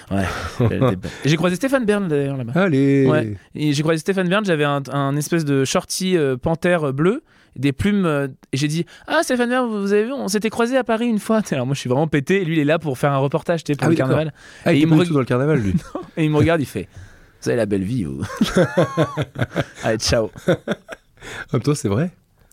Speaker 4: Ouais. j'étais bête. Et J'ai croisé Stéphane Bern d'ailleurs là-bas.
Speaker 3: Allez.
Speaker 4: Ouais. Et J'ai croisé Stéphane Bern, j'avais un, un espèce de shorty euh, panthère bleu, des plumes. euh, et j'ai dit Ah, Stéphane Bern, vous vous avez vu, on s'était croisé à Paris une fois. Alors moi, je suis vraiment pété. Et lui, il est là pour faire un reportage, tu sais, pour
Speaker 3: Ah
Speaker 4: le
Speaker 3: oui, d'accord.
Speaker 4: carnaval.
Speaker 3: Ah,
Speaker 4: Et
Speaker 3: il
Speaker 4: il
Speaker 3: est
Speaker 4: me
Speaker 3: pas du
Speaker 4: reg-
Speaker 3: tout dans le carnaval, lui.
Speaker 4: Et il me regarde, il fait Vous avez la belle vie, vous. Allez, ciao.
Speaker 3: En même temps, c'est vrai.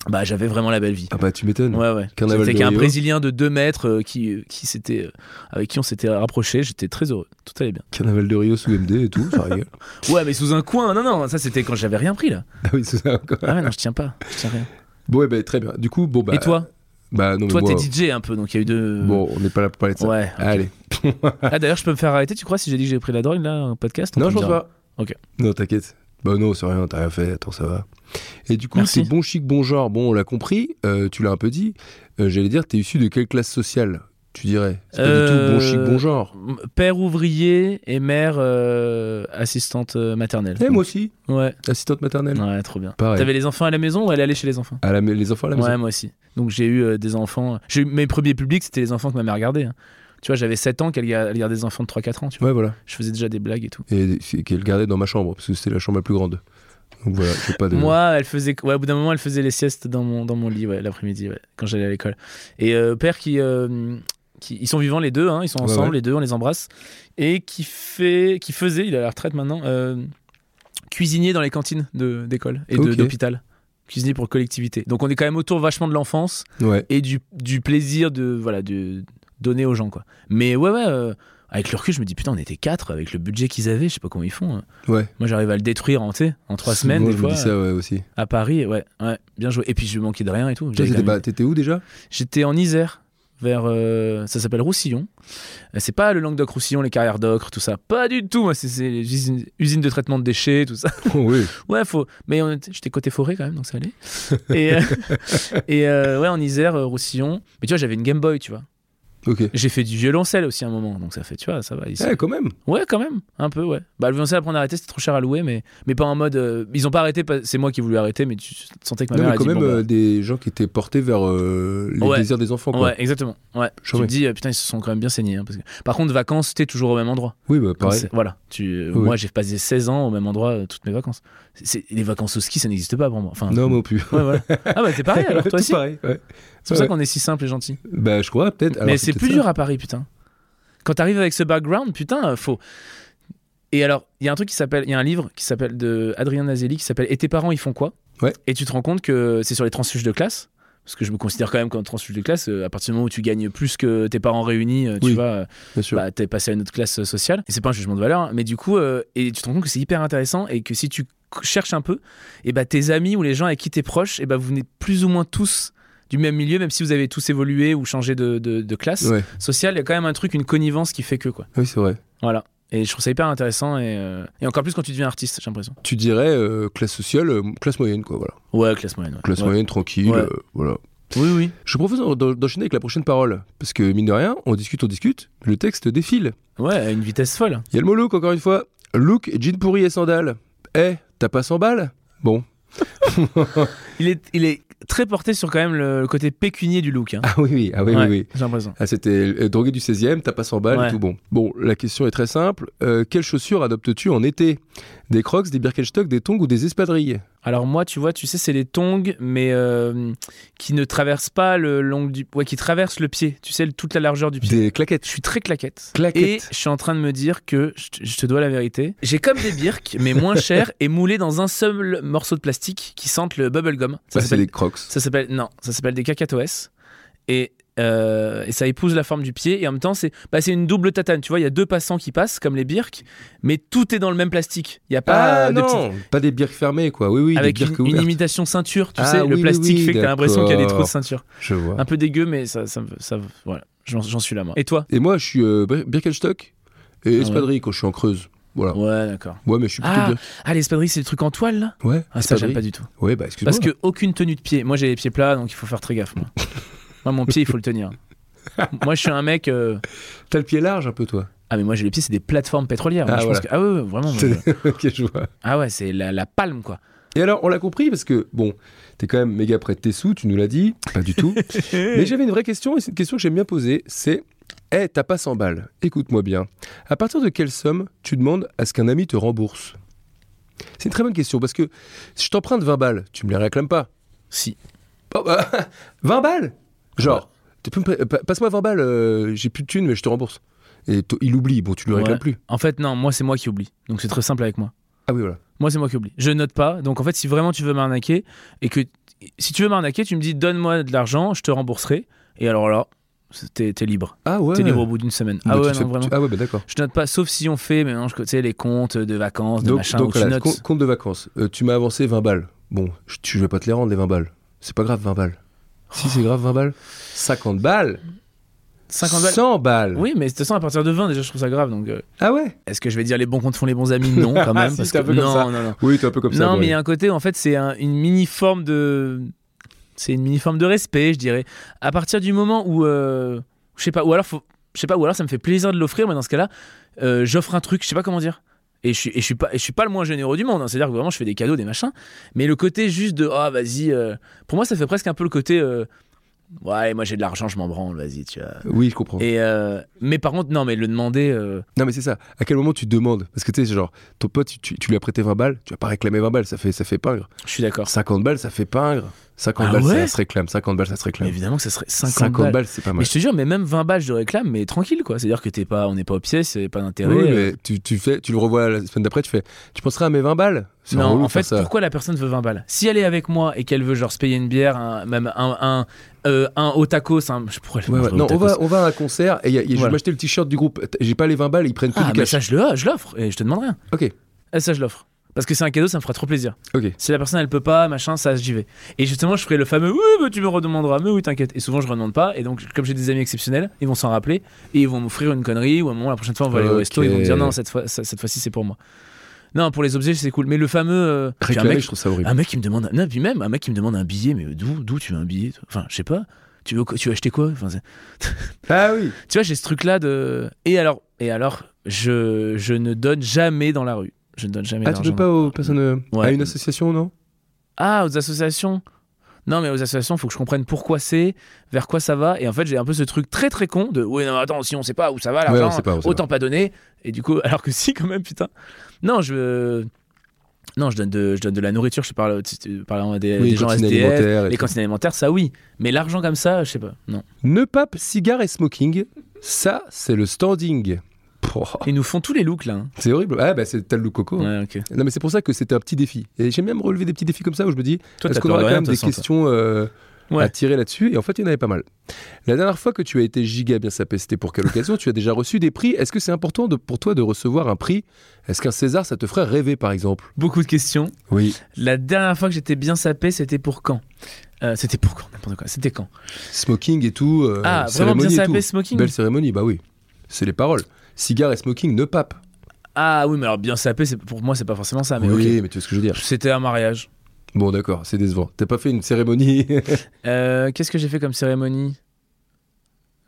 Speaker 4: Bah, j'avais vraiment la belle vie.
Speaker 3: Ah, bah, tu m'étonnes.
Speaker 4: Ouais, ouais.
Speaker 3: Carnaval
Speaker 4: J'étais
Speaker 3: de
Speaker 4: qu'un
Speaker 3: Rio.
Speaker 4: Brésilien de 2 mètres euh, qui, euh, qui s'était, euh, avec qui on s'était rapproché. J'étais très heureux. Tout allait bien.
Speaker 3: Carnaval de Rio sous MD et tout, ça rigole.
Speaker 4: Ouais, mais sous un coin. Non, non, ça c'était quand j'avais rien pris là.
Speaker 3: Ah oui, c'est ça encore.
Speaker 4: Ah ouais, non, je tiens pas. Je tiens rien.
Speaker 3: Bon, eh ben, très bien. Du coup, bon, bah.
Speaker 4: Et toi
Speaker 3: Bah, non, mais
Speaker 4: Toi,
Speaker 3: moi,
Speaker 4: t'es DJ un peu, donc il y a eu deux.
Speaker 3: Bon, on n'est pas là pour parler de ça.
Speaker 4: Ouais.
Speaker 3: Allez.
Speaker 4: Ah, d'ailleurs, je peux me faire arrêter, tu crois, si j'ai dit que j'ai pris de la drogue là, un podcast on
Speaker 3: Non,
Speaker 4: peut
Speaker 3: je
Speaker 4: me
Speaker 3: pense
Speaker 4: dire-
Speaker 3: pas.
Speaker 4: Ok.
Speaker 3: Non, t'inquiète. Bah, non, c'est rien, t'as rien fait, attends, ça va. Et du coup,
Speaker 4: Merci.
Speaker 3: c'est bon chic, bon genre. Bon, on l'a compris, euh, tu l'as un peu dit. Euh, J'allais dire, t'es issu de quelle classe sociale Tu dirais C'est pas du tout bon
Speaker 4: Euh,
Speaker 3: chic, bon genre.
Speaker 4: Père ouvrier et mère euh, assistante euh, maternelle.
Speaker 3: Eh, moi aussi,
Speaker 4: Ouais.
Speaker 3: assistante maternelle.
Speaker 4: Ouais, trop bien.
Speaker 3: Pareil.
Speaker 4: T'avais les enfants à la maison ou elle allait chez les enfants
Speaker 3: À la, mais les enfants à la maison.
Speaker 4: Ouais, moi aussi. Donc j'ai eu euh, des enfants. J'ai eu mes premiers publics, c'était les enfants que ma mère gardait. hein. Tu vois, j'avais 7 ans qu'elle ga- elle gardait des enfants de 3-4 ans. Tu vois.
Speaker 3: Ouais, voilà.
Speaker 4: Je faisais déjà des blagues et tout.
Speaker 3: Et c'est- qu'elle gardait dans ma chambre, parce que c'était la chambre la plus grande. Donc voilà, j'ai pas de.
Speaker 4: Moi, elle faisait. Ouais, au bout d'un moment, elle faisait les siestes dans mon, dans mon lit, ouais, l'après-midi, ouais, quand j'allais à l'école. Et euh, père qui, euh, qui- Ils sont vivants les deux, hein, ils sont
Speaker 3: Ouais,
Speaker 4: ensemble
Speaker 3: ouais.
Speaker 4: les deux, on les embrasse. Et qui, fait, qui faisait, il est à la retraite maintenant, euh, cuisinier dans les cantines de- d'école et de-
Speaker 3: Ok.
Speaker 4: d'hôpital. Cuisinier pour collectivité. Donc on est quand même autour vachement de l'enfance.
Speaker 3: Ouais.
Speaker 4: et du, du plaisir de voilà de donner aux gens quoi. Mais ouais ouais euh, avec le recul je me dis putain on était quatre avec le budget qu'ils avaient je sais pas comment ils font. hein.
Speaker 3: Ouais.
Speaker 4: Moi j'arrive à le détruire en tu sais, en trois semaines
Speaker 3: Souvent,
Speaker 4: des
Speaker 3: je me
Speaker 4: fois
Speaker 3: dis ça, ouais, aussi.
Speaker 4: à Paris ouais ouais bien joué et puis je manquais de rien et tout.
Speaker 3: Toi,
Speaker 4: J'avais
Speaker 3: t'étais
Speaker 4: quand même-
Speaker 3: bah, t'étais où déjà
Speaker 4: J'étais en Isère vers euh, ça s'appelle Roussillon. Euh, C'est pas le Languedoc Roussillon les carrières d'ocre tout ça pas du tout. moi, C'est c'est les usines, usines de traitement de déchets tout ça.
Speaker 3: Oh, oui.
Speaker 4: Ouais, faut. Mais on était- j'étais côté forêt quand même, donc ça allait. Et, euh, et euh, ouais, en Isère, euh, Roussillon. Mais tu vois, j'avais une Game Boy, tu vois.
Speaker 3: Ok.
Speaker 4: J'ai fait du violoncelle aussi à un moment, donc ça fait, tu vois, ça va. ici.
Speaker 3: Eh, quand même.
Speaker 4: Ouais, quand même, un peu, ouais. Bah, le violoncelle, après, on a arrêté, c'était trop cher à louer, mais, mais pas en mode. euh, ils ont pas arrêté, pas- c'est moi qui ai voulu arrêter, mais tu sentais que ma
Speaker 3: Non,
Speaker 4: mère
Speaker 3: mais
Speaker 4: a
Speaker 3: quand
Speaker 4: dit,
Speaker 3: même
Speaker 4: bon, bah,
Speaker 3: euh, des gens qui étaient portés vers euh, les
Speaker 4: Ouais.
Speaker 3: désirs des enfants. Quoi.
Speaker 4: Ouais, exactement. Ouais. Tu
Speaker 3: Jamais.
Speaker 4: te dis, euh, putain, ils se sont quand même bien saignés. hein, parce que... Par contre, vacances, t'es toujours au même endroit.
Speaker 3: Oui, bah,
Speaker 4: Quand
Speaker 3: pareil.
Speaker 4: c'est- Voilà. Tu, euh,
Speaker 3: Oui.
Speaker 4: Moi, j'ai passé 16 ans au même endroit euh, toutes mes vacances. C'est- c'est- Les vacances au ski, ça n'existe pas pour moi. Enfin,
Speaker 3: Non, moi plus.
Speaker 4: Ouais, voilà. Ah, bah, c'est pareil, alors toi
Speaker 3: Tout
Speaker 4: aussi.
Speaker 3: pareil. ouais.
Speaker 4: C'est pour ça
Speaker 3: Ouais.
Speaker 4: qu'on est si simple et gentil.
Speaker 3: Bah, je crois, peut-être. Alors,
Speaker 4: Mais c'est c'est plus dur à Paris, putain. Quand t'arrives avec ce background, putain, euh, faut. Et alors, il y a un truc qui s'appelle, il y a un livre qui s'appelle de Adrien Nazelli qui s'appelle Et tes parents ils font quoi
Speaker 3: Ouais.
Speaker 4: Et tu te rends compte que c'est sur les transfuges de classe, parce que je me considère quand même comme transfuge de classe. euh, à partir du moment où tu gagnes plus que tes parents réunis, euh, tu
Speaker 3: Oui.
Speaker 4: vois, euh,
Speaker 3: Bien sûr.
Speaker 4: bah, t'es passé à une autre classe euh, sociale. Et c'est pas un jugement de valeur, hein, mais du coup, euh, et tu te rends compte que c'est hyper intéressant et que si tu c- cherches un peu, et bah, tes amis ou les gens avec qui t'es proche, et bah, vous venez plus ou moins tous du même milieu, même si vous avez tous évolué ou changé de, de- de classe
Speaker 3: Ouais.
Speaker 4: sociale, il y a quand même un truc, une connivence qui fait que quoi.
Speaker 3: Oui, c'est vrai.
Speaker 4: Voilà. Et je trouve ça hyper intéressant et, euh, et encore plus quand tu deviens artiste, j'ai l'impression.
Speaker 3: Tu dirais euh, classe sociale, euh, classe moyenne, quoi, voilà.
Speaker 4: Ouais, classe moyenne. ouais.
Speaker 3: Classe
Speaker 4: Ouais.
Speaker 3: moyenne, tranquille,
Speaker 4: Ouais.
Speaker 3: euh, voilà.
Speaker 4: Oui, oui.
Speaker 3: Je propose d'en- d'en- d'enchaîner avec la prochaine parole, parce que mine de rien, on discute, on discute, le texte défile.
Speaker 4: Ouais, à une vitesse folle.
Speaker 3: Il y a le mot look, encore une fois. Look, jean pourri et sandales. Eh, t'as pas 100 balles Bon.
Speaker 4: Il est, il est très porté sur quand même le, le côté pécunier du look. hein.
Speaker 3: Ah oui, oui, ah oui,
Speaker 4: Ouais,
Speaker 3: oui, oui.
Speaker 4: J'ai l'impression.
Speaker 3: Ah, c'était euh, drogué du 16e, t'as pas 100 balles
Speaker 4: Ouais.
Speaker 3: et tout bon. Bon, la question est très simple. Euh, quelles chaussures adoptes-tu en été Des crocs, des Birkenstock, des tongs ou des espadrilles
Speaker 4: Alors moi, tu vois, tu sais, c'est les tongs, mais euh, qui ne traversent pas le long du, ouais, qui traversent le pied. Tu sais, le- toute la largeur du pied.
Speaker 3: Des
Speaker 4: Je
Speaker 3: claquettes.
Speaker 4: suis très claquette.
Speaker 3: Claquette.
Speaker 4: Et je suis en train de me dire que je te, je te dois la vérité. J'ai comme des birks, mais moins chers et moulés dans un seul morceau de plastique qui sentent le bubblegum. Ça
Speaker 3: Bah, c'est
Speaker 4: s'appelle
Speaker 3: des crocs.
Speaker 4: Ça s'appelle non, ça s'appelle des cacatoès et euh, et ça épouse la forme du pied et en même temps c'est bah, c'est une double tatane. Tu vois, il y a deux passants qui passent comme les birks, mais tout est dans le même plastique. Il y a pas
Speaker 3: Ah,
Speaker 4: de petites-
Speaker 3: non Pas des birques fermées, quoi. Oui, oui,
Speaker 4: avec
Speaker 3: des
Speaker 4: une,
Speaker 3: birques
Speaker 4: une
Speaker 3: ouvertes.
Speaker 4: imitation ceinture. Tu
Speaker 3: Ah,
Speaker 4: sais,
Speaker 3: oui,
Speaker 4: le
Speaker 3: oui,
Speaker 4: plastique
Speaker 3: oui,
Speaker 4: fait que t'as l'impression qu'il y a des trous de
Speaker 3: d'accord.
Speaker 4: ceinture.
Speaker 3: Je vois.
Speaker 4: Un peu dégueu, mais ça ça me- ça voilà, j'en j'en suis là moi. Et toi
Speaker 3: Et moi, je suis euh, Bir- Birkenstock et
Speaker 4: Ah ouais.
Speaker 3: espadrilles quand je suis en creuse. Voilà. Ouais,
Speaker 4: Ouais, d'accord.
Speaker 3: mais je suis plutôt
Speaker 4: Ah,
Speaker 3: bien.
Speaker 4: ah l'espadrille, c'est le truc en toile là
Speaker 3: Ouais,
Speaker 4: Ah, ça, j'aime
Speaker 3: espadrilles.
Speaker 4: pas du tout.
Speaker 3: Ouais, bah, excuse-moi.
Speaker 4: Parce que aucune tenue de pied. Moi, j'ai les pieds plats, donc il faut faire très gaffe. Moi, Moi, mon pied, il faut le tenir. moi, je suis un mec. euh,
Speaker 3: T'as le pied large un peu, toi.
Speaker 4: Ah mais moi j'ai les pieds c'est des plateformes pétrolières. Moi,
Speaker 3: Ah,
Speaker 4: je
Speaker 3: voilà.
Speaker 4: pense que- ah ouais, ouais, vraiment. moi, je-
Speaker 3: ok, je vois.
Speaker 4: Ah ouais c'est la, la palme quoi.
Speaker 3: Et alors, on l'a compris parce que, bon, t'es quand même méga près de tes sous, tu nous l'as dit, pas du tout. Mais j'avais une vraie question, et c'est une question que j'aime bien poser, c'est, Eh, t'as pas 100 balles, écoute-moi bien. À partir de quelle somme tu demandes à ce qu'un ami te rembourse C'est une très bonne question, parce que si je t'emprunte 20 balles, tu me les réclames pas.
Speaker 4: Si.
Speaker 3: Oh, bah, 20 balles Genre, tu peux me pa- pa- passe-moi 20 balles, euh, j'ai plus de thunes, mais je te rembourse. Et t- il oublie, bon, tu lui réclames
Speaker 4: Ouais.
Speaker 3: plus.
Speaker 4: En fait non moi c'est moi qui oublie. Donc c'est très simple avec moi.
Speaker 3: Ah oui, voilà.
Speaker 4: Moi c'est moi qui oublie. Je note pas. Donc en fait si vraiment tu veux m'arnaquer et que si tu veux m'arnaquer tu me dis donne-moi de l'argent je te rembourserai et alors là c'est- t'es t'es libre.
Speaker 3: Ah ouais
Speaker 4: T'es libre au bout d'une semaine.
Speaker 3: Bah,
Speaker 4: ah
Speaker 3: tu
Speaker 4: ouais
Speaker 3: te
Speaker 4: non
Speaker 3: fais-
Speaker 4: vraiment.
Speaker 3: tu- Ah ouais, bah d'accord.
Speaker 4: Je note pas sauf si on fait mais non je tu sais les comptes de vacances de
Speaker 3: Donc,
Speaker 4: machin
Speaker 3: donc
Speaker 4: où tu
Speaker 3: voilà,
Speaker 4: notes.
Speaker 3: com- compte de vacances. Euh, tu m'as avancé 20 balles. Bon, je, tu- je vais pas te les rendre, les 20 balles. C'est pas grave, 20 balles. Si, c'est grave, 20 balles. 50 balles
Speaker 4: 50 balles.
Speaker 3: 100 balles
Speaker 4: Oui mais de toute façon à partir de 20 déjà je trouve ça grave donc euh,
Speaker 3: Ah ouais
Speaker 4: est-ce que je vais dire les bons comptes font les bons amis non quand même
Speaker 3: Ah, Si,
Speaker 4: parce
Speaker 3: c'est
Speaker 4: que
Speaker 3: un peu comme
Speaker 4: non,
Speaker 3: ça.
Speaker 4: non non.
Speaker 3: Oui, t'es un peu comme ça.
Speaker 4: non,
Speaker 3: bon,
Speaker 4: mais il y
Speaker 3: oui.
Speaker 4: a un côté, en fait, c'est un- une mini forme de. C'est une mini forme de respect, je dirais. À partir du moment où. euh, je sais pas, ou alors, faut, je sais pas, ou alors ça me fait plaisir de l'offrir, mais dans ce cas-là, euh, j'offre un truc, je sais pas comment dire. Et je suis, et je suis, pas, et je suis pas le moins généreux du monde, hein. c'est-à-dire que vraiment je fais des cadeaux, des machins. Mais le côté juste de. Ah, vas-y. euh, pour moi, ça fait presque un peu le côté. euh, ouais, moi j'ai de l'argent, je m'en branle, vas-y, tu vois.
Speaker 3: Oui, je comprends.
Speaker 4: Et, euh, mais par contre, non, mais le demander. euh,
Speaker 3: Non, mais c'est ça. À quel moment tu demandes Parce que tu sais, c'est genre, ton pote, tu, tu- tu lui as prêté 20 balles, tu vas pas réclamer 20 balles, ça fait, ça fait pingre.
Speaker 4: je suis d'accord.
Speaker 3: 50 balles, ça fait pingre. 50
Speaker 4: Ah
Speaker 3: balles,
Speaker 4: ouais
Speaker 3: ça se réclame. 50 balles, ça se réclame.
Speaker 4: Évidemment que ça serait 50,
Speaker 3: 50
Speaker 4: balles.
Speaker 3: balles, c'est pas
Speaker 4: Mais
Speaker 3: mal.
Speaker 4: je te jure, mais même 20 balles de réclame, mais tranquille quoi. C'est-à-dire que t'es pas, on n'est pas au pied, c'est pas d'intérêt.
Speaker 3: Oui,
Speaker 4: Euh,
Speaker 3: mais tu, tu fais, tu le revois la semaine d'après, tu fais, tu penseras à mes 20 balles C'est
Speaker 4: Non,
Speaker 3: relou de
Speaker 4: en fait,
Speaker 3: faire ça.
Speaker 4: pourquoi la personne veut 20 balles Si elle est avec moi et qu'elle veut genre se payer une bière, un- même un, un, euh, un au tacos, un, je pourrais
Speaker 3: Ouais, ouais. Non, on va, on va à un concert et y a- y a- je vais
Speaker 4: Voilà.
Speaker 3: m'acheter le t-shirt du groupe. T- J'ai pas les 20 balles, ils prennent tout
Speaker 4: Ah,
Speaker 3: du
Speaker 4: mais
Speaker 3: cash.
Speaker 4: ça, je le- je l'offre et je te demande rien.
Speaker 3: Ok,
Speaker 4: Ah, ça, je l'offre. Parce que c'est un cadeau, ça me fera trop plaisir.
Speaker 3: ok.
Speaker 4: Si la personne elle peut pas, machin, ça j'y vais. Et justement, je ferai le fameux oui, bah, tu me redemanderas, mais oui, t'inquiète. Et souvent, je redemande pas. Et donc, comme j'ai des amis exceptionnels, ils vont s'en rappeler et ils vont m'offrir une connerie. Ou à un moment, la prochaine fois, on va aller au
Speaker 3: Ok.
Speaker 4: resto, ils vont me dire non, cette fois, ça- cette fois-ci, c'est pour moi. Non, pour les objets, c'est cool. Mais le fameux. euh, puis un,
Speaker 3: Réclamer, je
Speaker 4: mec,
Speaker 3: trouve ça horrible.
Speaker 4: un mec qui me demande. Non, puis même, un mec qui me demande un billet, mais d'où, d'où tu veux un billet toi Enfin, je sais pas. Tu veux, quoi- tu veux acheter quoi Enfin, c'est-
Speaker 3: Ah oui
Speaker 4: Tu vois, j'ai ce truc-là de. Et alors, et alors je, je ne donne jamais dans la rue. Je ne donne jamais
Speaker 3: Ah, tu
Speaker 4: d'argent.
Speaker 3: donnes pas aux personnes. euh,
Speaker 4: Ouais.
Speaker 3: À une association, non
Speaker 4: Ah, aux associations Non, mais aux associations, faut que je comprenne pourquoi c'est, vers quoi ça va. Et en fait, j'ai un peu ce truc très très con de ouais, non, attends, si on sait pas où ça va,
Speaker 3: Ouais,
Speaker 4: l'argent,
Speaker 3: on sait pas où ça
Speaker 4: autant pas donner. Et du coup, alors que si, quand même, putain. Non, je. Non, je donne de, je donne de la nourriture, je parle, tu- tu- par exemple, à des,
Speaker 3: Oui,
Speaker 4: des gens
Speaker 3: cantines
Speaker 4: SDF,
Speaker 3: alimentaires et
Speaker 4: les
Speaker 3: tout.
Speaker 4: cantines alimentaires, ça oui. Mais l'argent comme ça, je sais pas. Non.
Speaker 3: Ne pape, cigare et smoking, ça, c'est le standing. Pouah,
Speaker 4: Ils nous font tous les looks là. hein.
Speaker 3: c'est horrible. Ah, bah, c'est t'as le look coco. hein.
Speaker 4: Ouais, ok.
Speaker 3: Non, mais c'est pour ça que c'était un petit défi. Et j'aime bien me relever des petits défis comme ça où je me dis,
Speaker 4: Toi,
Speaker 3: est-ce
Speaker 4: t'as
Speaker 3: qu'on
Speaker 4: peur
Speaker 3: aura
Speaker 4: de
Speaker 3: quand
Speaker 4: rien,
Speaker 3: même
Speaker 4: de
Speaker 3: des
Speaker 4: toute façon,
Speaker 3: questions euh,
Speaker 4: Ouais.
Speaker 3: à tirer là-dessus Et en fait, il y en avait pas mal. La dernière fois que tu as été giga bien sapé, c'était pour quelle occasion Tu as déjà reçu des prix. Est-ce que c'est important de- pour toi de recevoir un prix Est-ce qu'un César, ça te ferait rêver, par exemple
Speaker 4: Beaucoup de questions.
Speaker 3: Oui.
Speaker 4: La dernière fois que j'étais bien sapé, c'était pour quand Euh, C'était pour quand N'importe quoi. C'était quand
Speaker 3: Smoking et tout, euh,
Speaker 4: Ah, vraiment bien
Speaker 3: cérémonie et
Speaker 4: sapé,
Speaker 3: tout.
Speaker 4: smoking
Speaker 3: Belle cérémonie, bah oui. C'est les paroles. Cigare et smoking, ne pape.
Speaker 4: Ah oui, mais alors bien sapé, c'est- pour moi, c'est pas forcément ça. Ah, Mais
Speaker 3: oui,
Speaker 4: ok.
Speaker 3: mais tu vois ce que je veux dire.
Speaker 4: C'était un mariage.
Speaker 3: Bon, d'accord, c'est décevant. T'as pas fait une cérémonie
Speaker 4: Euh, Qu'est-ce que j'ai fait comme cérémonie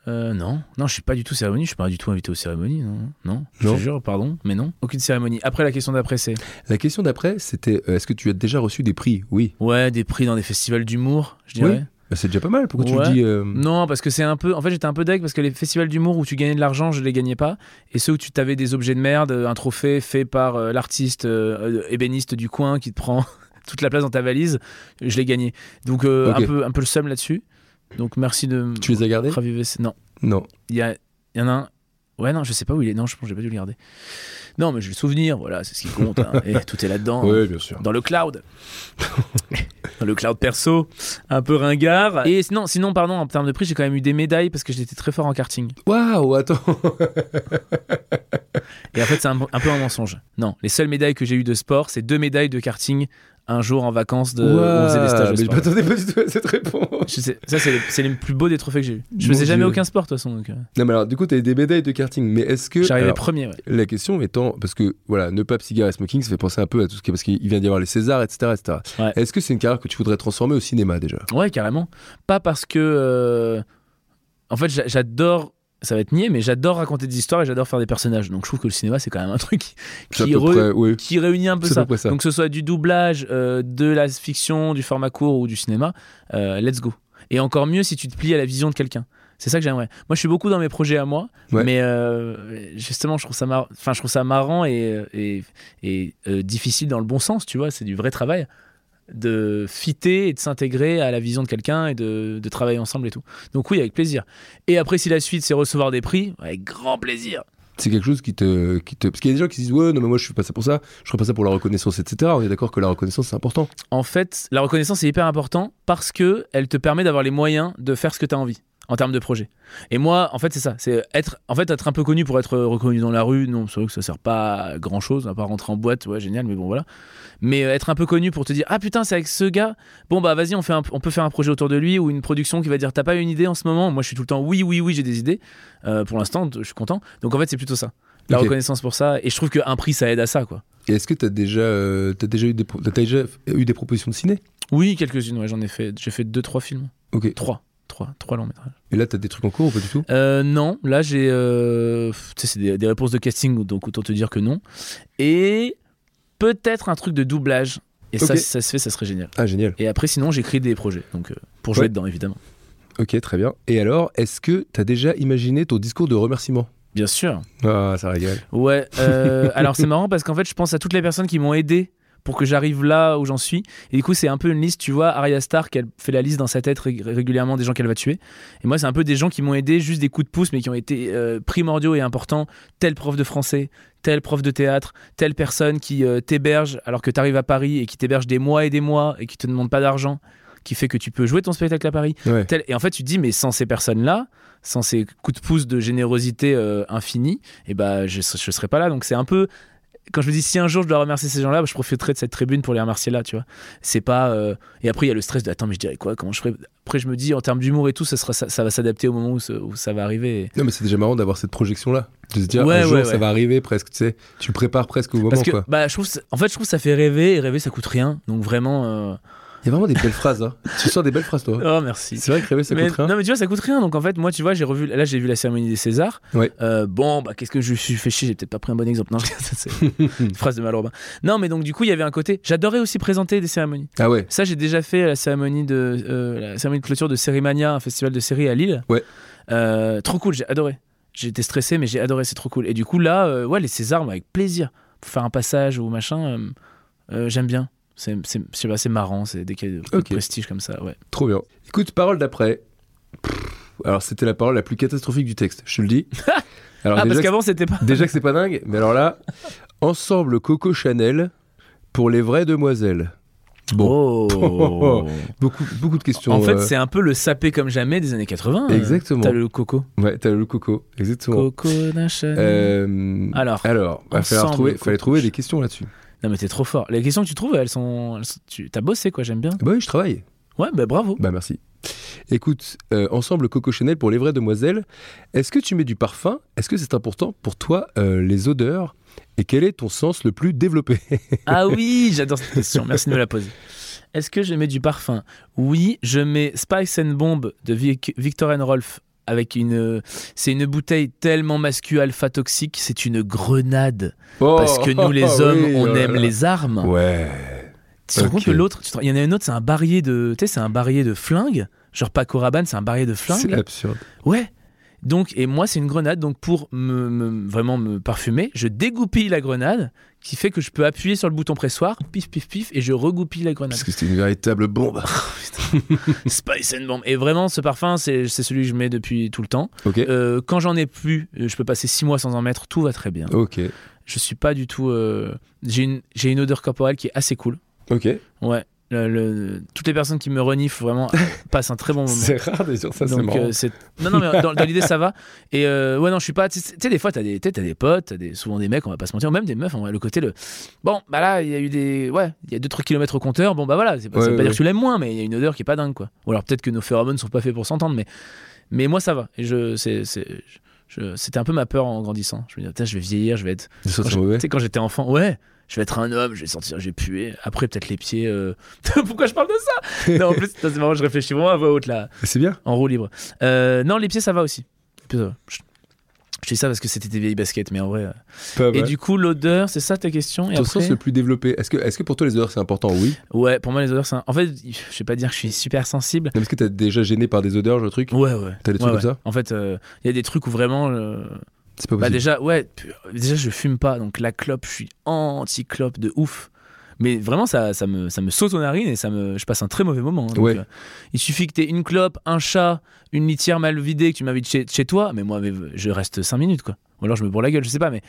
Speaker 4: Euh, non, non, je suis pas du tout cérémonie, je suis pas du tout invité aux cérémonies, non, non, je
Speaker 3: Non.
Speaker 4: te jure, pardon, mais non, aucune cérémonie. Après la question d'après, c'est
Speaker 3: La question d'après, c'était euh, est-ce que tu as déjà reçu des prix Oui.
Speaker 4: ouais, des prix dans des festivals d'humour, je dirais.
Speaker 3: Bah, c'est déjà pas mal. Pourquoi tu
Speaker 4: Ouais.
Speaker 3: le dis euh,
Speaker 4: Non, parce que c'est un peu. En fait, j'étais un peu deg parce que les festivals d'humour où tu gagnais de l'argent, je les gagnais pas. Et ceux où tu t'avais des objets de merde, euh, un trophée fait par euh, l'artiste euh, euh, ébéniste du coin qui te prend toute la place dans ta valise, je les gagnais. Donc, euh,
Speaker 3: Ok.
Speaker 4: un, peu, un peu le seum là-dessus. Donc, merci de me
Speaker 3: Tu les as gardés
Speaker 4: raviver. ces- Non,
Speaker 3: Non.
Speaker 4: il y, a- il y en a un. Ouais, non, je sais pas où il est. Non, je pense que j'ai pas dû le garder. Non, mais j'ai le souvenir, voilà, c'est ce qui compte. hein. Et tout est là-dedans.
Speaker 3: Oui, bien sûr.
Speaker 4: Dans le cloud. dans le cloud perso, un peu ringard. Et sinon, sinon pardon, en termes de prix, j'ai quand même eu des médailles parce que j'étais très fort en karting.
Speaker 3: Waouh, attends.
Speaker 4: Et en fait, c'est un, un peu un mensonge. Non, les seules médailles que j'ai eues de sport, c'est deux médailles de karting un jour en vacances de, où on faisait des stages
Speaker 3: Waouh,
Speaker 4: de
Speaker 3: mais je
Speaker 4: sport.
Speaker 3: m'attendais pas du tout à cette réponse.
Speaker 4: Je sais- ça, c'est les, c'est les plus beaux des trophées que j'ai eu. Je
Speaker 3: Mon
Speaker 4: faisais jamais
Speaker 3: Dieu.
Speaker 4: aucun sport, de toute façon. donc, euh,
Speaker 3: Non, mais alors, du coup, t'as eu des médailles de karting, mais est-ce que.
Speaker 4: J'arrivais
Speaker 3: alors,
Speaker 4: premier. ouais.
Speaker 3: La question étant, parce que voilà, ne pas cigare et smoking, ça fait penser un peu à tout ce qui est, parce qu'il vient d'y avoir les Césars, etc. etc.
Speaker 4: Ouais.
Speaker 3: Est-ce que c'est une carrière que tu voudrais transformer au cinéma déjà
Speaker 4: Ouais, carrément. Pas parce que. euh, En fait, j'a- j'adore. Ça va être nié, mais j'adore raconter des histoires et j'adore faire des personnages. Donc je trouve que le cinéma, c'est quand même un truc qui,
Speaker 3: C'est à peu
Speaker 4: re-
Speaker 3: près, oui.
Speaker 4: qui réunit un peu
Speaker 3: C'est à
Speaker 4: ça.
Speaker 3: peu près ça.
Speaker 4: Donc que ce soit du doublage, euh, de la fiction, du format court ou du cinéma, euh, let's go. Et encore mieux si tu te plies à la vision de quelqu'un. C'est ça que j'aimerais. Moi, je suis beaucoup dans mes projets à moi,
Speaker 3: Ouais.
Speaker 4: mais euh, justement, je trouve ça, mar- enfin, je trouve ça marrant et, euh, et, et, euh, difficile dans le bon sens, tu vois. C'est du vrai travail de fitter et de s'intégrer à la vision de quelqu'un et de, de travailler ensemble et tout. Donc oui, avec plaisir. Et après, si la suite, c'est recevoir des prix, avec grand plaisir.
Speaker 3: C'est quelque chose qui te, qui te. Parce qu'il y a des gens qui se disent Ouais, non, mais moi je fais pas ça pour ça, je ferai pas ça pour la reconnaissance, etc. On est d'accord que la reconnaissance c'est important.
Speaker 4: en fait, la reconnaissance est hyper important parce que elle te permet d'avoir les moyens de faire ce que tu as envie en termes de projet. Et moi, en fait, c'est ça. C'est être, en fait, être un peu connu pour être reconnu dans la rue. Non, c'est vrai que ça sert pas à grand chose, à part rentrer en boîte. Ouais, génial, mais bon, voilà. Mais euh, être un peu connu pour te dire, ah putain, c'est avec ce gars. Bon, bah, vas-y, on, fait un- on peut faire un projet autour de lui ou une production qui va dire, t'as pas une idée en ce moment. Moi, je suis tout le temps, oui, oui, oui, j'ai des idées. Euh, pour l'instant, je suis content. Donc, en fait, c'est plutôt ça. La
Speaker 3: Ok.
Speaker 4: reconnaissance pour ça. Et je trouve qu'un prix, ça aide à ça, quoi.
Speaker 3: Et est-ce que t'as déjà, euh, t'as déjà, eu des pro- t'as déjà eu des propositions de ciné
Speaker 4: Oui, quelques-unes, ouais, j'en ai fait. J'ai fait deux, trois films.
Speaker 3: Ok.
Speaker 4: Trois. Trois, trois longs métrages.
Speaker 3: Et là, t'as des trucs en cours ou pas du tout
Speaker 4: Euh, non, là j'ai. euh, pff, tu sais, c'est des, des réponses de casting, donc autant te dire que non. Et peut-être un truc de doublage. Et ça,
Speaker 3: Ok.
Speaker 4: si ça se fait, ça serait génial.
Speaker 3: Ah, génial.
Speaker 4: Et après, sinon, j'écris des projets, donc euh, pour jouer
Speaker 3: Ouais.
Speaker 4: dedans, évidemment.
Speaker 3: Ok, très bien. Et alors, est-ce que t'as déjà imaginé ton discours de remerciement
Speaker 4: Bien sûr.
Speaker 3: Ah, ça régale.
Speaker 4: Ouais. euh, alors c'est marrant parce qu'en fait, je pense à toutes les personnes qui m'ont aidé pour que j'arrive là où j'en suis. Et du coup, c'est un peu une liste, tu vois, Arya Stark, elle fait la liste dans sa tête ré- régulièrement des gens qu'elle va tuer. Et moi, c'est un peu des gens qui m'ont aidé, juste des coups de pouce, mais qui ont été euh, primordiaux et importants. Tel prof de français, tel prof de théâtre, telle personne qui euh, t'héberge alors que t'arrives à Paris et qui t'héberge des mois et des mois et qui te demande pas d'argent, qui fait que tu peux jouer ton spectacle à Paris.
Speaker 3: Ouais.
Speaker 4: Tel- Et en fait, tu te dis, mais sans ces personnes-là, sans ces coups de pouce de générosité euh, infinie, et bah, je ne serais pas là. Donc, c'est un peu. Quand je me dis, si un jour je dois remercier ces gens-là, bah, je profiterai de cette tribune pour les remercier là, tu vois. C'est pas. euh, Et après, il y a le stress de, attends, mais je dirais quoi Comment je ferais Après, je me dis, en termes d'humour et tout, ça, sera, ça, ça va s'adapter au moment où, ce- où ça va arriver.
Speaker 3: Non, mais c'est déjà marrant d'avoir cette projection-là. De se dire
Speaker 4: Ouais,
Speaker 3: un jour,
Speaker 4: ouais,
Speaker 3: ça
Speaker 4: ouais.
Speaker 3: va arriver presque, tu sais. Tu le prépares presque au moment,
Speaker 4: Parce que,
Speaker 3: quoi.
Speaker 4: bah, je trouve, ça- en fait, je trouve que ça fait rêver, et rêver, ça coûte rien. Donc, vraiment. euh,
Speaker 3: Il y a vraiment des belles phrases, hein. Tu sors des belles phrases, toi.
Speaker 4: Oh, merci.
Speaker 3: C'est vrai que rêver, ça
Speaker 4: Mais-
Speaker 3: coûte rien.
Speaker 4: Non mais tu vois ça coûte rien donc en fait moi tu vois j'ai revu là j'ai vu la cérémonie des Césars.
Speaker 3: Ouais.
Speaker 4: Euh, bon bah qu'est-ce que je me suis fait chier j'ai peut-être pas pris un bon exemple non je- ça, c'est une phrase de Malrobin. Non mais donc du coup il y avait un côté j'adorais aussi présenter des cérémonies.
Speaker 3: Ah ouais.
Speaker 4: Ça j'ai déjà fait à la cérémonie de euh, la cérémonie de clôture de Cérimania un festival de séries à Lille.
Speaker 3: Ouais.
Speaker 4: Euh, trop cool j'ai adoré j'étais stressé mais j'ai adoré c'est trop cool et du coup là euh, ouais les Césars bah, avec plaisir pour faire un passage ou machin euh, Euh, J'aime bien. C'est c'est- je sais pas, c'est marrant, c'est des cas de, de
Speaker 3: Ok.
Speaker 4: prestige comme ça. Ouais.
Speaker 3: Trop bien. Écoute, parole d'après. Pff, Alors, c'était la parole la plus catastrophique du texte, je te le dis. Alors,
Speaker 4: ah,
Speaker 3: déjà,
Speaker 4: parce
Speaker 3: que-
Speaker 4: qu'avant, c'était pas.
Speaker 3: déjà que c'est pas dingue, mais alors là, ensemble Coco Chanel pour les vraies demoiselles. Bon,
Speaker 4: Oh.
Speaker 3: beaucoup, beaucoup de questions.
Speaker 4: en fait,
Speaker 3: euh,
Speaker 4: c'est un peu le sapé comme jamais des années 80. euh.
Speaker 3: Exactement.
Speaker 4: T'as le coco.
Speaker 3: Ouais, t'as le Coco, exactement.
Speaker 4: Coco d'un Chanel.
Speaker 3: Euh,
Speaker 4: Alors,
Speaker 3: alors, va falloir
Speaker 4: ensemble,
Speaker 3: trouver,
Speaker 4: Coco
Speaker 3: fallait trouver
Speaker 4: Chanel.
Speaker 3: des questions là-dessus.
Speaker 4: Non, mais t'es trop fort. Les questions que tu trouves, elles sont. elles sont- tu- T'as bossé, quoi, j'aime bien.
Speaker 3: Bah oui, je travaille.
Speaker 4: Ouais, bah bravo.
Speaker 3: Bah merci. Écoute, euh, ensemble Coco Chanel pour les vraies demoiselles, est-ce que tu mets du parfum Est-ce que c'est important pour toi euh, les odeurs Et quel est ton sens le plus développé
Speaker 4: Ah oui, j'adore cette question. Merci de me la poser. Est-ce que je mets du parfum Oui, je mets Spice and Bomb de Vic- Victor and Rolf avec une. C'est une bouteille tellement masculine alpha toxique, c'est une grenade. Parce que nous, les hommes, on aime les armes.
Speaker 3: oh Ouais.
Speaker 4: Tu te rends compte
Speaker 3: Ok.
Speaker 4: que l'autre, tu te- il y en a une autre, c'est un barrier de, tu sais, c'est un barrier de flingue. Genre Paco Rabanne, c'est un barrier de
Speaker 3: C'est
Speaker 4: flingue.
Speaker 3: absurde.
Speaker 4: Ouais. Donc, et moi, c'est une grenade. Donc, pour me, me- vraiment me parfumer, je dégoupille la grenade, qui fait que je peux appuyer sur le bouton pressoir, pif, pif, pif, et je regoupille la grenade.
Speaker 3: Parce que c'est une véritable bombe.
Speaker 4: Spice and Bomb. Et vraiment, ce parfum, c'est c'est celui que je mets depuis tout le temps.
Speaker 3: Ok.
Speaker 4: Euh, quand j'en ai plus, euh, je peux passer six mois sans en mettre, tout va très bien.
Speaker 3: Ok.
Speaker 4: Je suis pas du tout. euh, J'ai une, j'ai une odeur corporelle qui est assez cool.
Speaker 3: Ok.
Speaker 4: Ouais. Le- le- toutes les personnes qui me reniflent vraiment passent un très bon moment.
Speaker 3: C'est rare de dire ça, c'est
Speaker 4: Donc,
Speaker 3: marrant.
Speaker 4: euh, c'est- non, non, mais dans, dans l'idée, ça va. Et euh, ouais, non, je suis pas. Tu sais, tu sais, des fois, t'as des, tu sais, t'as des potes, t'as des, souvent des mecs, on va pas se mentir, ou même des meufs, on va le côté le. Bon, bah là, il y a eu des. Ouais, il y a 2-3 km au compteur, bon, bah voilà, c'est pas, ça
Speaker 3: Ouais,
Speaker 4: veut pas
Speaker 3: ouais.
Speaker 4: dire que tu l'aimes moins, mais il y a une odeur qui est pas dingue, quoi. Ou alors peut-être que nos phéromones sont pas faits pour s'entendre, mais, mais moi, ça va. Et je. c'est- c'est- je- C'était un peu ma peur en grandissant. Je me disais, putain, je vais vieillir, je vais être
Speaker 3: Des choses sont
Speaker 4: quand j'ai-
Speaker 3: mauvais.
Speaker 4: Tu sais, quand j'étais enfant, ouais, je vais être un homme, je vais sentir, je vais puer. Après, peut-être les pieds. euh, Pourquoi je parle de ça Non, en plus, putain, c'est marrant, je réfléchis vraiment à voix haute là,
Speaker 3: C'est bien.
Speaker 4: en roue libre. Euh, non, les pieds, ça va aussi. Je, je dis ça parce que c'était des vieilles baskets, mais en vrai. euh.
Speaker 3: Pas
Speaker 4: Et
Speaker 3: mal.
Speaker 4: du coup, l'odeur, c'est ça ta question et
Speaker 3: ton
Speaker 4: après...
Speaker 3: sens le plus développé. Est-ce que, est-ce que pour toi les odeurs c'est important Oui.
Speaker 4: Ouais, pour moi, les odeurs, c'est. un- En fait, je vais pas dire que je suis super sensible.
Speaker 3: Non, Est-ce que t'es déjà gêné par des odeurs, genre truc
Speaker 4: Ouais, ouais.
Speaker 3: T'as des trucs
Speaker 4: Ouais,
Speaker 3: comme
Speaker 4: ouais.
Speaker 3: ça
Speaker 4: En fait, euh, il y a des trucs où vraiment. euh,
Speaker 3: C'est pas
Speaker 4: Bah
Speaker 3: possible.
Speaker 4: déjà, ouais, pu- déjà je fume pas, donc la clope, je suis anti-clope de ouf. Mais vraiment, ça, ça, me, ça me saute aux narines et ça me, je passe un très mauvais moment. hein. Donc,
Speaker 3: Ouais.
Speaker 4: euh, il suffit que t'aies une clope, un chat, une litière mal vidée, que tu m'invites chez, chez toi, mais moi, mais je reste 5 minutes, quoi. Ou alors je me bourre la gueule, je sais pas, mais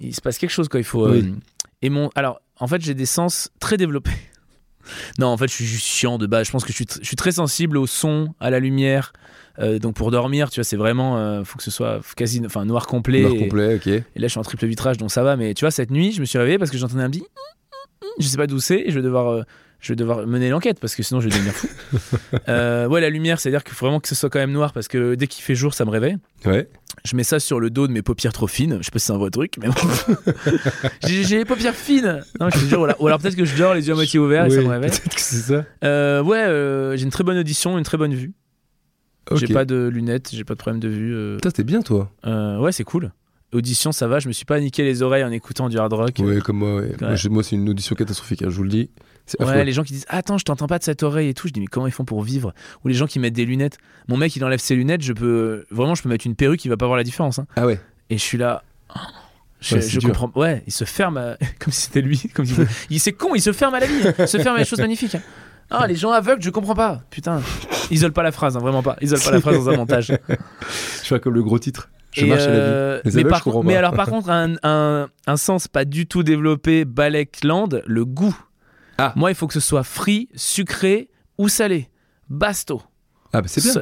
Speaker 4: il se passe quelque chose, quoi. Il faut. euh,
Speaker 3: Oui.
Speaker 4: Et mon, alors, en fait, j'ai des sens très développés. Non, en fait, je suis juste chiant de base. Je pense que je suis, tr- je suis très sensible au son, à la lumière. Euh, donc pour dormir, tu vois, c'est vraiment, euh, faut que ce soit quasi, enfin noir complet.
Speaker 3: Noir
Speaker 4: Et-
Speaker 3: complet, ok.
Speaker 4: et là, je suis en triple vitrage, donc ça va. Mais tu vois, cette nuit, je me suis réveillé parce que j'entendais un petit. Je sais pas d'où c'est. Et je vais devoir, euh, je vais devoir mener l'enquête parce que sinon, je vais devenir fou. Euh, ouais, la lumière, c'est-à-dire qu'il faut vraiment que ce soit quand même noir parce que dès qu'il fait jour, ça me réveille.
Speaker 3: Ouais.
Speaker 4: Je mets ça sur le dos de mes paupières trop fines. Je sais pas si c'est un vrai truc, mais bon. j'ai j'ai les paupières fines. Non, je te jure, ou alors, ou alors peut-être que je dors les yeux à moitié ouverts et ça
Speaker 3: Oui,
Speaker 4: me réveille.
Speaker 3: Peut-être que c'est ça.
Speaker 4: Euh, ouais, euh, j'ai une très bonne audition, une très bonne vue.
Speaker 3: Ok.
Speaker 4: J'ai pas de lunettes, j'ai pas de problème de vue. euh,
Speaker 3: Putain, t'es bien toi.
Speaker 4: euh, ouais, c'est cool. Audition, ça va. Je me suis pas niqué les oreilles en écoutant du hard rock.
Speaker 3: Ouais, comme moi. ouais. Moi,
Speaker 4: Ouais.
Speaker 3: j'ai- Moi, c'est une audition catastrophique, hein, je vous le dis. C'est
Speaker 4: Ouais,
Speaker 3: affreux.
Speaker 4: les gens qui disent Attends, je t'entends pas de cette oreille et tout. Je dis Mais comment ils font pour vivre Ou les gens qui mettent des lunettes. Mon mec, il enlève ses lunettes. Je peux vraiment, je peux mettre une perruque, il va pas voir la différence. hein.
Speaker 3: Ah ouais.
Speaker 4: Et je suis là. Oh. Je,
Speaker 3: Ouais, c'est
Speaker 4: je
Speaker 3: dur.
Speaker 4: comprends. Ouais, il se ferme à- comme si c'était lui. Comme s'il- il c'est con, il se ferme à la vie. Il se ferme à des choses magnifiques. hein. Ah, les gens aveugles, je comprends pas. Putain, isole pas la phrase, hein, vraiment pas. Isole pas la phrase dans un montage.
Speaker 3: Je fais comme le gros titre. Je
Speaker 4: Et,
Speaker 3: marche à la vie.
Speaker 4: euh,
Speaker 3: Les
Speaker 4: mais,
Speaker 3: aveugles,
Speaker 4: par
Speaker 3: je comprends
Speaker 4: contre- mais
Speaker 3: pas.
Speaker 4: alors par contre, un, un- un sens pas du tout développé, Balekland, le goût.
Speaker 3: Ah.
Speaker 4: Moi, il faut que ce soit frit, sucré ou salé. Basto.
Speaker 3: Ah bah c'est bien.
Speaker 4: Ce-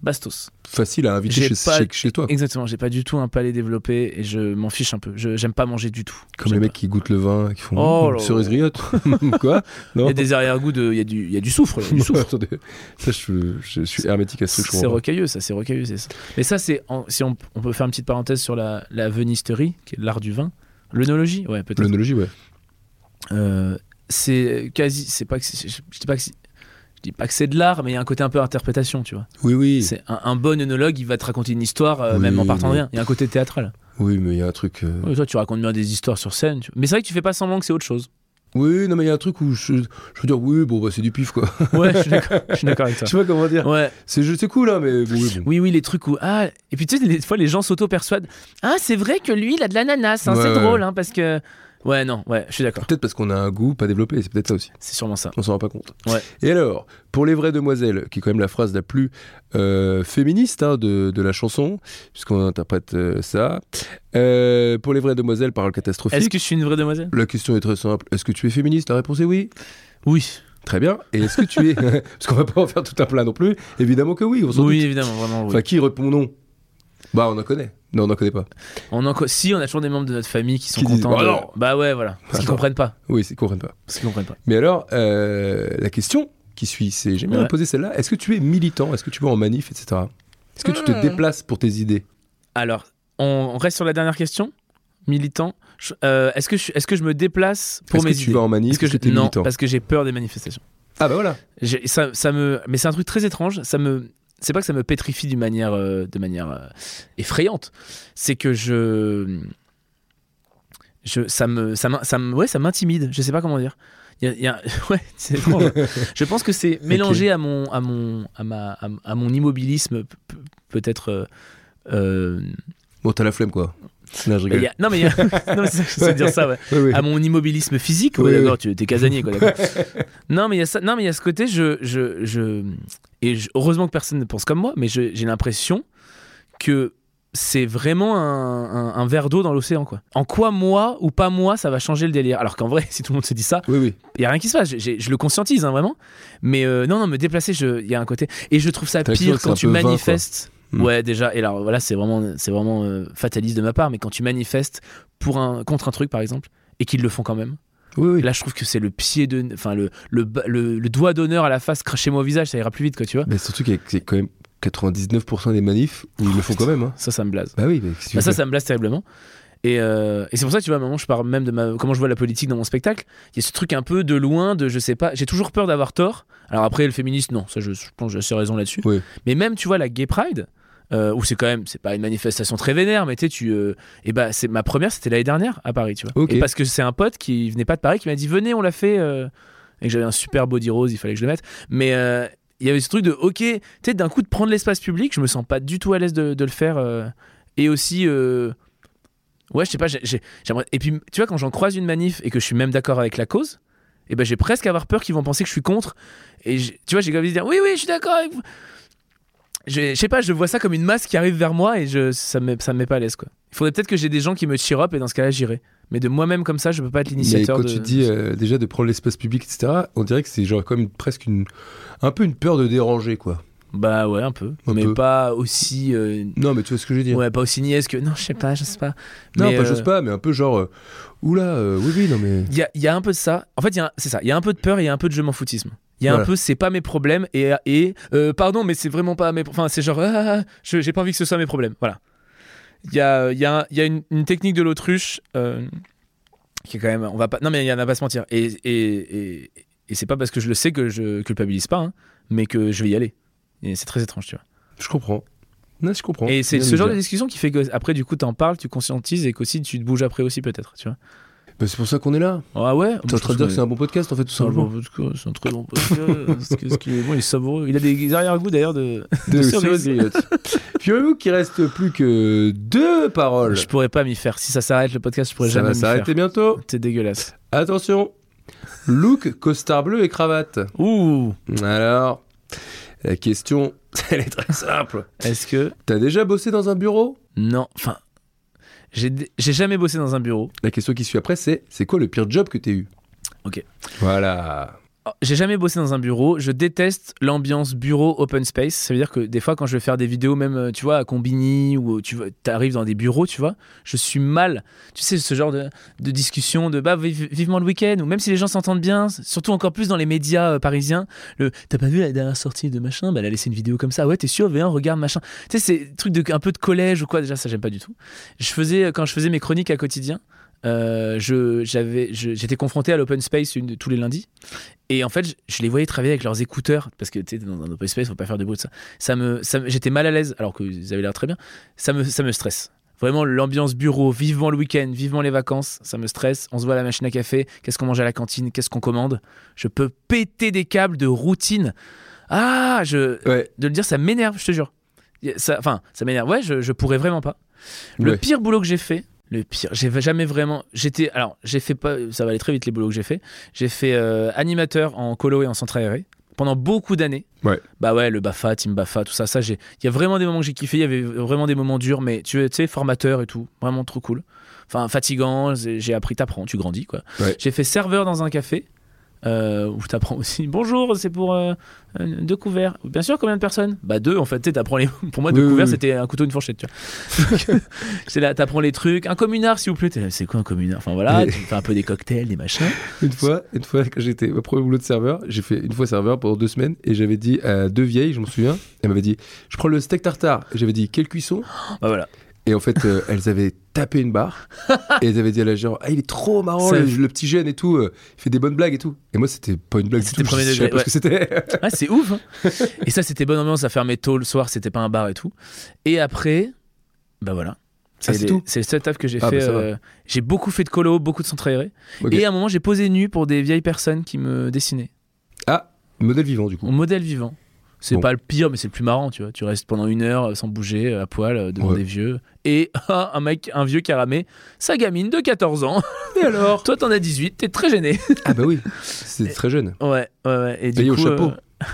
Speaker 4: Bastos.
Speaker 3: Facile à inviter
Speaker 4: J'ai
Speaker 3: chez,
Speaker 4: pas-
Speaker 3: chez- chez toi.
Speaker 4: Exactement, j'ai pas du tout un palais développé et je m'en fiche un peu. Je J'aime pas manger du tout.
Speaker 3: Comme les
Speaker 4: J'aime
Speaker 3: mecs qui goûtent le vin, qui font
Speaker 4: Oh
Speaker 3: Hum,
Speaker 4: là
Speaker 3: cerise griotte. Quoi
Speaker 4: pas. Il
Speaker 3: Non.
Speaker 4: y a des arrière-goûts, de- il y, a du- il y a du soufre. il y a du soufre.
Speaker 3: Attendez. Ça, je, je suis hermétique à ce hein. que je
Speaker 4: C'est
Speaker 3: comprends.
Speaker 4: rocailleux, ça, c'est rocailleux, c'est ça. Mais ça, c'est. en- Si on, on peut faire une petite parenthèse sur la, la venisterie, qui est l'art du vin. L'œnologie, ouais, peut-être.
Speaker 3: L'onologie, ouais.
Speaker 4: Euh, c'est quasi c'est pas que c'est- je, je dis pas que c'est- je dis pas que c'est de l'art mais il y a un côté un peu interprétation tu vois
Speaker 3: Oui, oui.
Speaker 4: c'est un, un bon œnologue il va te raconter une histoire euh,
Speaker 3: Oui,
Speaker 4: même en partant de
Speaker 3: oui.
Speaker 4: rien il y a un côté théâtral
Speaker 3: Oui, mais il y a un truc. euh,
Speaker 4: Ouais, toi tu racontes bien des histoires sur scène tu vois. mais c'est vrai que tu fais pas semblant que c'est autre chose
Speaker 3: Oui, non, mais il y a un truc où je, je veux dire, oui, bon, bah, c'est du pif, quoi.
Speaker 4: ouais je suis d'accord- je suis d'accord avec
Speaker 3: je
Speaker 4: toi
Speaker 3: sais pas comment dire.
Speaker 4: ouais
Speaker 3: C'est juste- c'est cool, hein, mais bon, oui, bon.
Speaker 4: oui oui les trucs où ah et puis tu sais des fois les gens s'auto persuadent ah c'est vrai que lui il a de l'ananas hein,
Speaker 3: Ouais,
Speaker 4: c'est
Speaker 3: ouais.
Speaker 4: drôle hein, parce que Ouais, non, ouais, je suis d'accord.
Speaker 3: Peut-être parce qu'on a un goût pas développé, c'est peut-être ça aussi.
Speaker 4: C'est sûrement ça.
Speaker 3: On s'en rend pas compte.
Speaker 4: Ouais.
Speaker 3: Et alors, pour les vraies demoiselles, qui est quand même la phrase la plus euh, féministe hein, de, de la chanson, puisqu'on interprète euh, ça. Euh, pour les vraies demoiselles, parole
Speaker 4: Est-ce
Speaker 3: catastrophique.
Speaker 4: que je suis une vraie demoiselle
Speaker 3: La question est très simple. Est-ce que tu es féministe La réponse est oui.
Speaker 4: Oui.
Speaker 3: Très bien. Et est-ce que tu es Parce qu'on va pas en faire tout un plat non plus. Évidemment que oui. On s'en
Speaker 4: Oui,
Speaker 3: doute.
Speaker 4: évidemment, vraiment. Oui.
Speaker 3: Enfin, qui répond non Bah, on en connaît. Non, on en connaît pas.
Speaker 4: On en co- Si, on a toujours des membres de notre famille qui sont
Speaker 3: Qui disent,
Speaker 4: contents.
Speaker 3: bah
Speaker 4: de-
Speaker 3: non.
Speaker 4: Bah ouais, voilà. Parce qu'ils
Speaker 3: Attends.
Speaker 4: comprennent pas.
Speaker 3: Oui, c'est comprennent pas.
Speaker 4: Parce qu'ils comprennent pas.
Speaker 3: Mais alors, euh, la question qui suit, c'est j'aime bien
Speaker 4: Ouais.
Speaker 3: la poser celle-là. Est-ce que tu es militant Est-ce que tu vas en manif, etc. Est-ce que tu te déplaces pour tes idées
Speaker 4: Alors, on on reste sur la dernière question. Militant. Je- euh, Est-ce que, je suis- est-ce que je me déplace pour
Speaker 3: Est-ce
Speaker 4: mes
Speaker 3: que tu
Speaker 4: idées
Speaker 3: vas en manif
Speaker 4: Est-ce que je-
Speaker 3: t'es
Speaker 4: Non,
Speaker 3: militant
Speaker 4: parce que j'ai peur des manifestations.
Speaker 3: Ah bah voilà.
Speaker 4: J'ai- Ça, ça me... Mais c'est un truc très étrange. Ça me... C'est pas que ça me pétrifie d'une manière, euh, de manière euh, effrayante. C'est que je... je ça me, ça m'in- ça me- ouais, ça m'intimide. Je sais pas comment dire. Il y a- il y a- ouais, c'est étrange. je pense que c'est mélangé à mon, à mon, à ma, à, à mon immobilisme p- p- peut-être. euh, euh,
Speaker 3: Bon, t'as la flemme quoi. Non, je
Speaker 4: il
Speaker 3: rigole.
Speaker 4: y a- non mais il y a- non, mais c'est c'est de dire ça. Ouais
Speaker 3: Oui, oui.
Speaker 4: à mon immobilisme physique.
Speaker 3: Oui,
Speaker 4: ouais,
Speaker 3: oui.
Speaker 4: d'accord, tu es casanier, quoi, d'accord. non, mais il y a ça. Non, mais il y a ce côté. Je, je, je- et je- heureusement que personne ne pense comme moi, mais je- j'ai l'impression que c'est vraiment un, un- un verre d'eau dans l'océan, quoi. En quoi moi ou pas moi, ça va changer le délire Alors qu'en vrai, si tout le monde se dit ça,
Speaker 3: Oui, oui.
Speaker 4: il y a rien qui se passe. J'ai- j'ai- je le conscientise, hein, vraiment. Mais euh, non, non, me déplacer, je- il y a un côté. Et je trouve ça
Speaker 3: T'as l'impression
Speaker 4: pire
Speaker 3: que c'est
Speaker 4: quand
Speaker 3: un
Speaker 4: tu
Speaker 3: peu vain, quoi.
Speaker 4: manifestes.
Speaker 3: Hmm.
Speaker 4: Ouais, déjà. Et alors voilà, c'est vraiment, c'est vraiment euh, fataliste de ma part. Mais quand tu manifestes pour un contre un truc, par exemple, et qu'ils le font quand même.
Speaker 3: Oui, oui.
Speaker 4: Là, je trouve que c'est le pied de, enfin le le, ba- le- le doigt d'honneur à la face. Crachez-moi au visage, ça ira plus vite, quoi, tu vois.
Speaker 3: Mais surtout qu'il y a- c'est quand même 99% des manifs où ils le font quand même. hein.
Speaker 4: Ça, ça me blase.
Speaker 3: Bah oui, mais qu'est-ce que
Speaker 4: Bah ça,
Speaker 3: tu veux
Speaker 4: ça me blase terriblement. Et, euh, et c'est pour ça, tu vois, maintenant, je parle même de ma, comment je vois la politique dans mon spectacle. Il y a ce truc un peu de loin, de je sais pas. J'ai toujours peur d'avoir tort. Alors après, le féministe, non, ça, je, je pense que j'ai assez raison là-dessus.
Speaker 3: Oui.
Speaker 4: Mais même, tu vois, la Gay Pride, euh, où c'est quand même, c'est pas une manifestation très vénère, mais tu sais, tu. euh, et bah, c'est ma première, c'était l'année dernière à Paris, tu vois.
Speaker 3: Ok.
Speaker 4: Et parce que c'est un pote qui venait pas de Paris qui m'a dit, venez, on l'a fait. euh, et que j'avais un super body rose, il fallait que je le mette. Mais. euh, il y avait ce truc de ok, tu sais, d'un coup de prendre l'espace public, je me sens pas du tout à l'aise de, de le faire. euh, et aussi, euh, ouais, je sais pas, j'ai- j'ai- j'aimerais. Et puis, tu vois, quand j'en croise une manif et que je suis même d'accord avec la cause, et ben j'ai presque avoir peur qu'ils vont penser que je suis contre. Et j'ai- tu vois, j'ai comme envie de dire oui, oui, je suis d'accord avec vous. Je je sais pas, je vois ça comme une masse qui arrive vers moi et je, ça me, ça me met pas à l'aise quoi. Il faudrait peut-être que j'ai des gens qui me cheer up et dans ce cas-là j'irai. Mais de moi-même comme ça, je peux pas être
Speaker 3: Mais
Speaker 4: l'initiateur.
Speaker 3: quand
Speaker 4: de-
Speaker 3: tu dis euh, déjà de prendre l'espace public, etc., on dirait que c'est genre comme une- presque une, un peu une peur de déranger, quoi.
Speaker 4: Bah ouais, un peu.
Speaker 3: Un
Speaker 4: mais
Speaker 3: peu.
Speaker 4: pas aussi. euh,
Speaker 3: Non, mais tu vois ce que je veux dire.
Speaker 4: Ouais, pas aussi niaise que. Non, je sais pas, je sais pas.
Speaker 3: Non,
Speaker 4: Mais,
Speaker 3: pas
Speaker 4: euh,
Speaker 3: j'ose pas, mais un peu genre, euh, oula, euh, oui, oui, non, mais.
Speaker 4: Il y a, il y a un peu de ça. En fait, il y a un- c'est ça. Il y a un peu de peur et il y a un peu de je m'en foutisme. Il y a un
Speaker 3: Voilà.
Speaker 4: peu, c'est pas mes problèmes et. et euh, pardon, mais c'est vraiment pas mes. Enfin, c'est genre. ah, je- j'ai pas envie que ce soit mes problèmes. Voilà. Il y a, il y a un- il y a une, une technique de l'autruche euh, qui est quand même. On va pas, non, mais il y en a pas à se mentir. Et, et, et, et c'est pas parce que je le sais que je culpabilise pas, hein, mais que je vais y aller. Et c'est très étrange, tu vois.
Speaker 3: Je comprends. Non, je comprends.
Speaker 4: Et c'est
Speaker 3: Bien
Speaker 4: ce genre de
Speaker 3: déjà.
Speaker 4: discussion qui fait que après du coup t'en parles, tu conscientises et qu'aussi tu te bouges après aussi peut-être, tu vois.
Speaker 3: Bah, c'est pour ça qu'on est là.
Speaker 4: Ah ouais.
Speaker 3: T'es en train de dire que c'est un bon podcast, en fait, tout
Speaker 4: c'est un bon
Speaker 3: simplement.
Speaker 4: vodka, c'est un très bon vodka. Parce que- parce qu'il est bon, il est savoureux. Il a des arrière-goûts d'ailleurs de.
Speaker 3: De
Speaker 4: Sur les-
Speaker 3: Cyrus Griotte. Figurez-vous qu'il reste plus que deux paroles.
Speaker 4: Je pourrais pas m'y faire. Si ça s'arrête le podcast, je pourrais
Speaker 3: Ça
Speaker 4: jamais
Speaker 3: va
Speaker 4: m'y faire.
Speaker 3: s'arrêter bientôt.
Speaker 4: C'est dégueulasse.
Speaker 3: Attention. Look, costard bleu et cravate.
Speaker 4: Ouh.
Speaker 3: Alors, la question, elle est très simple.
Speaker 4: Est-ce que
Speaker 3: T'as déjà bossé dans un bureau
Speaker 4: non Enfin, j'ai j'ai jamais bossé dans un bureau.
Speaker 3: La question qui suit après, c'est c'est quoi le pire job que t'aies eu
Speaker 4: Ok.
Speaker 3: Voilà.
Speaker 4: Oh, J'ai jamais bossé dans un bureau. Je déteste l'ambiance bureau open space. Ça veut dire que des fois, quand je vais faire des vidéos, même euh, tu vois à Combini ou euh, tu arrives dans des bureaux, tu vois, je suis mal. Tu sais ce genre de, de discussion de bah vive- vivement le week-end ou même si les gens s'entendent bien, surtout encore plus dans les médias euh, parisiens. Le t'as pas vu la dernière sortie de machin Bah elle a laissé une vidéo comme ça. Ouais t'es sûr V1 regarde machin. Tu sais c'est truc de un peu de collège ou quoi déjà ça j'aime pas du tout. Je faisais quand je faisais mes chroniques à quotidien. euh, je- j'avais- je- j'étais confronté à l'open space une- tous les lundis et en fait, je, je les voyais travailler avec leurs écouteurs, parce que tu sais, dans un open space, faut pas faire de bruit de ça. Ça me, ça me- j'étais mal à l'aise, alors qu'ils avaient l'air très bien. Ça me, ça me stresse. Vraiment, l'ambiance bureau, vivement le week-end, vivement les vacances, ça me stresse. On se voit à la machine à café, qu'est-ce qu'on mange à la cantine, qu'est-ce qu'on commande. Je peux péter des câbles de routine. Ah, je,
Speaker 3: Ouais.
Speaker 4: de le dire, ça m'énerve, je te jure. Ça- Enfin, ça m'énerve. Ouais, je, je pourrais vraiment pas. Le
Speaker 3: Ouais.
Speaker 4: pire boulot que j'ai fait, Le pire. J'ai jamais vraiment. J'étais. Alors, j'ai fait pas. Ça va aller très vite les boulots que j'ai fait. J'ai fait euh, animateur en colo et en centre aéré pendant beaucoup d'années.
Speaker 3: Ouais.
Speaker 4: Bah ouais, le Bafa, Team Bafa, tout ça. Ça, j'ai. Il y a vraiment des moments que j'ai kiffé. Il y avait vraiment des moments durs, mais tu tu sais, formateur et tout, vraiment trop cool. Enfin, fatigant. J'ai j'ai appris, t'apprends, tu grandis quoi.
Speaker 3: Ouais.
Speaker 4: J'ai fait serveur dans un café. euh, où t'apprends aussi bonjour c'est pour euh, euh, deux couverts bien sûr combien de personnes bah deux en fait tu sais, t'apprends les pour moi deux
Speaker 3: Oui, oui,
Speaker 4: couverts
Speaker 3: oui.
Speaker 4: c'était un couteau une fourchette tu c'est là, t'apprends les trucs. Un communard, s'il vous plaît. T'es là, C'est quoi un communard Enfin voilà, tu fais un peu des cocktails, des machins.
Speaker 3: Une fois, une fois que j'étais au premier boulot de serveur, j'ai fait une fois serveur pendant deux semaines et j'avais dit à deux vieilles, je m'en souviens, elles m'avaient dit Je prends le steak tartare. Et J'avais dit Quelle cuisson
Speaker 4: Bah voilà.
Speaker 3: Et en fait, euh, elles avaient tapé une barre et elles avaient dit à la genre Ah, il est trop marrant,
Speaker 4: Ça-
Speaker 3: le, le petit jeune et tout, euh, il fait des bonnes blagues et tout. Et moi, c'était pas une blague du
Speaker 4: C'était
Speaker 3: tout. Je
Speaker 4: premier
Speaker 3: savais
Speaker 4: degré,
Speaker 3: pas ce que c'était.
Speaker 4: Ah, c'est ouf. hein. et ça, c'était bonne ambiance. Ça fermait tôt le soir, c'était pas un bar et tout. Et après, bah voilà.
Speaker 3: Ah, c'est
Speaker 4: les-
Speaker 3: tout
Speaker 4: le seul taf que j'ai
Speaker 3: Ah,
Speaker 4: fait.
Speaker 3: bah, ça va.
Speaker 4: euh, j'ai beaucoup fait de colo, beaucoup de centre aéré.
Speaker 3: Ok.
Speaker 4: Et à un moment, j'ai posé nu pour des vieilles personnes qui me dessinaient.
Speaker 3: Ah, modèle vivant du coup.
Speaker 4: Mon modèle vivant. C'est
Speaker 3: Bon.
Speaker 4: pas le pire, mais c'est le plus marrant, tu vois. Tu restes pendant une heure euh, sans bouger, euh, à poil, euh, devant
Speaker 3: Ouais.
Speaker 4: des vieux. Et un mec, un vieux qui a ramé sa gamine de 14 ans.
Speaker 3: Et alors
Speaker 4: Toi, t'en as 18, t'es très gêné.
Speaker 3: Ah, bah oui, c'est très jeune
Speaker 4: Ouais, ouais, ouais. Et du
Speaker 3: Payé au
Speaker 4: coup,
Speaker 3: chapeau.
Speaker 4: euh,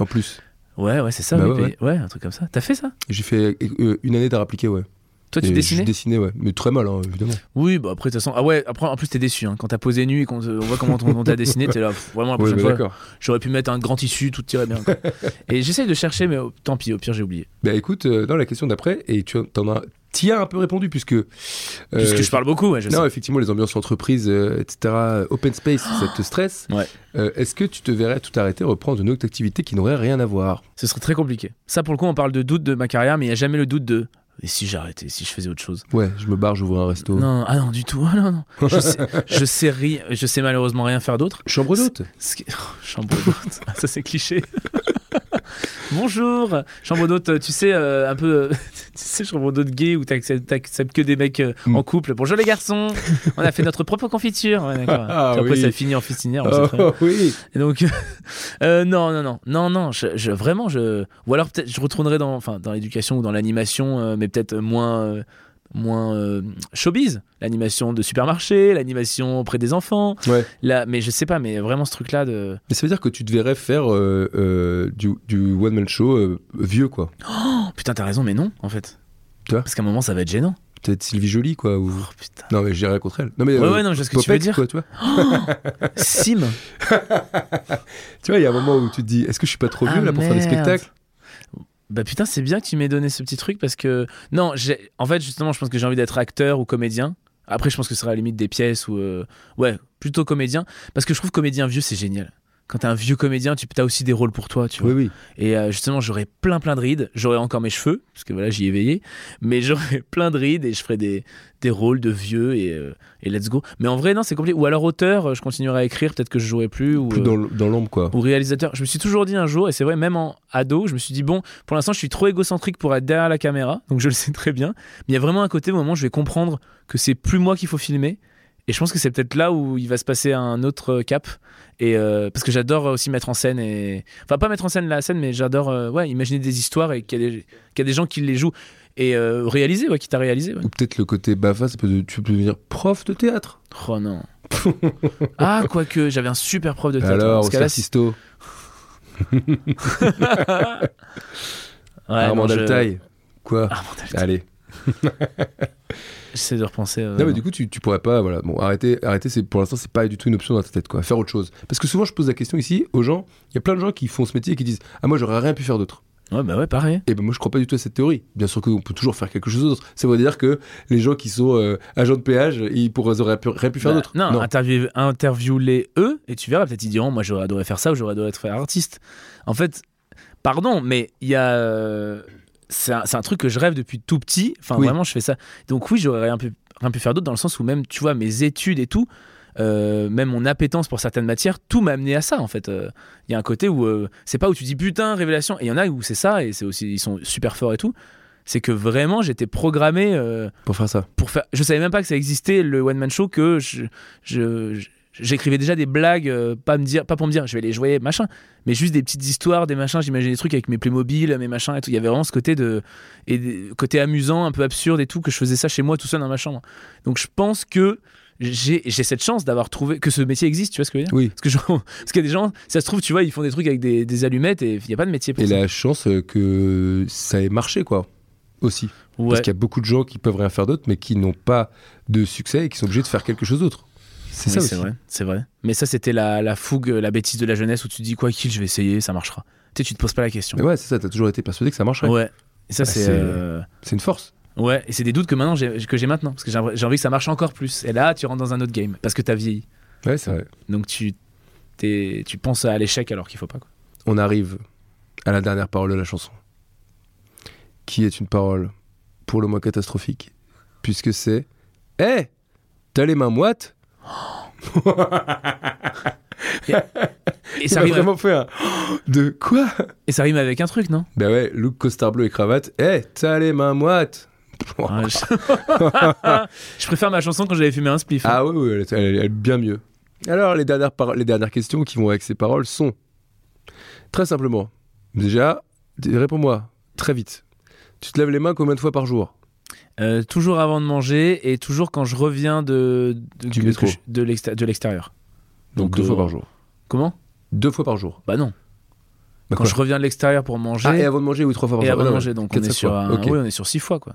Speaker 3: en plus.
Speaker 4: Ouais, ouais, c'est ça.
Speaker 3: Bah
Speaker 4: oui,
Speaker 3: ouais,
Speaker 4: payé- ouais, un truc comme ça. T'as fait ça
Speaker 3: J'ai fait euh, une année d'art appliqué, ouais.
Speaker 4: Toi, tu
Speaker 3: Et
Speaker 4: dessinais
Speaker 3: Je dessinais, ouais, mais très mal, hein, évidemment.
Speaker 4: Oui, bah après, de toute façon. Ah ouais, après, en plus, t'es déçu. hein. Quand t'as posé nu et qu'on te- on voit comment on on t'a dessiné, t'es là, pff, vraiment, la
Speaker 3: Ouais,
Speaker 4: prochaine
Speaker 3: bah,
Speaker 4: fois,
Speaker 3: d'accord.
Speaker 4: j'aurais pu mettre un grand tissu, tout tirait bien. quoi. et j'essaye de chercher, mais oh, tant pis, au pire, j'ai oublié.
Speaker 3: Bah écoute, euh, dans la question d'après, et tu en as, t'y as un peu répondu puisque. euh,
Speaker 4: Puisque je parle beaucoup, ouais, je
Speaker 3: Non,
Speaker 4: sais. Oh
Speaker 3: effectivement, les ambiances entreprises, euh, etc., euh, open space, ça te stresse.
Speaker 4: Ouais.
Speaker 3: Euh, Est-ce que tu te verrais tout arrêter, reprendre une autre activité qui n'aurait rien à voir
Speaker 4: Ce serait très compliqué. Ça, pour le coup, on parle de doute de ma carrière, mais il n'y a jamais le doute de. Et si j'arrêtais, si je faisais autre chose
Speaker 3: Ouais, je me barre, j'ouvre un resto.
Speaker 4: Non, ah non, du tout. Ah non, non. Je sais, je sais, ri- je sais malheureusement rien faire d'autre.
Speaker 3: Chambre d'hôte
Speaker 4: Ce qui- Oh, chambre d'hôte, Ah, ça c'est cliché. Bonjour, chambre d'hôte, euh, tu sais, euh, un peu, euh, tu sais, chambre d'hôte gay où t'acceptes, t'acceptes que des mecs euh,
Speaker 3: Mm.
Speaker 4: en couple. Bonjour les garçons, on a fait notre propre confiture. Ouais, d'accord.
Speaker 3: Ah,
Speaker 4: Puis après,
Speaker 3: oui.
Speaker 4: ça finit en fistinière. on sait Ah, très bien.
Speaker 3: Oh, oui
Speaker 4: Et donc, euh, non, non, non, non, non, je, je- vraiment, je. Ou alors peut-être je retournerai dans, enfin, dans l'éducation ou dans l'animation, euh, mais peut-être moins. euh, moins euh, showbiz, l'animation de supermarché, l'animation auprès des enfants,
Speaker 3: Ouais.
Speaker 4: là, mais je sais pas, mais vraiment ce truc-là de,
Speaker 3: Mais ça veut dire que tu te verrais faire euh, euh, du, du one-man show euh, vieux, quoi.
Speaker 4: Oh, Putain, t'as raison, mais non, en fait.
Speaker 3: Tu vois
Speaker 4: Parce qu'à un moment, ça va être gênant.
Speaker 3: Peut-être Sylvie Jolie, quoi. Ou...
Speaker 4: Oh, putain.
Speaker 3: Non, mais je dirais contre elle. Non, mais,
Speaker 4: Ouais,
Speaker 3: euh,
Speaker 4: ouais, non, je vois ce que tu veux
Speaker 3: Popette,
Speaker 4: dire.
Speaker 3: quoi, tu vois
Speaker 4: Sim.
Speaker 3: Tu vois, il y a un moment où tu te dis est-ce que je suis pas trop vieux
Speaker 4: Ah,
Speaker 3: là pour faire des
Speaker 4: merde.
Speaker 3: spectacles
Speaker 4: Bah putain, c'est bien que tu m'aies donné ce petit truc parce que. Non, j'ai- en fait, justement, je pense que j'ai envie d'être acteur ou comédien. Après, je pense que ce sera à la limite des pièces ou. euh, Ouais, plutôt comédien. Parce que je trouve comédien vieux, c'est génial. Quand t'es un vieux comédien, tu as aussi des rôles pour toi, tu vois.
Speaker 3: Oui, oui.
Speaker 4: Et euh, justement, j'aurais plein plein de rides. J'aurais encore mes cheveux, parce que voilà, j'y ai veillé. Mais j'aurais plein de rides et je ferais des, des rôles de vieux et, euh, et let's go. Mais en vrai, non, c'est compliqué. Ou alors auteur, euh, je continuerai à écrire, peut-être que je jouerai plus. Ou,
Speaker 3: Plus
Speaker 4: euh,
Speaker 3: dans l- dans l'ombre, quoi.
Speaker 4: ou réalisateur. Je me suis toujours dit un jour, et c'est vrai, même en ado, je me suis dit, bon, pour l'instant, je suis trop égocentrique pour être derrière la caméra, donc je le sais très bien. Mais il y a vraiment un côté, au moment où je vais comprendre que c'est plus moi qu'il faut filmer. Et je pense que c'est peut-être là où il va se passer un autre cap. Et euh, parce que j'adore aussi mettre en scène et enfin pas mettre en scène la scène, mais j'adore euh, ouais imaginer des histoires et qu'il y, a des- qu'il y a des gens qui les jouent et euh, réaliser ouais qui t'a réalisé. Ouais.
Speaker 3: Ou peut-être le côté BAFA, ça peut, tu peux devenir prof de théâtre.
Speaker 4: Oh non. ah quoique j'avais un super prof de théâtre.
Speaker 3: Alors,
Speaker 4: Dans ce cas-là,
Speaker 3: Oscar Sisto,
Speaker 4: ouais,
Speaker 3: Armand
Speaker 4: non, je- Ah, euh,
Speaker 3: Altaï. Quoi
Speaker 4: Armand Altaï.
Speaker 3: Allez.
Speaker 4: J'essaie de repenser. euh,
Speaker 3: Ah. non, mais
Speaker 4: non.
Speaker 3: du coup, tu, tu pourrais pas. Voilà. Bon, arrêter, arrêter c'est, pour l'instant, c'est pas du tout une option dans ta tête. Quoi. Faire autre chose. Parce que souvent, je pose la question ici aux gens. Il y a plein de gens qui font ce métier et qui disent Ah, moi, j'aurais rien pu faire d'autre.
Speaker 4: Ouais, bah ouais, pareil.
Speaker 3: Et ben moi, je crois pas du tout à cette théorie. Bien sûr qu'on peut toujours faire quelque chose d'autre. Ça veut dire que les gens qui sont euh, agents de péage, ils pourraient, ils auraient pu- rien pu faire
Speaker 4: Bah,
Speaker 3: d'autre.
Speaker 4: Non, interview- interview-les eux et tu verras, peut-être ils diront, moi j'aurais adoré faire ça ou j'aurais adoré être faire artiste. En fait, pardon, mais il y a... euh, C'est un, c'est un truc que je rêve depuis tout petit. Enfin,
Speaker 3: Oui.
Speaker 4: vraiment, je fais ça. Donc oui, j'aurais rien pu, rien pu faire d'autre dans le sens où même, tu vois, mes études et tout, euh, même mon appétence pour certaines matières, tout m'a amené à ça en fait. Euh, Il y a un côté où euh, c'est pas où tu dis putain révélation, et il y en a où c'est ça et c'est aussi ils sont super forts et tout. C'est que vraiment j'étais programmé euh,
Speaker 3: pour faire ça.
Speaker 4: pour faire. Je savais même pas que ça existait le one man show que je je, je- j'écrivais déjà des blagues, euh, pas, me dire, pas pour me dire je vais les jouer, machin, mais juste des petites histoires, des machins. J'imaginais des trucs avec mes Playmobil, mes machins et tout. Il y avait vraiment ce côté, de, et des- côté amusant, un peu absurde et tout, que je faisais ça chez moi tout seul dans ma chambre. Donc je pense que j'ai j'ai cette chance d'avoir trouvé que ce métier existe, tu vois ce que je veux dire
Speaker 3: Oui.
Speaker 4: Parce que je- parce qu'il y a des gens, ça se trouve, tu vois, ils font des trucs avec des, des allumettes et il n'y a pas de métier pour
Speaker 3: Et
Speaker 4: ça.
Speaker 3: la chance euh, que ça ait marché, quoi. Aussi.
Speaker 4: Ouais.
Speaker 3: Parce qu'il y a beaucoup de gens qui peuvent rien faire d'autre, mais qui n'ont pas de succès et qui sont obligés de faire quelque chose d'autre. C'est
Speaker 4: Oui,
Speaker 3: ça
Speaker 4: c'est
Speaker 3: aussi.
Speaker 4: vrai, c'est vrai. Mais ça, c'était la, la fougue, euh, la bêtise de la jeunesse où tu te dis quoi qu'il, je vais essayer, ça marchera. Tu sais, tu te poses pas la question.
Speaker 3: Mais ouais, c'est ça, t'as toujours été persuadé que ça marcherait.
Speaker 4: Ouais. Et ça,
Speaker 3: Bah,
Speaker 4: c'est.
Speaker 3: c'est-
Speaker 4: euh,
Speaker 3: C'est une force.
Speaker 4: Ouais, et c'est des doutes que maintenant j'ai- que j'ai maintenant, parce que j'ai j'ai envie que ça marche encore plus. Et là, tu rentres dans un autre game, parce que t'as vieilli.
Speaker 3: Ouais, c'est vrai.
Speaker 4: Donc tu, t'es- tu penses à l'échec alors qu'il faut pas. Quoi.
Speaker 3: On arrive à la dernière parole de la chanson, qui est une parole pour le moins catastrophique, puisque c'est Eh T'as les mains moites
Speaker 4: Et,
Speaker 3: Il
Speaker 4: ça
Speaker 3: m'a
Speaker 4: rime,
Speaker 3: vraiment fait un Oh De quoi
Speaker 4: et ça rime avec un truc, non
Speaker 3: Ben ouais, look, costard bleu et cravate. Eh T'as les mains moites Oh.
Speaker 4: Ouais, je... je préfère ma chanson quand j'avais fumé un spliff. hein.
Speaker 3: Ah ouais, ouais, elle, est- elle est- elle est bien mieux. Alors, les dernières, paro- les dernières questions qui vont avec ces paroles sont très simplement. Déjà, d- réponds-moi très vite. Tu te lèves les mains combien de fois par jour
Speaker 4: Euh, toujours avant de manger et toujours quand je reviens de, de,
Speaker 3: Du
Speaker 4: que-
Speaker 3: métro.
Speaker 4: que je- de l'exté- de l'extérieur.
Speaker 3: Donc,
Speaker 4: Donc,
Speaker 3: deux
Speaker 4: euh,
Speaker 3: fois par jour.
Speaker 4: Comment
Speaker 3: Deux fois par jour.
Speaker 4: Bah non.
Speaker 3: Bah,
Speaker 4: quand
Speaker 3: quoi
Speaker 4: je reviens de l'extérieur pour manger
Speaker 3: Ah, et avant de manger ou trois fois par
Speaker 4: et
Speaker 3: jour
Speaker 4: avant de
Speaker 3: Non,
Speaker 4: manger,
Speaker 3: ouais,
Speaker 4: donc on
Speaker 3: quatre,
Speaker 4: est
Speaker 3: cinq
Speaker 4: sur
Speaker 3: fois.
Speaker 4: un-
Speaker 3: Ok.
Speaker 4: oui, on est sur six fois quoi.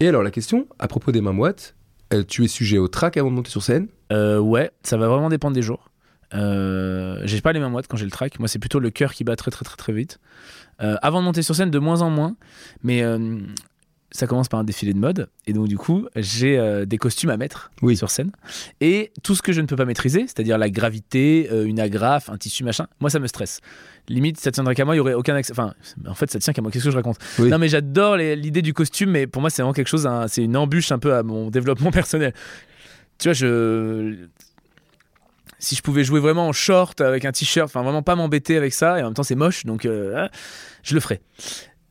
Speaker 3: Et alors, la question, à propos des mains moites, euh, tu es sujet au trac avant de monter sur scène
Speaker 4: Euh, ouais, ça va vraiment dépendre des jours. Euh, j'ai pas les mains moites quand j'ai le track. Moi, c'est plutôt le cœur qui bat très très très très vite. Euh, avant de monter sur scène, de moins en moins. Mais euh, ça commence par un défilé de mode. Et donc, du coup, j'ai euh, des costumes à mettre
Speaker 3: Oui.
Speaker 4: sur scène. Et tout ce que je ne peux pas maîtriser, c'est-à-dire la gravité, euh, une agrafe, un tissu, machin, moi, ça me stresse. Limite, ça tiendrait qu'à moi, il y aurait aucun accès. Enfin, en fait, ça tient qu'à moi. Qu'est-ce que je raconte
Speaker 3: Oui.
Speaker 4: Non, mais j'adore les- l'idée du costume, mais pour moi, c'est vraiment quelque chose, un- c'est une embûche un peu à mon développement personnel. Tu vois, je. Si je pouvais jouer vraiment en short, avec un t-shirt, enfin vraiment pas m'embêter avec ça, et en même temps c'est moche, donc euh, je le ferais.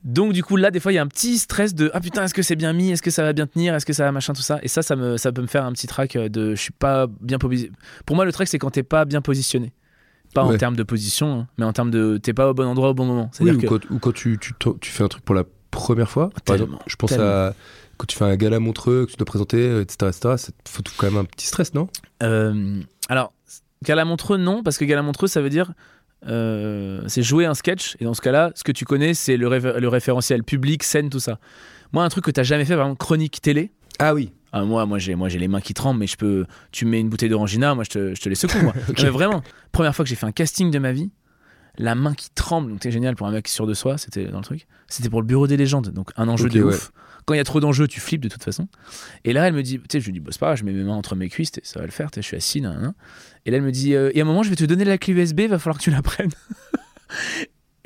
Speaker 4: Donc du coup là des fois il y a un petit stress de ah putain est-ce que c'est bien mis est-ce que ça va bien tenir est-ce que ça va machin tout ça et ça ça me ça peut me faire un petit track euh, de je suis pas bien positionné pour moi le track c'est quand t'es pas bien positionné pas en
Speaker 3: Ouais.
Speaker 4: termes de position hein, mais en termes de t'es pas au bon endroit au bon moment
Speaker 3: Oui,
Speaker 4: c'est-à-dire
Speaker 3: ou,
Speaker 4: que
Speaker 3: quand, ou quand tu, tu t'en- tu fais un truc pour la première fois. Par
Speaker 4: Tellement,
Speaker 3: exemple, je pense
Speaker 4: tellement.
Speaker 3: à quand tu fais un gala montreux, que tu dois présenter, euh, etc. etc. ça te faut quand même un petit stress, non
Speaker 4: Euh, alors, Gala Montreux, non, parce que Gala Montreux, ça veut dire. euh, c'est jouer un sketch, et dans ce cas-là, ce que tu connais, c'est le, réfé- le référentiel public, scène, tout ça. Moi, un truc que t'as jamais fait, par exemple, chronique télé.
Speaker 3: Ah oui,
Speaker 4: Ah, moi, moi j'ai, moi, j'ai les mains qui tremblent, mais je peux. Tu mets une bouteille d'orangina, moi, je te, je te les secoue, moi. Non, mais vraiment, première fois que j'ai fait un casting de ma vie, la main qui tremble, donc c'est génial pour un mec sûr de soi, c'était dans le truc. C'était pour le bureau des légendes, donc un enjeu
Speaker 3: Ok,
Speaker 4: de
Speaker 3: ouais.
Speaker 4: ouf. Quand il y a trop d'enjeux, tu flippes de toute façon. Et là, elle me dit, tu sais, je lui dis, bosse pas, je mets mes mains entre mes cuisses, t'sais, ça va le faire, t'sais, je suis assis, nan, nan, nan. Et là, elle me dit, euh, et à un moment, je vais te donner la clé USB, va falloir que tu la prennes.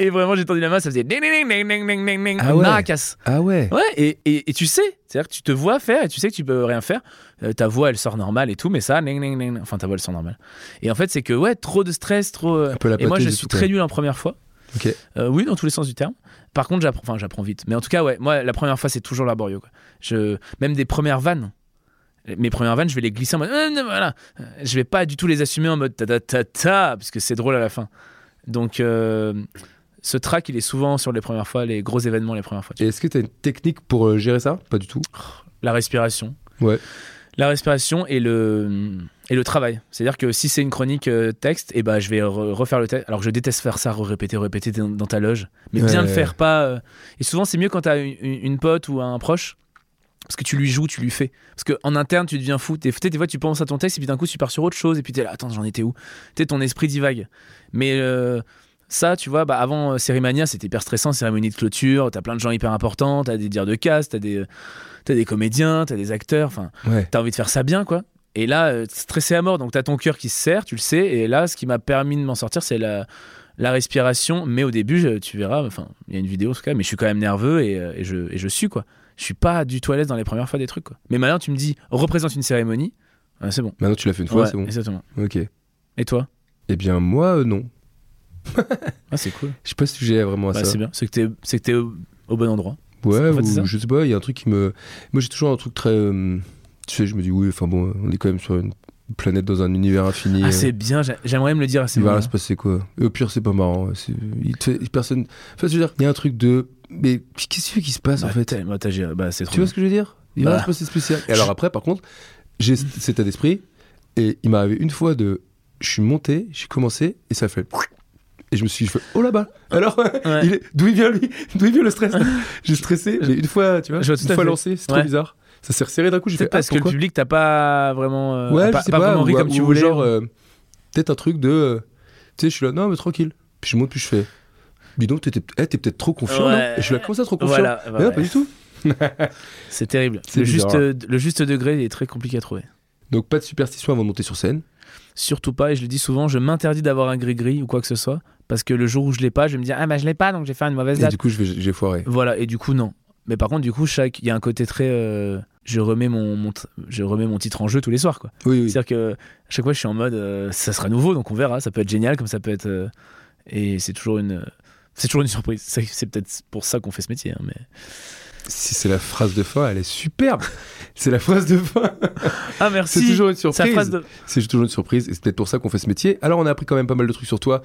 Speaker 4: et vraiment, j'ai tendu la main, ça faisait ding, ding, ding, ding, ding, ding, ding,
Speaker 3: Ah ouais.
Speaker 4: maracas.
Speaker 3: ah ouais.
Speaker 4: Ouais, et, et, et tu sais, c'est-à-dire que tu te vois faire et tu sais que tu peux rien faire. Euh, ta voix, elle sort normale et tout, mais ça, ning, ning, ning, ning. enfin, ta voix, elle sort normale. Et en fait, c'est que, ouais, trop de stress, trop. euh,
Speaker 3: Un peu la
Speaker 4: et moi,
Speaker 3: pâtée
Speaker 4: je
Speaker 3: de
Speaker 4: suis
Speaker 3: tout,
Speaker 4: très
Speaker 3: ouais.
Speaker 4: nul en première fois.
Speaker 3: Ok.
Speaker 4: Euh, oui, dans tous les sens du terme. Par contre, j'apprends, enfin, j'apprends vite. Mais en tout cas, ouais, moi, la première fois, c'est toujours laborieux. quoi. Je, même des premières vannes. Mes premières vannes, je vais les glisser en mode. euh, euh, voilà. Euh, Je vais pas du tout les assumer en mode ta ta ta ta, parce que c'est drôle à la fin. Donc, euh, ce track, il est souvent sur les premières fois, les gros événements, les premières fois.
Speaker 3: Et est-ce que tu as une technique pour euh, gérer ça Pas du tout.
Speaker 4: La respiration.
Speaker 3: Ouais.
Speaker 4: La respiration et le, et le travail. C'est-à-dire que si c'est une chronique euh, texte, et ben je vais re- refaire le texte. Alors je déteste faire ça, répéter, répéter dans, dans ta loge. Mais bien
Speaker 3: Ouais.
Speaker 4: le faire, pas. euh, Et souvent, c'est mieux quand t'as une, une une pote ou un proche. Parce que tu lui joues, tu lui fais. Parce qu'en interne, tu deviens fou. T'es, t'es- des fois, tu penses à ton texte, et puis d'un coup, tu pars sur autre chose, et puis t'es là, attends, j'en étais où T'es ton esprit divague. Mais euh, ça, tu vois, bah, avant euh, Cérimania, c'était hyper stressant, cérémonie de clôture, t'as plein de gens hyper importants, t'as des dires de casse, t'as des, euh, t'as des comédiens, t'as des acteurs, enfin,
Speaker 3: Ouais.
Speaker 4: t'as envie de faire ça bien, quoi. Et là, euh, stressé à mort, donc t'as ton cœur qui se serre, tu le sais. Et là, ce qui m'a permis de m'en sortir, c'est la, la respiration. Mais au début, je- tu verras, enfin, il y a une vidéo en tout cas, mais je suis quand même nerveux et, euh, et je, et je suis, quoi. Je suis pas du tout à l'aise dans les premières fois des trucs, quoi. Mais maintenant, tu me dis, représente une cérémonie, Ah, c'est bon.
Speaker 3: Maintenant, tu l'as fait une fois,
Speaker 4: Ouais,
Speaker 3: c'est bon.
Speaker 4: Exactement.
Speaker 3: Ok.
Speaker 4: Et toi
Speaker 3: Eh bien, moi, euh, non.
Speaker 4: Ah, c'est cool.
Speaker 3: Je sais pas si j'ai vraiment à
Speaker 4: Bah,
Speaker 3: ça.
Speaker 4: c'est bien. C'est que t'es, c'est que t'es au, au bon endroit.
Speaker 3: Ouais,
Speaker 4: en fait, c'est
Speaker 3: ou
Speaker 4: ça.
Speaker 3: je sais pas, il y a un truc qui me. Moi, j'ai toujours un truc très. euh, Tu sais, je me dis, oui, enfin bon, on est quand même sur une, planète dans un univers infini.
Speaker 4: Ah,
Speaker 3: euh,
Speaker 4: c'est bien, j'a- j'aimerais me le dire assez
Speaker 3: il va
Speaker 4: bien.
Speaker 3: se passer quoi Et Au pire, c'est pas marrant. c'est- il te fait- personne. Enfin, je veux dire, il y a un truc de. Mais qu'est-ce qui se passe en fait
Speaker 4: Bah, t'as- j'ai- bah, c'est trop
Speaker 3: Tu vois ce que je veux dire Il va
Speaker 4: Bah.
Speaker 3: rien se passer de spécial. Et alors après, par contre, j'ai c- cet état d'esprit et il m'est arrivé une fois de. Je suis monté, j'ai commencé et ça fait. Et je me suis dit, oh là-bas Alors, il est- d'où il vient lui D'où il vient le stress J'ai stressé, j'ai une fois, tu vois,
Speaker 4: Je vois tout
Speaker 3: une
Speaker 4: à
Speaker 3: fois
Speaker 4: fait.
Speaker 3: lancé, c'est trop
Speaker 4: Ouais.
Speaker 3: bizarre. Ça s'est resserré d'un coup, j'ai fait.
Speaker 4: Peut-être parce
Speaker 3: ah,
Speaker 4: que le
Speaker 3: pourquoi
Speaker 4: public t'as pas vraiment euh,
Speaker 3: Ouais,
Speaker 4: a pas,
Speaker 3: je sais
Speaker 4: pas
Speaker 3: pas,
Speaker 4: vraiment ri
Speaker 3: ou-
Speaker 4: comme tu
Speaker 3: ou
Speaker 4: voulais.
Speaker 3: Genre, euh, peut-être un truc de. euh, tu sais, je suis là, non, mais tranquille. Puis je monte, puis je fais. Dis donc, t'étais- eh, t'es peut-être trop confiant,
Speaker 4: Ouais.
Speaker 3: non Et je suis là, comment ça, trop confiant
Speaker 4: Voilà, bah
Speaker 3: Mais non,
Speaker 4: ouais.
Speaker 3: pas du tout.
Speaker 4: C'est terrible.
Speaker 3: C'est
Speaker 4: Le juste,
Speaker 3: bizarre.
Speaker 4: euh, le juste degré est très compliqué à trouver.
Speaker 3: Donc, pas de superstition avant de monter sur scène.
Speaker 4: Surtout pas, et je le dis souvent, je m'interdis d'avoir un gris-gris ou quoi que ce soit, parce que le jour où je l'ai pas, je vais me dire Ah, bah je l'ai pas, donc j'ai fait une mauvaise
Speaker 3: Et
Speaker 4: date.
Speaker 3: du coup, je vais- j'ai foiré.
Speaker 4: Voilà, et du coup, non. Mais par contre, du coup, chaque. Il y a un côté très. euh, je, remets mon, mon t- je remets mon titre en jeu tous les soirs, quoi.
Speaker 3: Oui, oui.
Speaker 4: C'est-à-dire que à chaque fois, je suis en mode euh, Ça sera nouveau, donc on verra, ça peut être génial, comme ça peut être. euh, et c'est toujours une. C'est toujours une surprise. C'est c'est peut-être pour ça qu'on fait ce métier. hein, mais...
Speaker 3: Si c'est la phrase de fin, elle est superbe. c'est la phrase de fin.
Speaker 4: Ah,
Speaker 3: C'est
Speaker 4: merci.
Speaker 3: toujours une
Speaker 4: Sa
Speaker 3: surprise.
Speaker 4: phrase de...
Speaker 3: C'est toujours une surprise et c'est peut-être pour ça qu'on fait ce métier. Alors, on a appris quand même pas mal de trucs sur toi.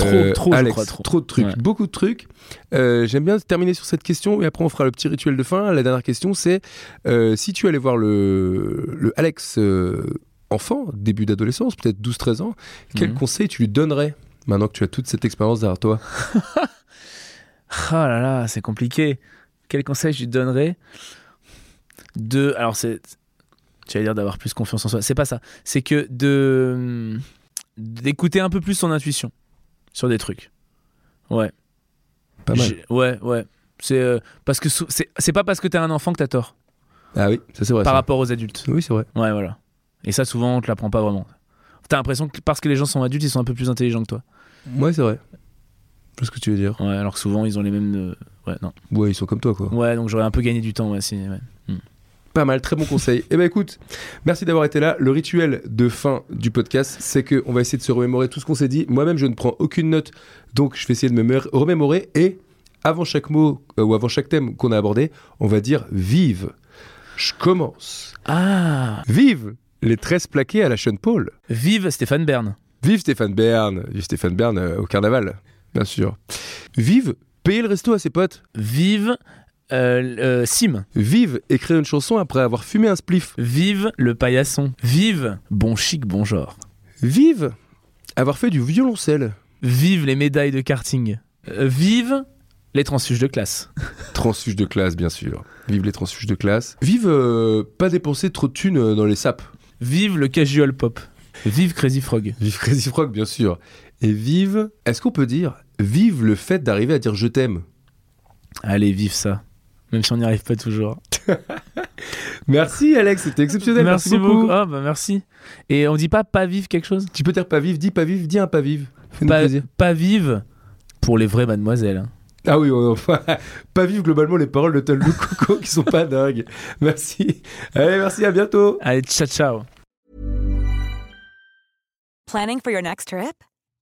Speaker 3: Euh,
Speaker 4: Trop, trop, je
Speaker 3: Alex,
Speaker 4: crois, trop.
Speaker 3: de trucs,
Speaker 4: Ouais.
Speaker 3: beaucoup de trucs. Euh, J'aime bien terminer sur cette question et après, on fera le petit rituel de fin. La dernière question, c'est euh, si tu allais voir le, le Alex euh, enfant, début d'adolescence, peut-être 12-13 ans, quel
Speaker 4: Mhm.
Speaker 3: conseil tu lui donnerais maintenant que tu as toute cette expérience derrière toi
Speaker 4: Oh là là, c'est compliqué. Quel conseil je lui donnerais De. Alors, c'est. Tu vas dire d'avoir plus confiance en soi. C'est pas ça. C'est que de. mm, D'écouter un peu plus son intuition sur des trucs. Ouais.
Speaker 3: Pas mal.
Speaker 4: J'ai- Ouais, ouais. C'est euh, parce que sou- c'est c'est pas parce que t'es un enfant que t'as tort
Speaker 3: Ah oui, ça c'est vrai.
Speaker 4: par
Speaker 3: ça.
Speaker 4: rapport aux adultes.
Speaker 3: Oui, c'est vrai.
Speaker 4: Ouais, voilà. Et ça, souvent, on te l'apprend pas vraiment. T'as l'impression que parce que les gens sont adultes, ils sont un peu plus intelligents que toi.
Speaker 3: Ouais, c'est vrai. Je vois ce que tu veux dire.
Speaker 4: Ouais, alors que souvent, ils ont les mêmes. euh, Ouais, non.
Speaker 3: Ouais, ils sont comme toi, quoi.
Speaker 4: Ouais, donc j'aurais un peu gagné du temps. Ouais, si, ouais.
Speaker 3: Pas mal, très bon conseil. Eh ben écoute, merci d'avoir été là. Le rituel de fin du podcast, c'est que on va essayer de se remémorer tout ce qu'on s'est dit. Moi-même, je ne prends aucune note, donc je vais essayer de me mer- remémorer. Et avant chaque mot euh, ou avant chaque thème qu'on a abordé, on va dire vive. Je commence.
Speaker 4: Ah
Speaker 3: Vive les 13 plaqués à la chaîne Paul.
Speaker 4: Vive Stéphane Bern.
Speaker 3: Vive Stéphane Bern. Vive Stéphane Bern euh, au carnaval, bien sûr. Vive payer le resto à ses potes.
Speaker 4: Vive euh, l- euh, Sim.
Speaker 3: Vive écrire une chanson après avoir fumé un spliff.
Speaker 4: Vive le paillasson. Vive bon chic, bon genre.
Speaker 3: Vive avoir fait du violoncelle.
Speaker 4: Vive les médailles de karting. Euh, vive les transfuges de classe.
Speaker 3: Transfuge de classe, bien sûr. Vive les transfuges de classe. Vive euh, pas dépenser trop de thunes euh, dans les sapes.
Speaker 4: Vive le casual pop. Vive Crazy Frog.
Speaker 3: Vive Crazy Frog, bien sûr. Et vive. Est-ce qu'on peut dire vive le fait d'arriver à dire je t'aime
Speaker 4: Allez, vive ça. Même si on n'y arrive pas toujours.
Speaker 3: Merci Alex, c'était exceptionnel. Merci, beaucoup.
Speaker 4: Ah, bah, merci. Et on dit pas pas vive quelque chose
Speaker 3: Tu peux dire pas vive, dis pas vive, dis un pas vive. Fais-nous
Speaker 4: pas,
Speaker 3: plaisir.
Speaker 4: pas vive pour les vraies mademoiselles. hein.
Speaker 3: Ah oui, on- pas vive globalement les paroles de Tal Coco qui sont pas dingues. Merci. Allez, merci, à bientôt.
Speaker 4: Allez, ciao ciao.
Speaker 5: Planning for your next trip?